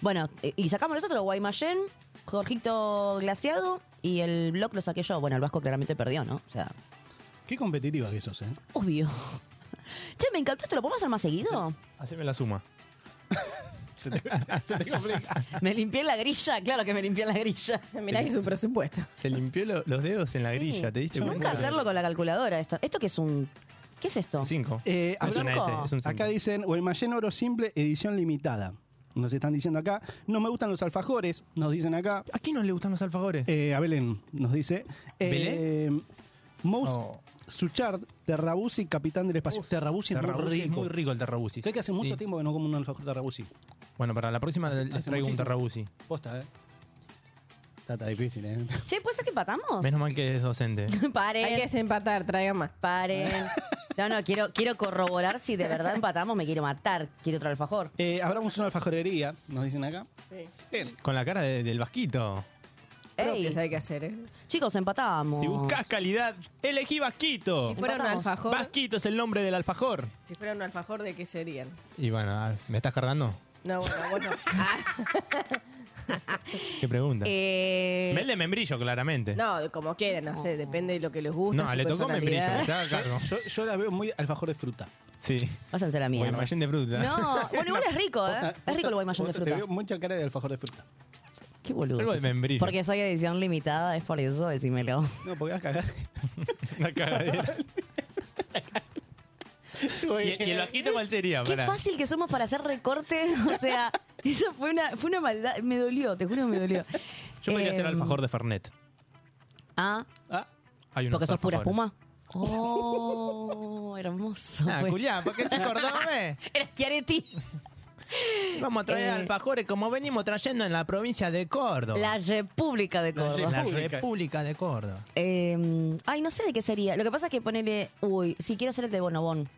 S6: Bueno, eh, y sacamos nosotros Guaymallén, Jorgito Glaciado y el blog lo saqué yo. Bueno, el Vasco claramente perdió, ¿no? O sea,
S7: Qué competitiva que sos, ¿eh?
S6: obvio. Che, me encantó esto. ¿Lo podemos hacer más seguido?
S4: Haceme la suma.
S6: Me limpié la grilla. Claro que me limpié la grilla.
S4: Mirá que su
S5: presupuesto.
S4: Se limpió lo- los dedos en la grilla, ¿te diste cuenta?
S6: Nunca hacerlo con la calculadora esto. ¿Esto qué es un...? ¿Qué es esto?
S4: Cinco.
S7: Eh,
S4: No es una
S7: hablando-
S4: S, es un cinco.
S7: acá dicen Guaymallén Oro Simple, edición limitada. Nos están diciendo acá, no me gustan los alfajores, nos dicen acá. Eh,
S4: ¿A quién no le gustan los alfajores?
S7: a Belén, nos dice.
S4: ¿Belén?
S7: Mouse
S4: Oh.
S7: Suchard, Terrabusi, capitán del espacio. Terrabusi es muy
S4: Terrabusi es
S7: rico.
S4: muy rico el terrabusi.
S7: Sé que hace mucho
S4: Sí.
S7: tiempo que no como un alfajor Terrabusi.
S4: Bueno, para la próxima
S7: Hace-
S4: les
S7: hace
S4: traigo un
S7: muchísimo.
S4: terrabusi.
S7: Posta, ¿eh? Está, está difícil, ¿eh?
S6: Che, ¿puede ser que empatamos?
S4: Menos mal que es docente.
S6: Paren.
S5: Hay que desempatar, traigan más.
S6: Paren. No, no, quiero, quiero corroborar si de verdad empatamos, me quiero matar. Quiero otro alfajor.
S7: Eh, abramos una alfajorería, nos dicen acá.
S4: Con la cara de- del vasquito.
S6: Propios
S5: hay que hacer, ¿eh?
S6: Chicos, empatamos.
S4: Si buscas calidad, elegí vasquito.
S5: Si fuera un Empatamos. alfajor.
S4: Vasquito es el nombre del alfajor.
S5: Si fuera un alfajor, ¿de qué serían?
S4: Y bueno, ah, ¿me estás cargando?
S5: No, bueno, Ah, vos no.
S4: Qué pregunta.
S6: Eh,
S4: Mel de membrillo, claramente.
S5: No, como quieran, no sé, depende de lo que les guste.
S4: No,
S5: su
S4: le tocó membrillo,
S5: personalidad.
S4: se haga cargo.
S7: Yo, yo la veo muy alfajor de fruta.
S4: Sí.
S6: Váyanse a la mierda.
S4: Guaymallén de fruta.
S6: No, bueno, igual es rico, ¿eh?
S7: Posta-
S6: Es rico el guaymallén de
S7: posta, Te veo
S6: fruta.
S7: mucha cara de alfajor de fruta.
S6: Qué boludo.
S4: Algo de
S6: que soy.
S4: membrillo.
S6: Porque soy edición limitada, es por eso, decímelo.
S7: No, porque vas a cagar.
S4: Una cagadera. ¿Y, y el vasquito cuál sería?
S6: Qué
S4: Pará.
S6: fácil que somos para hacer recorte. O sea, eso fue una, fue una maldad. Me dolió, te juro que me dolió.
S4: Yo podría hacer
S6: Em,
S4: alfajor de Fernet.
S6: Ah,
S4: Hay unos
S6: porque sos pura
S4: alfajores.
S6: espuma. Oh, hermoso.
S4: Ah,
S6: güey.
S4: Julián, ¿por qué se acordó, eh?
S6: Eres Chiaretti.
S4: Vamos a traer
S6: Eh.
S4: alfajores como venimos trayendo en la provincia de Córdoba.
S6: La República de Córdoba.
S4: La República de Córdoba.
S6: Eh, ay, no sé de qué sería. Lo que pasa es que ponele. Uy, sí, quiero hacer el de Bonobón.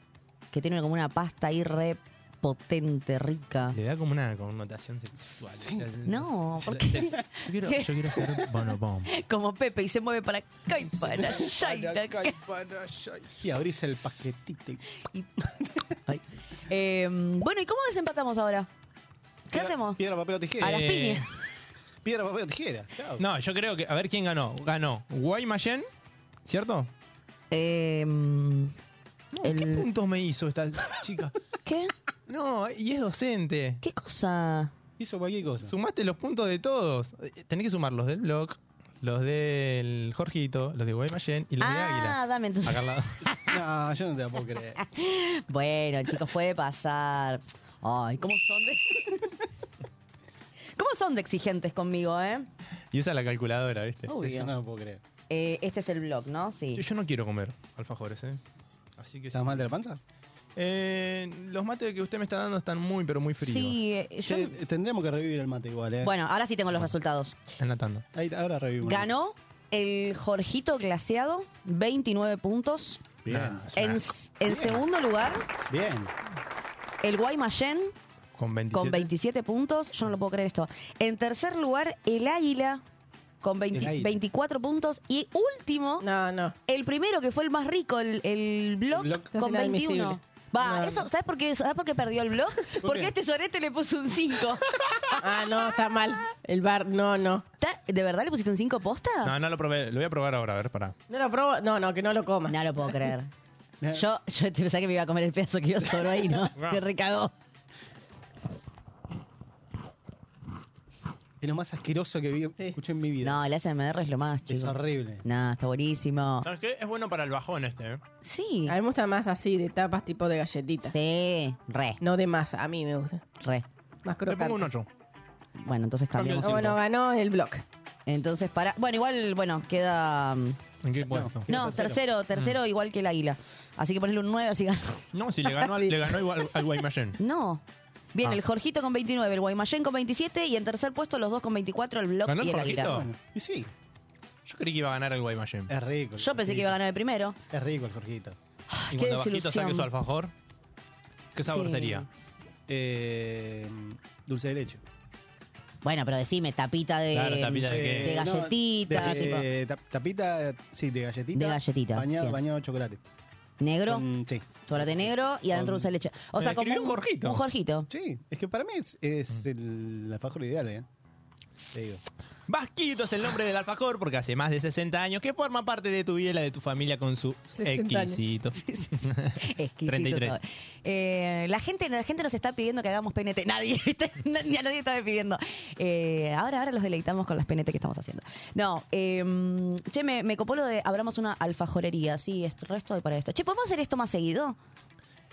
S6: Que tiene como una pasta ahí re potente, rica.
S4: Le da como una connotación sexual.
S6: No, ¿por
S4: Se-
S6: qué?
S4: se- Yo quiero,
S6: ¿Qué?
S4: yo quiero ser bonobón.
S6: Como Pepe y se mueve para acá y para allá. y para acá.
S7: Y abrís el paquetito.
S6: Eh, bueno, ¿y cómo desempatamos ahora? ¿Qué hacemos?
S7: Piedra, papel o tijera.
S6: A las
S4: Eh,
S6: piñas.
S7: Piedra, papel o tijera. Chao.
S4: No, yo creo que. A ver quién ganó. Ganó Guaymallén, ¿cierto?
S6: Eh,
S4: ¿Qué puntos me hizo esta chica?
S6: ¿Qué?
S4: No, y es docente.
S6: ¿Qué cosa?
S7: Hizo cualquier cosa.
S4: Sumaste los puntos de todos. Eh, Tenés que sumar los del blog, los del Jorgito, los de Guaymallén y los de
S6: Ah,
S4: Águila.
S6: dame entonces.
S4: Acá al lado.
S7: No, yo no te la puedo creer.
S6: Bueno, chicos, puede pasar. Ay, ¿cómo son de. ¿Cómo son de exigentes conmigo, eh?
S4: Y usa la calculadora, ¿viste?
S6: Obvio.
S4: Sí,
S6: Yo no
S7: la puedo creer.
S6: Eh, este es el blog, ¿no?
S4: Yo,
S6: Sí.
S4: yo no quiero comer alfajores, ¿eh? Así que.
S7: ¿Estás mal de la panza?
S4: Eh, los mates que usted me está dando están muy, pero muy fríos.
S6: Sí, eh, yo.
S7: Che, tendríamos que revivir el mate igual, ¿eh?
S6: Bueno, ahora sí tengo los resultados.
S4: Enlatando.
S7: Ahí, ahora revivimos.
S6: Ganó el Jorgito Glaseado, 29 puntos.
S7: Bien.
S6: En, en segundo lugar,
S7: Bien.
S6: el Guaymallén
S4: Con 27.
S6: con 27 puntos. Yo no lo puedo creer esto. En tercer lugar, el Águila con 20
S4: El Águila.
S6: 24 puntos. Y último, el primero que fue el más rico, el, el blog,
S5: Es
S6: con
S5: inadmisible.
S6: 21. Va,
S5: No,
S6: eso,
S5: no.
S6: ¿sabes por qué? ¿Sabes por qué perdió el blog? Porque
S5: qué?
S6: este sorete le puso un 5.
S5: Ah, no, está mal. El bar, no, no.
S6: ¿De verdad le pusiste un 5 posta?
S4: No, no lo probé. Lo voy a probar ahora, a ver, pará.
S5: No lo probo. No, no, que no lo coma.
S6: No lo puedo creer. Yo, yo te pensaba que me iba a comer el pedazo que yo sobró ahí, ¿no? Me recagó.
S7: Es lo más asqueroso que vi, escuché en mi vida.
S6: No, el ASMR es lo más, chicos.
S7: horrible.
S6: No, está buenísimo.
S4: ¿Sabes qué? Es bueno para el bajón este, ¿eh?
S6: Sí.
S5: A mí me gusta más así, de tapas tipo de galletitas.
S6: Sí, re.
S5: No de masa, a mí me gusta.
S6: Re.
S5: Más crocante.
S6: pongo un
S4: ocho.
S6: Bueno, entonces cambiamos.
S5: Ah, bueno, ganó el blog.
S6: Entonces, para. Bueno, igual, bueno, queda. mm,
S4: ¿En qué cuarto?
S6: No, tercero, tercero igual que el águila. Así que ponle un 9 así ganó.
S4: Mm. No, si le ganó, al-
S6: Sí.
S4: le ganó igual al Guaymallén.
S6: No. Bien,
S4: Ah.
S6: el Jorgito con 29, el Guaymallén con 27 y en tercer puesto los dos con 24, el Block
S4: ¿Ganó
S6: y
S4: el
S6: el Águila.
S4: Jorgito? Y sí. Yo creí que iba a ganar el Guaymallén.
S7: Es rico.
S6: Yo pensé que iba a ganar el primero.
S7: Es rico el Jorgito.
S4: Y
S6: Ah, qué
S4: cuando bajito
S6: desilusión.
S4: saque su alfajor, ¿qué sabor
S6: Sí.
S4: sería?
S7: Eh, dulce de leche.
S6: Bueno, pero decime, tapita de,
S7: Claro, tapita de
S6: de
S7: qué.
S6: galletita,
S7: No, de-
S6: tipo,
S7: eh, tap- tapita, sí, de galletita.
S6: De galletita,
S7: Bañado,
S6: bien.
S7: bañado de chocolate.
S6: negro,
S7: Con- sí.
S6: chocolate negro y adentro dulce de leche. O
S7: Me
S6: sea, como
S7: escribió un jorjito.
S6: Un jorjito.
S7: Sí, es que para mí es,
S4: Mm.
S7: es el alfajor ideal, ¿eh? Te digo.
S4: Vasquito es el nombre del alfajor porque hace más de 60 años que forma parte de tu vida y la de tu familia con su
S6: 60 años.
S4: exquisito.
S6: Exquisito
S4: 33.
S6: sabor. Eh, la, gente, la gente nos está pidiendo que hagamos PNT. Nadie, ¿viste? Ni a nadie está pidiendo. Eh, ahora, ahora los deleitamos con las PNT que estamos haciendo. No, eh, che, me, me copó lo de abramos una alfajorería. Sí, esto, resto de para esto. Che, ¿podemos hacer esto más seguido?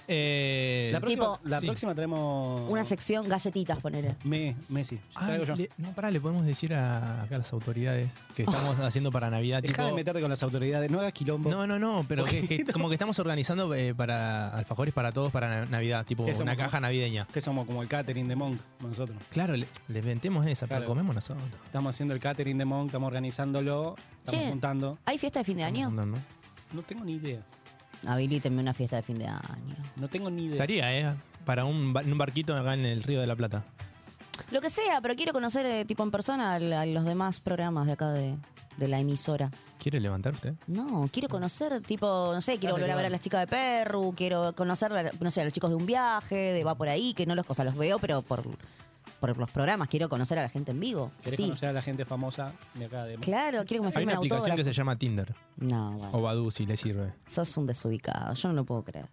S4: Eh,
S7: La próxima,
S6: tipo-
S7: la
S6: sí.
S7: próxima traemos.
S6: Una sección galletitas, ponele.
S7: Me- Messi.
S4: Ah,
S7: Traigo yo.
S4: le- no, pará, le podemos decir a, acá a las autoridades que
S6: Oh.
S4: estamos haciendo para Navidad.
S7: Dejá de
S4: tipo-
S7: meterte con las autoridades, no hagas quilombo.
S4: No, no, no, pero que- que- como que estamos organizando eh, para alfajores para todos para na- Navidad, tipo
S7: Que somos
S4: una
S7: como-
S4: caja navideña.
S7: Que somos como el catering de Monk, nosotros.
S4: Claro, le, le vendemos esa, pero
S7: Claro.
S4: comemos nosotros.
S7: Estamos haciendo el catering de Monk, estamos organizándolo, estamos
S6: Che.
S7: juntando.
S6: ¿Hay fiesta de fin de año?
S4: No, no.
S7: No tengo ni idea.
S6: Habilítenme una fiesta de fin de año.
S7: No tengo ni idea.
S4: Estaría, ¿eh? Para un, ba- en un barquito acá en el Río de la Plata.
S6: Lo que sea, pero quiero conocer eh, tipo en persona al- a, los demás programas de acá de, de la emisora.
S4: ¿Quiere levantar usted?
S6: No, quiero conocer, tipo, no sé, quiero
S4: Dale,
S6: volver a ver a
S4: dale.
S6: las chicas de Perru, quiero conocer, a, no sé, a los chicos de un viaje, de va por ahí, que no los cosas los veo, pero por, por los programas quiero conocer a la gente en vivo.
S7: ¿Querés
S6: Sí.
S7: conocer a la gente famosa de acá de Monk?
S6: Claro, quiero que me
S4: Hay
S6: firmen
S4: una aplicación
S6: autógrafo.
S4: que se llama Tinder.
S6: No, bueno.
S4: O Badu, si le sirve.
S6: Sos un desubicado, yo no lo puedo creer.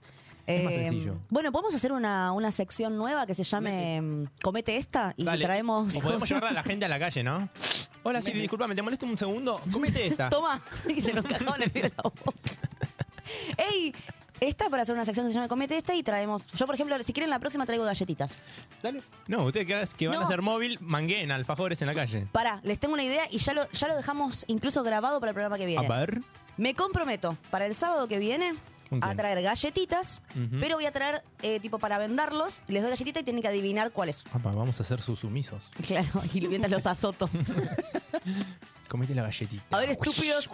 S4: Es más
S6: Eh,
S4: sencillo.
S6: Bueno, podemos hacer una, una sección nueva que se llame mm, Comete esta y
S4: Dale.
S6: traemos.
S4: O podemos
S6: cosas.
S4: llevar a la gente a la calle, ¿no? Hola, sí, disculpame, ¿te molesto un segundo? Comete esta.
S6: Toma. Y se lo cagó en el pibe de la boca. Ey, esta para hacer una sección que se llama Comete esta y traemos. Yo, por ejemplo, si quieren la próxima traigo galletitas.
S7: Dale.
S4: No, ustedes que, que van
S6: No.
S4: a ser móvil, mangueen alfajores en la calle.
S6: Pará, les tengo una idea y ya lo, ya lo dejamos incluso grabado para el programa que
S4: A
S6: viene.
S4: ver.
S6: Me comprometo para el sábado que viene
S4: ¿Con
S6: a
S4: quién?
S6: traer galletitas,
S4: Ujú.
S6: pero voy a traer, eh, tipo, para venderlos, les doy galletita y tienen que adivinar cuáles.
S4: Apa, vamos a ser sus sumisos.
S6: Claro, y mientras los azoto.
S4: Comete la galletita.
S6: A ver, estúpidos.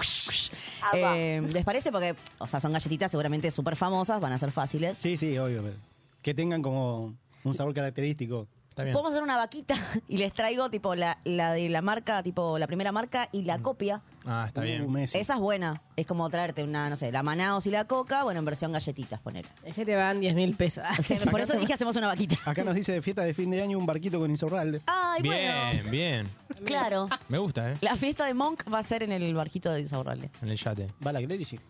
S6: Eh, ¿Les parece? Porque, o sea, son galletitas seguramente súper famosas, van a ser fáciles.
S7: Sí, sí, obvio. pero Que tengan como un sabor característico.
S4: Está
S6: Podemos hacer una vaquita y les traigo tipo la, la de la marca, tipo la primera marca y
S7: Mm.
S6: la copia.
S4: Ah, está
S5: Uh,
S4: bien.
S6: Esa es buena. Es como traerte una, no sé, la Manaos y la Coca, bueno, en versión galletitas, poner.
S5: Ese te van 10 mil pesos.
S6: por eso dije hacemos una vaquita.
S7: Acá nos dice de fiesta de fin de año un barquito con Insorralde.
S6: Ay, bueno.
S4: Bien, bien.
S6: Claro.
S4: Me gusta, ¿eh?
S6: La fiesta de Monk va a ser en el barquito de Insaurralde.
S4: En el yate.
S7: Va la Glady Chick.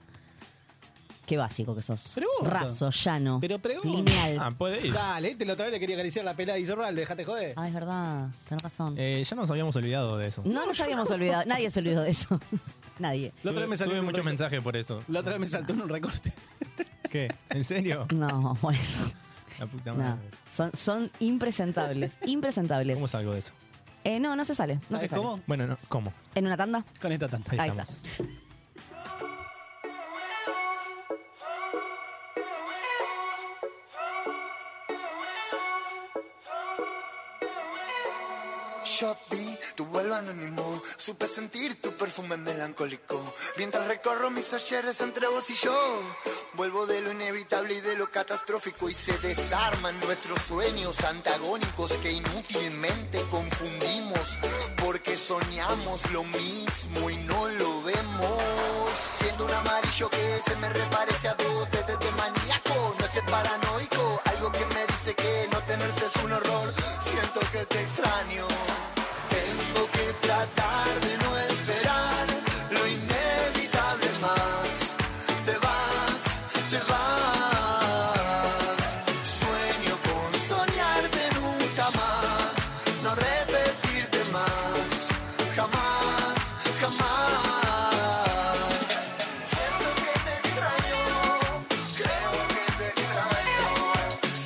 S6: Qué básico que sos.
S7: Pregunta.
S6: Raso, llano.
S7: Pero pregunta.
S6: Lineal.
S4: Ah, puede ir.
S7: Dale, te lo otra vez le quería acariciar la pelada de Insorralde, dejate joder.
S6: Ah, es verdad. Tenés razón.
S4: Eh, ya nos habíamos olvidado de eso.
S6: No nos habíamos olvidado. Nadie se olvidó de eso. Nadie.
S7: La otra vez me salió
S4: Tuve
S7: en un
S4: muchos
S7: recorte.
S4: mensajes por eso.
S7: La otra vez me saltó en un recorte.
S4: ¿Qué? ¿En serio?
S6: No, bueno.
S4: La puta
S6: No.
S4: madre.
S6: Son, son impresentables. Impresentables.
S4: ¿Cómo salgo de eso?
S6: Eh, no, no se sale. No se
S7: ¿Sabes
S6: sale.
S7: cómo?
S4: Bueno, no, ¿cómo?
S6: ¿En una tanda?
S7: Con esta tanta.
S6: Ahí
S4: estamos.
S6: está.
S1: yo vi tu vuelo anónimo, supe sentir tu perfume melancólico. Mientras recorro mis ayeres entre vos y yo, vuelvo de lo inevitable y de lo catastrófico y se desarman nuestros sueños antagónicos que inútilmente confundimos porque soñamos lo mismo y no lo vemos. Siendo un amarillo que se me reparece a vos desde de maníaco, no es paranoico, algo que me dice que no tenerte es un horror. Siento que te extraño. Tengo que tratar de no esperar lo inevitable más. Te vas, te vas. Sueño con soñarte nunca más. No repetirte más. Jamás, jamás. Siento que te extraño. Creo que te extraño.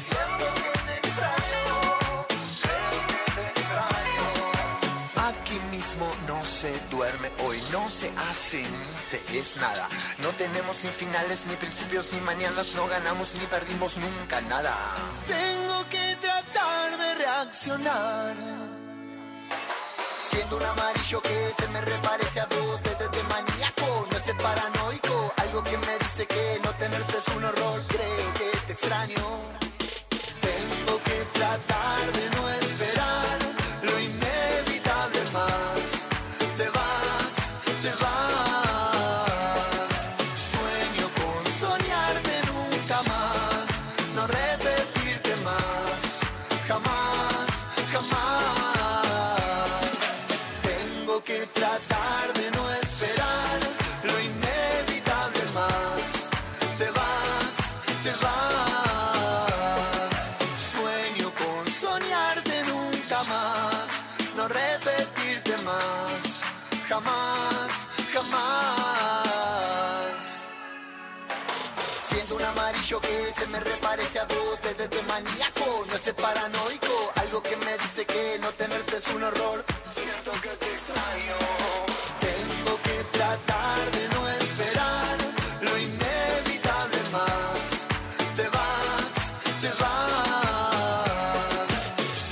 S1: Siento que te extraño. Aquí mismo no se duerme, hoy no se hace, ni se es nada. No tenemos sin finales, ni principios, ni mañanas, no ganamos ni perdimos nunca nada. Tengo que tratar de reaccionar. Siendo un amarillo que se me reparece a vos desde de este maníaco, no es paranoico, algo que me dice que no tenerte es un horror, creo que te extraño. Tengo que tratar de no esperar lo inevitable más. Te vas, te vas. Sueño con soñarte nunca más, no repetirte más. Jamás, jamás. Tengo que tratar de no esperar lo inevitable más. Te vas, te vas. Sueño con soñarte nunca más, no repetirte más. Jamás, jamás. Siento un amarillo que se me reparece a vos desde de maníaco, no es paranoico, algo que me dice que no tenerte es un horror. Siento que te extraño. Tengo que tratar de no esperar lo inevitable más. Te vas, te vas.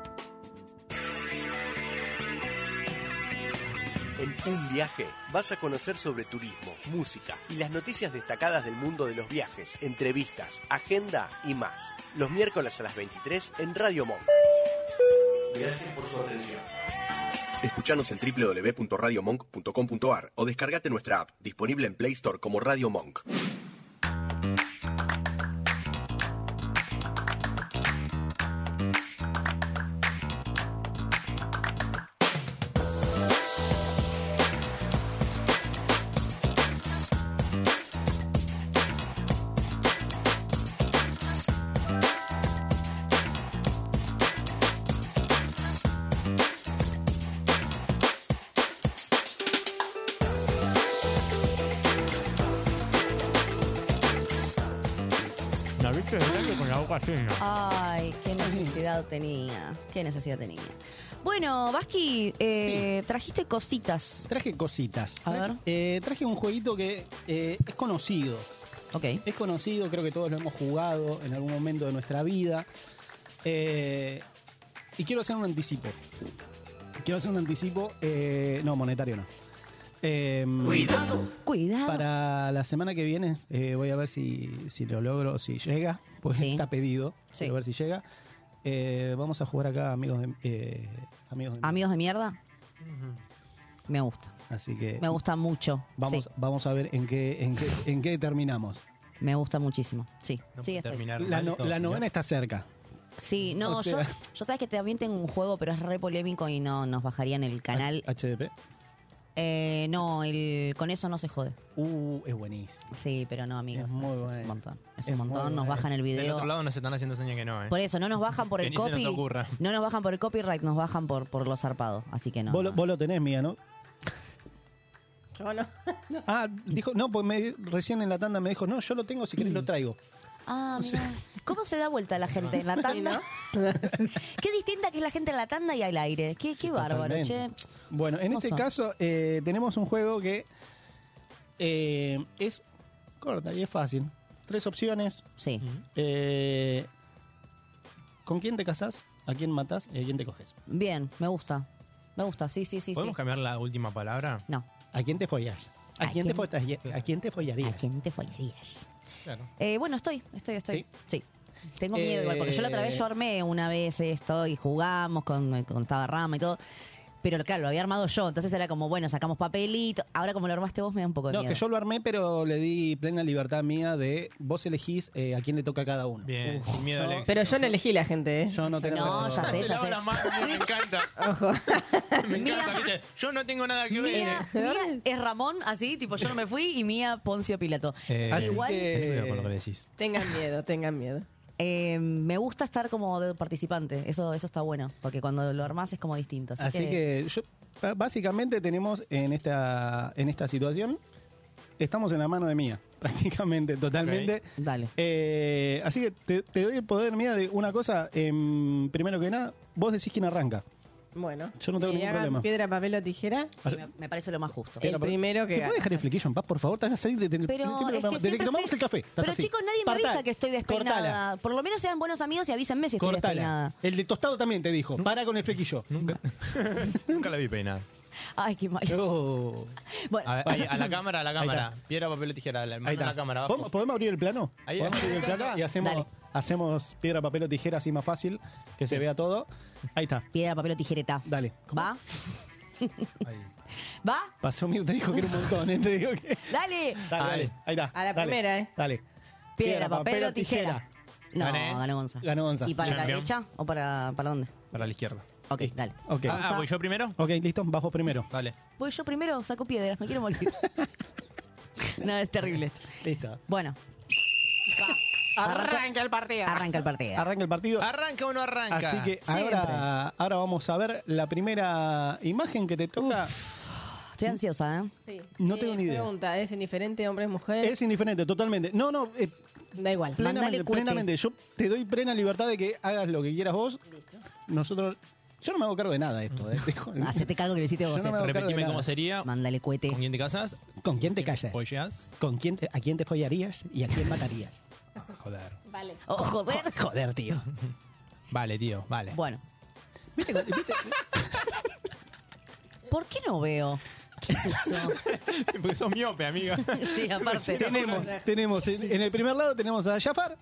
S3: En un viaje vas a conocer sobre turismo, música y las noticias destacadas del mundo de los viajes, entrevistas, agenda y más. Los miércoles a las 23 en Radio Monk. Gracias por su atención. Escuchanos en www.radiomonk.com.ar o descargate nuestra app, disponible en Play Store como Radio Monk.
S8: bizcocho de blanco con la boca llena.
S6: Ay, qué necesidad tenía. Qué necesidad tenía. Bueno, Vasqui, eh, trajiste cositas.
S7: Traje cositas.
S6: A
S7: Traje-
S6: ver.
S7: eh, traje un jueguito que eh, es conocido.
S6: Ok.
S7: Es conocido, creo que todos lo hemos jugado en algún momento de nuestra vida. Eh, y quiero hacer un anticipo. Quiero hacer un anticipo, eh, no, monetario no. Cuidado.
S6: Cuidado.
S7: Para la semana que viene eh, voy a ver si, si lo logro, si llega, pues está pedido.
S6: Sí.
S7: Voy a ver si llega. Eh, vamos a jugar acá, amigos de, eh, amigos de
S6: Amigos de mierda. Me gusta.
S7: Así que
S6: Me gusta mucho.
S7: Vamos,
S6: sí.
S7: vamos a ver en qué, en qué, en qué terminamos.
S6: Me gusta muchísimo. Sí. Sí, estoy.
S7: La, no- la novena está cerca.
S6: Sí, no,
S7: O sea-
S6: yo, yo sabes que también tengo un juego, pero es re polémico y no nos bajarían el canal.
S7: HDP.
S6: Eh, no, el, con eso no se jode.
S7: Uh, es buenísimo.
S6: Sí, pero no, amigos. Es, un montón. Es, un
S4: Es
S6: montón,
S4: muy bueno.
S6: nos bajan el
S4: Del
S6: video.
S4: otro lado nos están haciendo señas que no, ¿eh?
S6: Por eso, no nos bajan por
S4: Que
S6: el
S4: ni se nos
S6: copy.
S4: ocurra.
S6: No nos bajan por el copyright, nos bajan por, por lo zarpado. Así que no.
S7: Vos, lo, vos lo tenés, mía, ¿no?
S5: Yo no.
S7: Ah, dijo, no, pues me, recién en la tanda me dijo, no, yo lo tengo, si
S6: Mm.
S7: querés lo traigo.
S6: Ah, mirá. ¿Cómo se da vuelta la gente en la tanda? qué distinta que es la gente en la tanda y al aire. Qué, qué bárbaro, che.
S7: Totalmente. Bueno, en este
S6: Hermoso.
S7: caso eh, tenemos un juego que eh, es corta y es fácil. Tres opciones. Eh,
S6: Sí.
S7: ¿Con quién te casás? ¿A quién matás? ¿Y a quién te coges?
S6: Bien, me gusta. Me gusta, sí, sí, sí.
S4: ¿Podemos
S6: sí.
S4: cambiar la última palabra?
S6: No.
S7: ¿A quién te follas? ¿A, quién, te folla- ¿A quién te follarías? ¿A
S6: quién te follarías?
S4: Claro.
S6: Eh, bueno, estoy, estoy, estoy. Sí. Tengo miedo
S7: Eh,
S6: igual, porque yo la otra vez yo armé una vez esto y jugamos con, eh, con Tabarrama y todo. Pero claro, lo había armado yo, entonces era como, bueno, sacamos papelito. Ahora como lo armaste vos me da un poco de
S7: No,
S6: miedo.
S7: que yo lo armé, pero le di plena libertad mía de vos elegís eh, a quién le toca a cada uno.
S4: Bien, sin miedo al éxito.
S5: Pero yo no elegí la gente, ¿eh?
S7: Yo no tengo.
S5: No,
S4: ya sé, ya sé. me encanta. Me encanta, ¿viste? Yo no tengo nada que ver.
S7: eh,
S4: ¿eh?
S6: Mía, Mía es Ramón, así, tipo, yo no me fui, y Mía Poncio Pilato.
S7: Eh,
S4: Así
S6: Igual,
S4: que- Eh, Tenés cuidado con lo que decís.
S5: Tengan miedo, tengan miedo.
S6: eh, me gusta estar como de participante, eso, eso está bueno, porque cuando lo armás es como distinto. Así,
S7: Así que, yo- b- básicamente tenemos en esta, en esta situación, estamos en la mano de mía, prácticamente, totalmente.
S6: Dale.
S7: Eh, así que te, te doy el poder mía de una cosa, em, primero que nada, vos decís quién arranca.
S5: Bueno.
S7: Yo no tengo
S5: que
S7: ningún
S5: hagan
S7: problema.
S5: Piedra, papel o tijera.
S6: me, me parece lo más justo.
S5: El primero
S7: ¿Te
S5: que
S7: puedes
S5: gana.
S7: dejar el flequillo en paz, por favor? Te vas a salir de- del- siempre
S6: Pero es
S7: lo
S6: que
S7: programa- desde que
S6: siempre
S7: tomamos
S6: estoy-
S7: el café. estás
S6: Pero
S7: así.
S6: chicos, nadie me
S7: Partá,
S6: avisa que estoy despeinada.
S7: cortala.
S6: Por lo menos sean buenos amigos y avísenme si estoy
S7: Cortala.
S6: despeinada.
S7: El de tostado también te dijo. Para con el flequillo.
S4: Nunca. Nunca la vi peinar.
S6: Ay, qué mal.
S7: Oh.
S6: Bueno,
S4: A, ver, ahí, a la cámara, a la
S7: Ahí está.
S4: cámara. Piedra, papel o tijera. La,
S7: Ahí
S4: manda
S7: está.
S4: la cámara abajo.
S7: ¿Podemos, podemos abrir el plano?
S4: Ahí
S7: ¿Podemos
S4: está.
S7: abrir el plano y hacemos,
S6: Dale.
S7: hacemos piedra, papel o tijera así más fácil, que se vea todo. Ahí está.
S6: Piedra, papel o tijereta.
S7: Dale.
S6: ¿Va? ¿Va?
S7: Pasó Mir, te dijo que era un montón, ¿eh? Te digo que...
S6: Dale.
S7: Dale, dale. Ahí está.
S6: A la
S7: Dale.
S6: primera, ¿eh?
S7: Dale.
S6: Piedra, papel o tijera. No,
S4: Gané.
S6: ganó Gonza.
S7: Ganó Gonza.
S6: ¿Y para la
S4: Champion.
S6: derecha o para, para dónde?
S4: Para la izquierda.
S6: Ok, dale.
S7: Ok.
S4: Ah, ah, ¿voy yo primero?
S7: Ok, listo. Bajo primero.
S4: Dale.
S6: Pues yo primero saco piedras, me quiero morir. no, es terrible esto.
S7: Listo.
S6: Bueno.
S5: Arranca el partido.
S6: Arranca el partido.
S7: Arranca el partido.
S4: Arranca o no arranca.
S7: Así que
S4: Siempre.
S7: ahora, ahora vamos a ver la primera imagen que te toca.
S6: Estoy ansiosa, ¿eh?
S5: Sí.
S7: No tengo ni idea.
S5: Pregunta, ¿es indiferente hombres, mujeres?
S7: Es indiferente, totalmente. No, no. eh,
S5: Da igual.
S7: Plenamente, plenamente. Yo te doy plena libertad de que hagas lo que quieras vos. Nosotros. Yo no me hago cargo de nada de esto. eh, te juro.
S6: Hacete cargo que lo hiciste
S7: Yo
S6: vos. eh.
S7: no me hago cargo de
S4: Repetime
S7: nada.
S4: cómo sería.
S6: Mándale cohete.
S4: ¿Con quién te casas?
S7: ¿Con quién te callas?
S4: ¿Pollas?
S7: ¿Con quién te- ¿A quién te follarías y a quién matarías?
S4: Joder.
S5: Vale.
S6: Oh, joder.
S7: Joder, tío.
S4: Vale, tío, vale.
S6: Bueno. ¿Por qué no veo? ¿Qué es eso?
S4: Porque sos miope, amiga.
S6: Sí, aparte.
S7: tenemos, tenemos. En, en el primer lado tenemos a Jafar,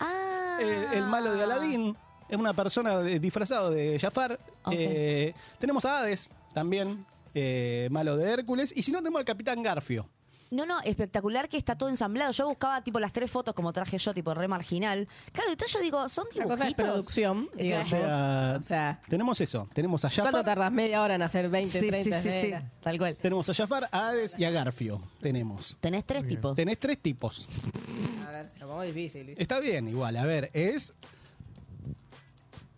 S6: Ah.
S7: eh, el malo de Aladín. Es una persona de- disfrazado de Jafar. Eh, tenemos a Hades también, eh, malo de Hércules. Y si no, tenemos al Capitán Garfio.
S6: No, no, espectacular que está todo ensamblado. Yo buscaba tipo las tres fotos como traje yo, tipo re marginal. Claro, entonces yo digo, son
S5: La
S6: dibujitos.
S5: cosa es producción,
S7: O
S5: digamos.
S7: sea,
S5: sea,
S7: tenemos eso. Tenemos a
S5: ¿Cuánto
S7: Jafar.
S5: tardas? Media hora en hacer 20,
S6: Sí,
S5: 30
S6: sí, sí, sí.
S5: escenas?
S6: Tal cual.
S7: Tenemos a Jafar, a Hades y a Garfio. Tenemos.
S6: Tenés tres tipos.
S7: Tenés tres tipos.
S5: A ver, lo pongo difícil. ¿viste?
S7: Está bien, igual. A ver, es.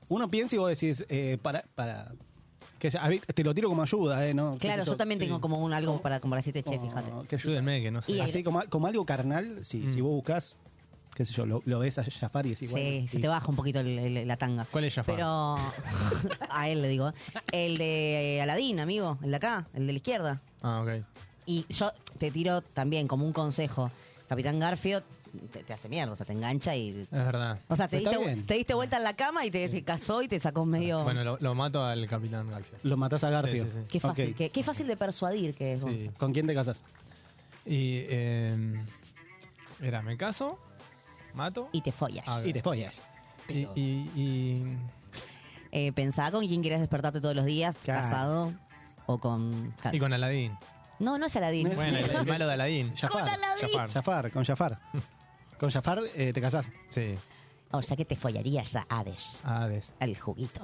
S7: Uno piensa y vos decís, eh, para. para que, ya- a ver, te lo tiro como ayuda, ¿eh? ¿no?
S6: Claro,
S7: Qué sé
S6: yo también
S7: sí.
S6: tengo como un algo para, como para decirte, che,
S7: Como-
S6: fíjate.
S7: qué sé yo.
S4: Ayúdenme, que no sé.
S6: Y el-
S7: Así como, como algo carnal, si, si vos buscas qué sé yo, lo, lo ves a Jafar y decís,
S6: Sí, se te baja un poquito el- el- la tanga.
S7: ¿Cuál es Jafar?
S6: Pero a él le digo. El de eh, Aladín, amigo, el de acá, el de la izquierda.
S4: Ah, ok.
S6: Y yo te tiro también como un consejo. Capitán Garfio te, te hace mierda, o sea, te engancha y...
S4: Es verdad.
S6: O sea, te
S4: Está
S6: diste,
S4: bien.
S6: te diste vuelta en la cama y te, te casó y te sacó medio...
S4: Bueno, lo, lo mato al capitán Garfield.
S7: Lo matás a Garfio.
S4: Sí, sí, sí.
S6: qué, fácil, que- qué fácil de persuadir que es, Gonza.
S7: ¿Con quién te casas?
S4: Y. Eh, era, me caso, mato.
S6: Y te follas.
S7: Y te follas.
S4: Y. y- y-
S6: Eh, pensá con quién quieres despertarte todos los días,
S4: Claro.
S6: casado o con...
S4: y con Aladín.
S6: No, no es Aladín.
S4: Bueno, el, el malo de Aladín.
S7: Jafar. Con Aladín.
S4: Jafar.
S7: Jafar, con Jafar. con Jafar eh, te casás.
S4: Sí.
S6: O sea que te follarías a Hades.
S4: A Hades.
S6: Al juguito.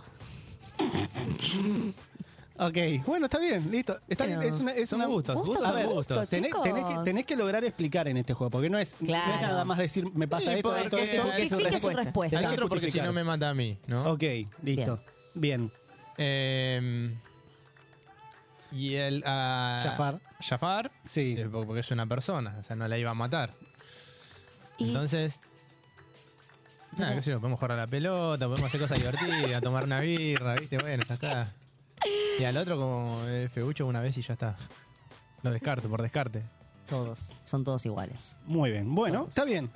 S7: Ok, bueno, está bien, listo. Está
S6: Pero-
S7: bien, es una, es
S6: Son
S7: una-
S6: gustos, Gustos
S7: A
S6: son
S7: ver,
S6: gustos.
S7: Tenés, tenés que,
S6: chicos.
S7: tenés que lograr explicar en este juego, porque no es, no es
S6: Claro.
S7: nada más decir me pasa
S6: Y
S7: esto,
S6: porque-
S7: esto, esto.
S6: porque justifique su respuesta.
S7: Tenés
S4: Al
S7: que
S4: otro porque si
S7: justificar.
S4: no me mata a mí, ¿no?
S7: Ok, listo. Bien.
S4: Eh, y el. ah,
S7: Jafar.
S4: Jafar. eh,
S7: Sí.
S4: porque es una persona, o sea, no la iba a matar.
S6: Y-
S4: Entonces. Nada, qué sé yo, podemos jugar a la pelota, podemos hacer cosas divertidas, tomar una birra, ¿viste? Bueno, ya está. Y al otro, como eh, feucho una vez y ya está. Lo descarto, por descarte.
S6: Todos. Son todos iguales. Ah.
S7: Muy bien. Bueno, está bien.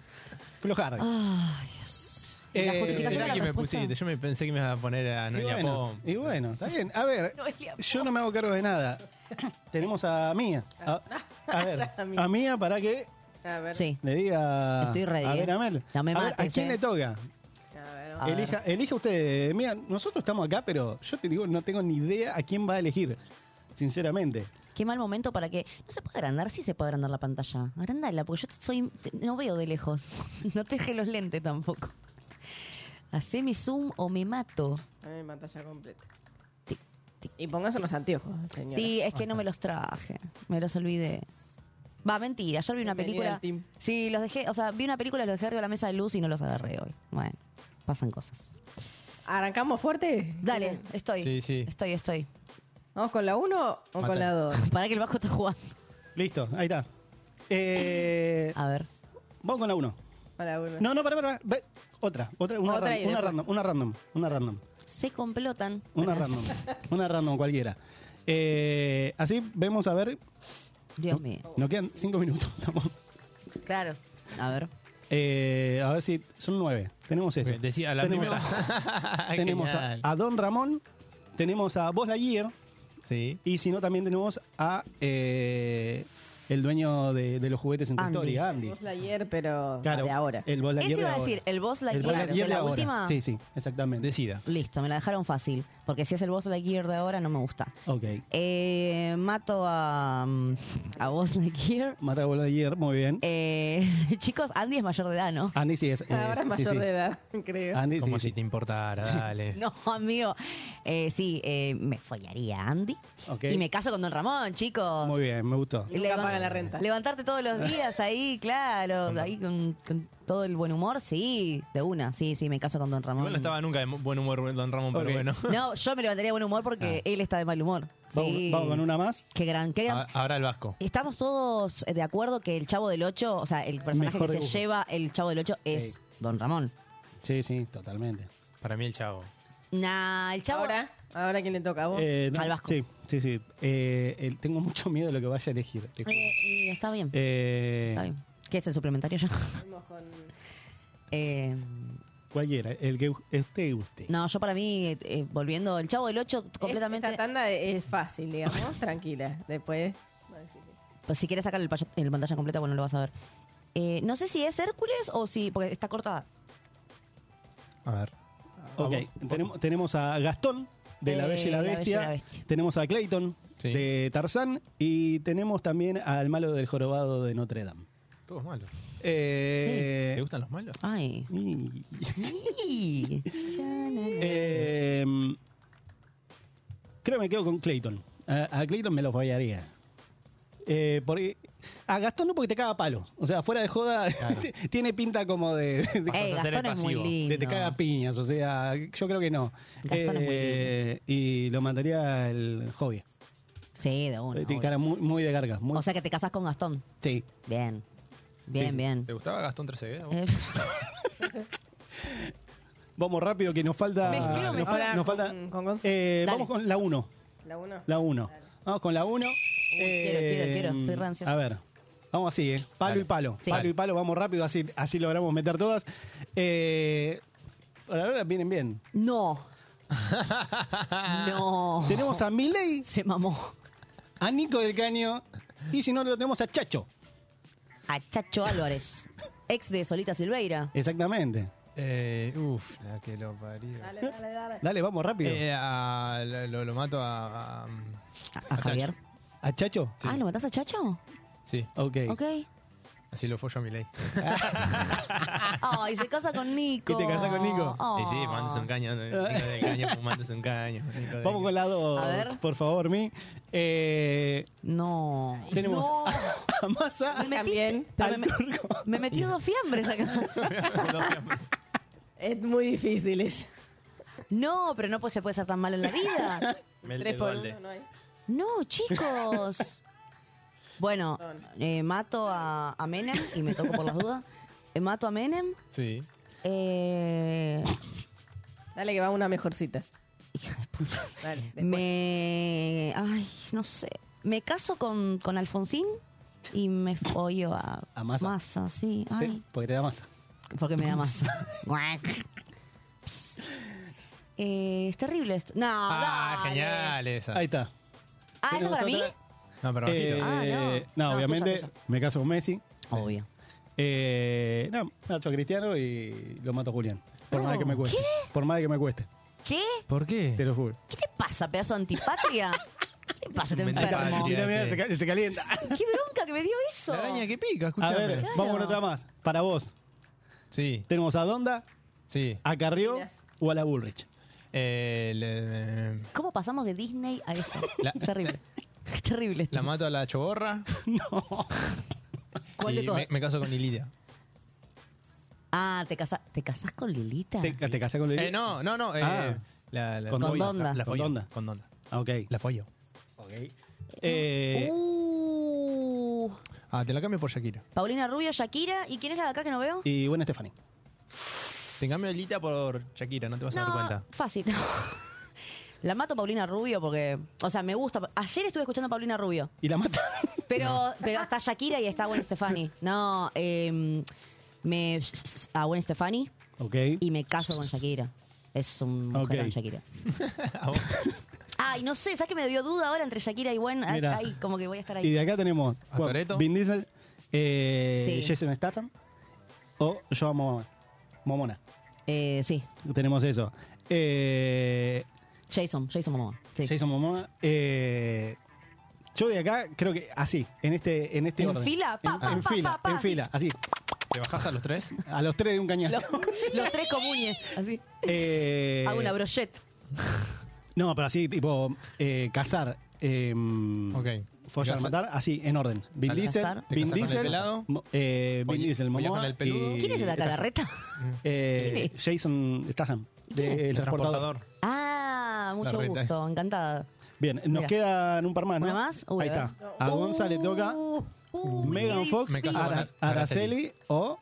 S7: Flojar.
S6: Ay, Dios. Y la justificación de la
S4: que Eh, me
S6: respuesta?
S4: pusiste? Yo me pensé que me ibas a poner a
S7: Y
S4: Noelia
S7: bueno,
S4: Pom.
S7: y bueno, está bien. A ver, yo no me hago cargo de nada. Tenemos a Mía. A, a ver, a Ah. Mía para que
S5: A ver.
S7: le diga
S6: Estoy ready,
S7: a ver,
S6: eh.
S7: a Mel.
S6: No me
S7: a, ver, ¿a
S6: mates,
S7: quién
S6: eh.
S7: le toca?
S5: A ver.
S7: Elija, elija usted. Mira, nosotros estamos acá, pero yo te digo, no tengo ni idea a quién va a elegir. Sinceramente.
S6: Qué mal momento para que. No se puede agrandar, sí se puede agrandar la pantalla. Agrandala, porque yo soy. te- No veo de lejos. No te dejé los lentes tampoco. Haceme zoom o me mato.
S5: Poner mi pantalla completa. Y pongas unos anteojos, señora.
S6: Sí, es que no me los traje. Me los olvidé. Va, mentira. Ayer vi una
S5: Bienvenida
S6: película.
S5: al team.
S6: Sí, los dejé. O sea, vi una película, los dejé arriba de la mesa de luz y no los agarré hoy. Bueno, pasan cosas.
S5: ¿Arrancamos fuerte?
S6: Dale, estoy.
S4: Sí, sí.
S6: Estoy, estoy.
S5: ¿Vamos con la 1 o con
S7: Mátala.
S5: la 2?
S6: Para que el bajo está jugando.
S7: Listo, ahí está. Eh,
S6: a ver.
S7: Vamos con la 1.
S5: Para la 1.
S7: No, no, para, para. Otra, otra, una,
S6: Otra
S7: ran-
S6: y
S7: una
S6: después-
S7: random, una random, una random.
S6: Se complotan.
S7: Una random. Una random cualquiera. Eh, así vemos a ver.
S6: Dios
S7: No-
S6: mío.
S7: Nos quedan cinco minutos. tampoco.
S6: Claro. A ver.
S7: Eh, a ver si son nueve. Tenemos eso.
S4: Decía la
S7: tenemos
S4: primera.
S7: tenemos a,
S4: Genial.
S7: a Don Ramón, tenemos a Vos Lightyear
S4: Sí.
S7: y si no también tenemos a eh, el dueño de, de los juguetes en tu
S5: Andy.
S7: historia, Andy.
S5: Vos ayer, pero
S7: Claro,
S5: de ahora.
S7: El Buzz Lightyear
S6: Eso iba
S7: de
S6: a decir,
S7: ahora.
S6: el boss
S7: El Buzz
S6: Lightyear de
S7: Lightyear de
S6: la
S7: ahora.
S6: última.
S7: Sí, sí, exactamente.
S4: Decida.
S6: Listo, me la dejaron fácil. Porque si es el boss Lightyear de ahora, no me gusta.
S7: Ok.
S6: Eh, mato a, mm, a Boss Lightyear.
S7: Mata a Buzz Lightyear, muy bien.
S6: Eh, chicos, Andy es mayor de edad, ¿no?
S7: Andy sí es. eh,
S5: Ahora es
S7: sí,
S5: mayor
S7: sí.
S5: de edad, creo.
S7: Andy
S4: Como
S7: sí,
S4: si te importara, dale.
S6: No, amigo. Eh, sí, eh, me follaría a Andy.
S7: Ok.
S6: Y me caso con Don Ramón, chicos.
S7: Muy bien, me gustó.
S5: Y nunca paga la renta.
S6: Levantarte todos los días ahí, claro. ahí con, con todo el buen humor, sí. De una, sí, sí, me caso con Don Ramón.
S4: Igual no estaba nunca de mu- buen humor Don Ramón, pero bueno.
S6: No, yo me levantaría de buen humor porque él está de mal humor.
S7: Ah. Vamos,
S6: Sí.
S7: vamos con una más. Ah.
S6: Qué gran, qué gran.
S4: A- Ahora el Vasco.
S6: Estamos todos de acuerdo que el Chavo del Ocho, o sea, el personaje
S7: Mejor
S6: que se
S7: dibujo.
S6: lleva el Chavo del Ocho es... Don Ramón.
S7: Sí, sí, totalmente.
S4: Para mí el chavo.
S6: Nah, el Chavo...
S5: Ahora, ahora quién le toca a vos.
S7: Eh, no, Sí, sí, sí. Eh, eh, tengo mucho miedo de lo que vaya a elegir. te juro.
S6: Eh, y está bien.
S7: Eh,
S6: Está bien. ¿Qué es el suplementario ya? Eh,
S7: Cualquiera, el que esté guste.
S6: no, yo para mí, eh, eh, volviendo, el Chavo del Ocho completamente...
S5: Esta tanda es fácil, digamos. tranquila. Después.
S6: Pues si quieres sacar el, paya- el pantalla completa, bueno, lo vas a ver. Eh, no sé si es Hércules o si... Porque está cortada.
S4: A ver.
S7: Ok,
S4: Vamos.
S7: tenemos, tenemos a Gastón de La
S6: Eh,
S7: Bella y la
S6: La Bella y
S7: Bestia.
S6: la Bestia.
S7: Tenemos a Clayton de Tarzán. Y tenemos también al malo del jorobado de Notre Dame.
S4: Todos malos.
S7: Eh,
S4: ¿Te gustan los malos?
S6: Ay.
S7: y-
S6: Sí.
S7: eh, creo que me quedo con Clayton. A, a Clayton me lo fallaría. Eh, porque, a Gastón no porque te caga a palo. O sea, fuera de joda, tiene pinta como de... de- de-
S6: Ey, Gastón es muy lindo.
S7: de te caga a piñas, o sea, yo creo que no.
S6: Gastón es muy
S7: Eh, y lo mandaría el hobby.
S6: Sí, de uno.
S7: Tiene cara muy, muy de carga. muy-
S6: O sea que te casas con Gastón.
S7: sí.
S6: Bien. Bien,
S4: ¿Te-
S6: bien.
S4: ¿Te gustaba Gastón Treseguet? a vos?
S6: Eh,
S7: Vamos rápido, que nos falta.
S5: Me quiero
S7: nos,
S5: mejorar
S7: fal- nos falta
S5: con- con Gonzo.
S7: eh,
S5: Dale.
S7: vamos con la 1.
S5: La 1.
S7: La 1. Vamos con la 1.
S5: quiero, quiero, quiero. Estoy re ansiosa.
S7: A ver. Vamos así, ¿eh? Palo y palo.
S6: Sí.
S7: Palo y palo, vamos rápido, así, así logramos meter todas. Eh, por ahora vienen bien.
S6: No.
S7: Ah.
S6: Ah. no.
S7: Tenemos a Miley.
S6: Se mamó.
S7: A Nico del Caño. Y si no, lo tenemos a Chacho.
S6: A Chacho Álvarez, ex de Solita Silveira.
S7: Exactamente.
S4: Eh, uf, la que lo parió. Dale,
S5: dale, dale.
S7: Dale, vamos rápido.
S4: Eh, a- lo, lo mato a. A,
S6: Javier.
S7: ¿A Chacho?
S4: Sí,
S6: Ah, ¿lo matás a Chacho?
S4: sí.
S7: Ok.
S6: Ok.
S4: Así lo follo a mi ley.
S5: Ah.
S6: Ay, se casa con Nico. Ah.
S4: ¿Y te casás con Nico?
S6: Ay.
S4: Y sí, mandándose un caño. eh, Nico de caño, fumándose un caño. Nico de-
S7: Vamos con la 2,
S6: A ver.
S7: por favor, Mi. Eh,
S6: no.
S7: Tenemos
S6: No.
S7: a Massa.
S6: Me metiste-
S7: al
S6: me,
S7: turco.
S6: me metió dos fiambres acá.
S5: Es muy difícil eso.
S6: no, pero no pues, se puede ser tan malo en la vida.
S4: Mel
S5: Tres por
S4: Edualde.
S5: uno, no hay.
S6: No, chicos. Bueno, eh, mato a, a Menem y me toco por las dudas. Eh, mato a Menem.
S4: Sí.
S6: Eh,
S5: Dale que va una mejorcita. Dale.
S6: me. Ay, no sé. Me caso con, con Alfonsín y me follo a.
S7: A Massa.
S6: Massa, sí. Ay,
S7: Sí, Porque te da Massa.
S6: Porque me da más. Guac. Pss. Eh, es terrible esto. No,
S4: Ah,
S6: dale.
S4: genial esa.
S7: Ahí está.
S6: Ah, ¿era para mí?
S7: Tenemos
S4: No, pero bajito.
S7: Eh, no.
S6: Ah, No,
S7: obviamente
S6: tuya, tuya.
S7: me caso con Messi.
S6: Obvio.
S7: Eh, no, mato a Cristiano y lo mato a Julián. Por
S6: No,
S7: más de que me cueste. Por más de que me cueste.
S6: ¿Qué?
S4: ¿Por qué?
S7: Te lo juro.
S6: ¿Qué te pasa, pedazo de antipatria? ¿Qué pasa, te
S4: Mentira,
S6: enfermo?
S7: Mira,
S4: patria,
S7: mira,
S4: que-
S7: se, ca- se calienta.
S6: ¿Qué bronca que me dio eso?
S4: La araña que pica,
S7: A
S4: escúchame.
S7: ver, vamos con otra más. Para vos.
S4: Sí,
S7: Tenemos a Donda,
S4: sí.
S7: a Carrió
S6: Gracias.
S7: o a la Bullrich.
S4: Eh, le- eh,
S6: ¿Cómo pasamos de Disney a esto?
S4: La-
S6: Terrible. Es terrible esto.
S4: la mato a la choborra.
S7: No.
S6: ¿Cuál de
S4: y me,
S6: todas?
S4: me caso con Ilidia.
S6: Ah, ¿te, casa- ¿te casás con Lilita?
S7: ¿Te, te casás con Lili?
S4: Eh, no, no, no. eh,
S7: Ah.
S4: la, la-
S7: Con
S4: la-
S6: Donda.
S4: La, la
S7: Con
S4: follo,
S7: Donda.
S4: Con Donda.
S7: Ah, ok.
S4: La follo.
S7: Eh,
S6: Uh,
S4: Ah, te la cambio por Shakira.
S6: Paulina Rubio, Shakira. ¿Y quién es la de acá que no veo?
S7: y bueno, Stephanie.
S4: Te cambio a Lita por Shakira, no te vas a dar cuenta.
S6: Fácil. La mato a Paulina Rubio porque, o sea, me gusta. Ayer estuve escuchando a Paulina Rubio,
S7: Y la mata.
S6: pero, pero está Shakira y está Gwen Stefani. No, eh, me a Gwen Stefani
S7: ok.
S6: y me caso con Shakira. Es un mujer
S7: Ok.
S6: Shakira.
S4: A vos.
S6: Ay, no sé, ¿sabes que me dio duda ahora entre Shakira y Gwen? Ay,
S7: Mira.
S6: ay, como que voy a estar
S7: Y
S6: ahí.
S7: de acá tenemos
S4: ¿A
S7: bueno,
S4: Toretto?
S7: Vin Diesel, eh,
S6: Sí.
S7: Jason Statham o Joan Momo- Momona.
S6: Eh, sí,
S7: Tenemos eso. Eh,
S6: Jason, Jason Momoa. Sí.
S7: Jason Momoa. eh, yo de acá creo que así, en este, en este
S6: ¿En
S7: orden.
S6: fila? Pa,
S7: en,
S6: pa,
S7: en
S6: pa,
S7: fila,
S6: pa, pa,
S7: en
S6: así.
S7: fila, así.
S4: ¿Te bajás a los tres?
S7: A los tres de un cañazo.
S6: Los tres comunes, así.
S7: Eh,
S6: Hago una brochette.
S7: no, pero así, tipo, eh, cazar. eh,
S4: Ok.
S7: Follar,
S4: Cazar.
S7: matar, así, en orden. Vin
S4: Dale.
S7: Diesel,
S6: Cazar.
S4: Te
S7: Vin
S4: casás con el
S7: Diesel,
S4: pelado.
S7: mo- eh, Vin
S4: Folla-
S7: Diesel,
S4: follás
S7: Momoa
S4: con el peludo.
S7: y-
S6: ¿Quién es el de acá, la reta?
S7: Eh,
S6: ¿Quién
S7: Jason Statham,
S4: Uh,
S7: de El Transportador.
S6: Ah, mucho
S4: La reta.
S6: gusto, encantada.
S7: Bien, nos
S6: Mira.
S7: quedan un par más, ¿no?
S6: ¿Una más? Uy,
S7: Ahí
S6: a
S7: está.
S6: ver.
S7: A Gonza le toca
S6: Uh, uh,
S7: Megan
S6: qué
S7: Fox,
S4: Me caso con
S7: Ara-
S4: Araceli.
S7: Araceli o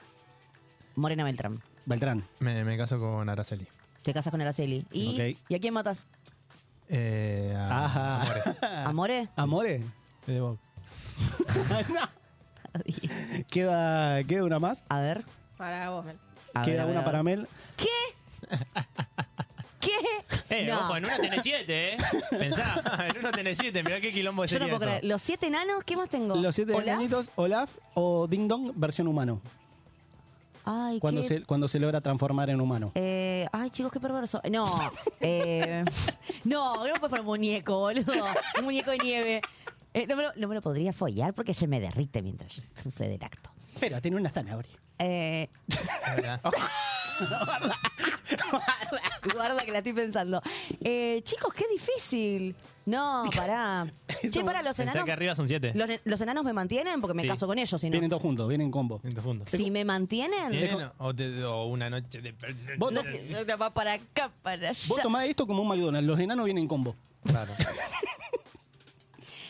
S6: Morena Beltrán.
S7: Beltrán.
S4: Me, me caso con Araceli.
S6: Te casas con Araceli. ¿Y,
S7: Ok.
S6: ¿y a quién matas?
S4: Eh, a-
S7: Ajá.
S4: Amore.
S6: ¿Amore?
S7: Amore.
S4: De Vogue.
S7: Queda, queda una más.
S6: A ver.
S5: Para vos, Mel.
S6: A ver,
S7: queda
S6: a ver,
S7: una
S6: a
S7: para
S6: ver.
S7: Mel.
S6: ¿Qué? ¿Qué?
S4: Eh,
S6: No.
S4: ojo, en una tenés siete, ¿eh? Pensá, en una tenés siete, mirá qué quilombo
S6: Yo no
S4: sería
S6: puedo creer.
S4: eso.
S6: ¿Los siete enanos? ¿Qué más tengo?
S7: Los siete
S6: ¿Olaf?
S7: enanitos, Olaf o Ding Dong, versión humano.
S6: Ay,
S7: Cuando
S6: qué-
S7: se, cuando se logra transformar en humano.
S6: eh, ay, chicos, qué perverso. No. eh, no, no puedes poner muñeco, boludo. Un muñeco de nieve. Eh, no, me lo, no me lo podría follar porque se me derrite mientras sucede el acto.
S7: Pero tiene una zanahoria.
S6: Eh,
S4: Es verdad.
S6: Guarda que la estoy pensando. Eh, chicos, qué difícil. No, pará. che, pará, los
S4: Pensá
S6: enanos.
S4: que arriba son siete.
S6: Los, ne- los enanos me mantienen porque me
S4: Sí.
S6: caso con ellos, si no.
S7: Vienen todos juntos, vienen en combo.
S4: En tu punto.
S6: Si me mantienen.
S4: ¿Tienen? O, te- o una noche de...
S7: Vos
S6: No,
S7: no-
S6: que- no, que va para acá, para allá.
S7: Vos tomás esto como un McDonald's, los enanos vienen en combo.
S4: Claro.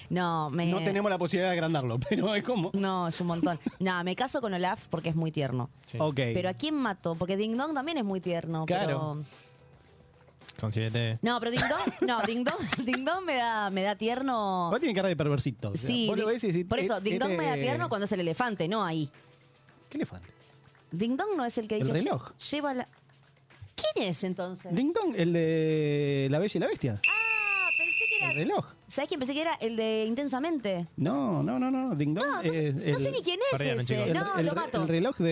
S6: No, me...
S7: No tenemos la posibilidad de agrandarlo, pero es como...
S6: No, es un montón. no, me caso con Olaf porque es muy tierno.
S7: Ok.
S6: Pero ¿a quién mato? Porque Ding Dong también es muy tierno.
S4: Claro.
S6: Pero...
S4: Son siete.
S6: No, pero Ding Dong, no, Ding Dong, Ding Dong me da, me da tierno.
S7: Vos tiene cara de perversito. o sea,
S6: Sí,
S7: vos lo
S6: Ding-
S7: ves y decís,
S6: por eso,
S7: "Eh,
S6: Ding Dong me da
S7: este-
S6: tierno cuando es el elefante, no ahí.
S7: ¿Qué elefante?
S6: Ding Dong no es el que
S7: El
S6: dice.
S7: reloj.
S6: "Lle- Lleva la. ¿Quién es entonces?
S7: Ding Dong, el de La Bella y la Bestia.
S6: Ah, pensé que era.
S7: El reloj.
S6: ¿Sabés quién pensé que era? El de Intensamente.
S7: No, no, no, no. Ding Dong
S6: No, no sé-
S7: es
S6: no
S7: el-
S6: sé ni quién es Perdieron, ese. chicos. No,
S7: el,
S6: lo mato.
S7: el reloj de,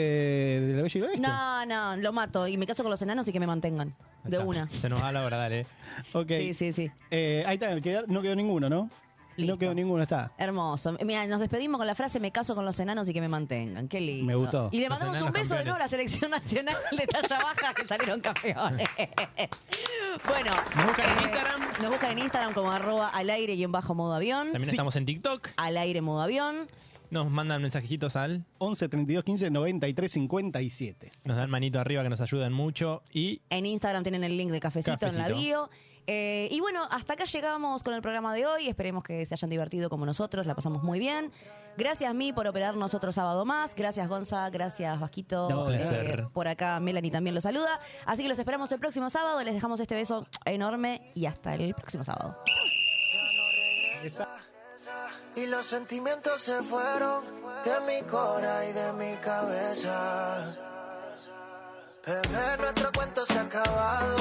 S7: de La Bella y la Bestia.
S6: No, no, lo mato y me caso con los enanos y que me mantengan. De una.
S4: Se nos va la hora, dale.
S7: Ok.
S6: Sí, sí, sí.
S7: Eh, ahí está, queda- no quedó ninguno, ¿no? No quedó ninguno, está.
S6: Hermoso. Mira, nos despedimos con la frase me caso con los enanos y que me mantengan. Qué lindo.
S7: Me gustó.
S6: Y
S7: Los
S6: le mandamos un
S7: enanos
S6: beso de
S7: campeones.
S6: nuevo a la selección nacional de talla baja que salieron campeones. bueno. Nos buscan en Instagram. Nos buscan en Instagram como arroba al aire y en bajo modo avión.
S4: También estamos en TikTok.
S6: Al aire modo avión.
S4: Nos mandan mensajitos al
S7: 11 32 15 93 57.
S4: Nos dan manito arriba que nos ayudan mucho. Y
S6: En Instagram tienen el link de cafecito, en la
S4: Cafecito.
S6: bio. Eh, y bueno, hasta acá llegamos con el programa de hoy. Esperemos que se hayan divertido como nosotros. La pasamos muy bien. Gracias, Mi, por operarnos otro sábado más. Gracias, Gonza. Gracias, Vasquito. eh,
S4: No, placer.
S6: por acá, Melanie también los saluda. Así que los esperamos el próximo sábado. Les dejamos este beso enorme y hasta el próximo sábado.
S8: Y los sentimientos se fueron de mi cora y de mi cabeza. Bebé, nuestro cuento se ha acabado.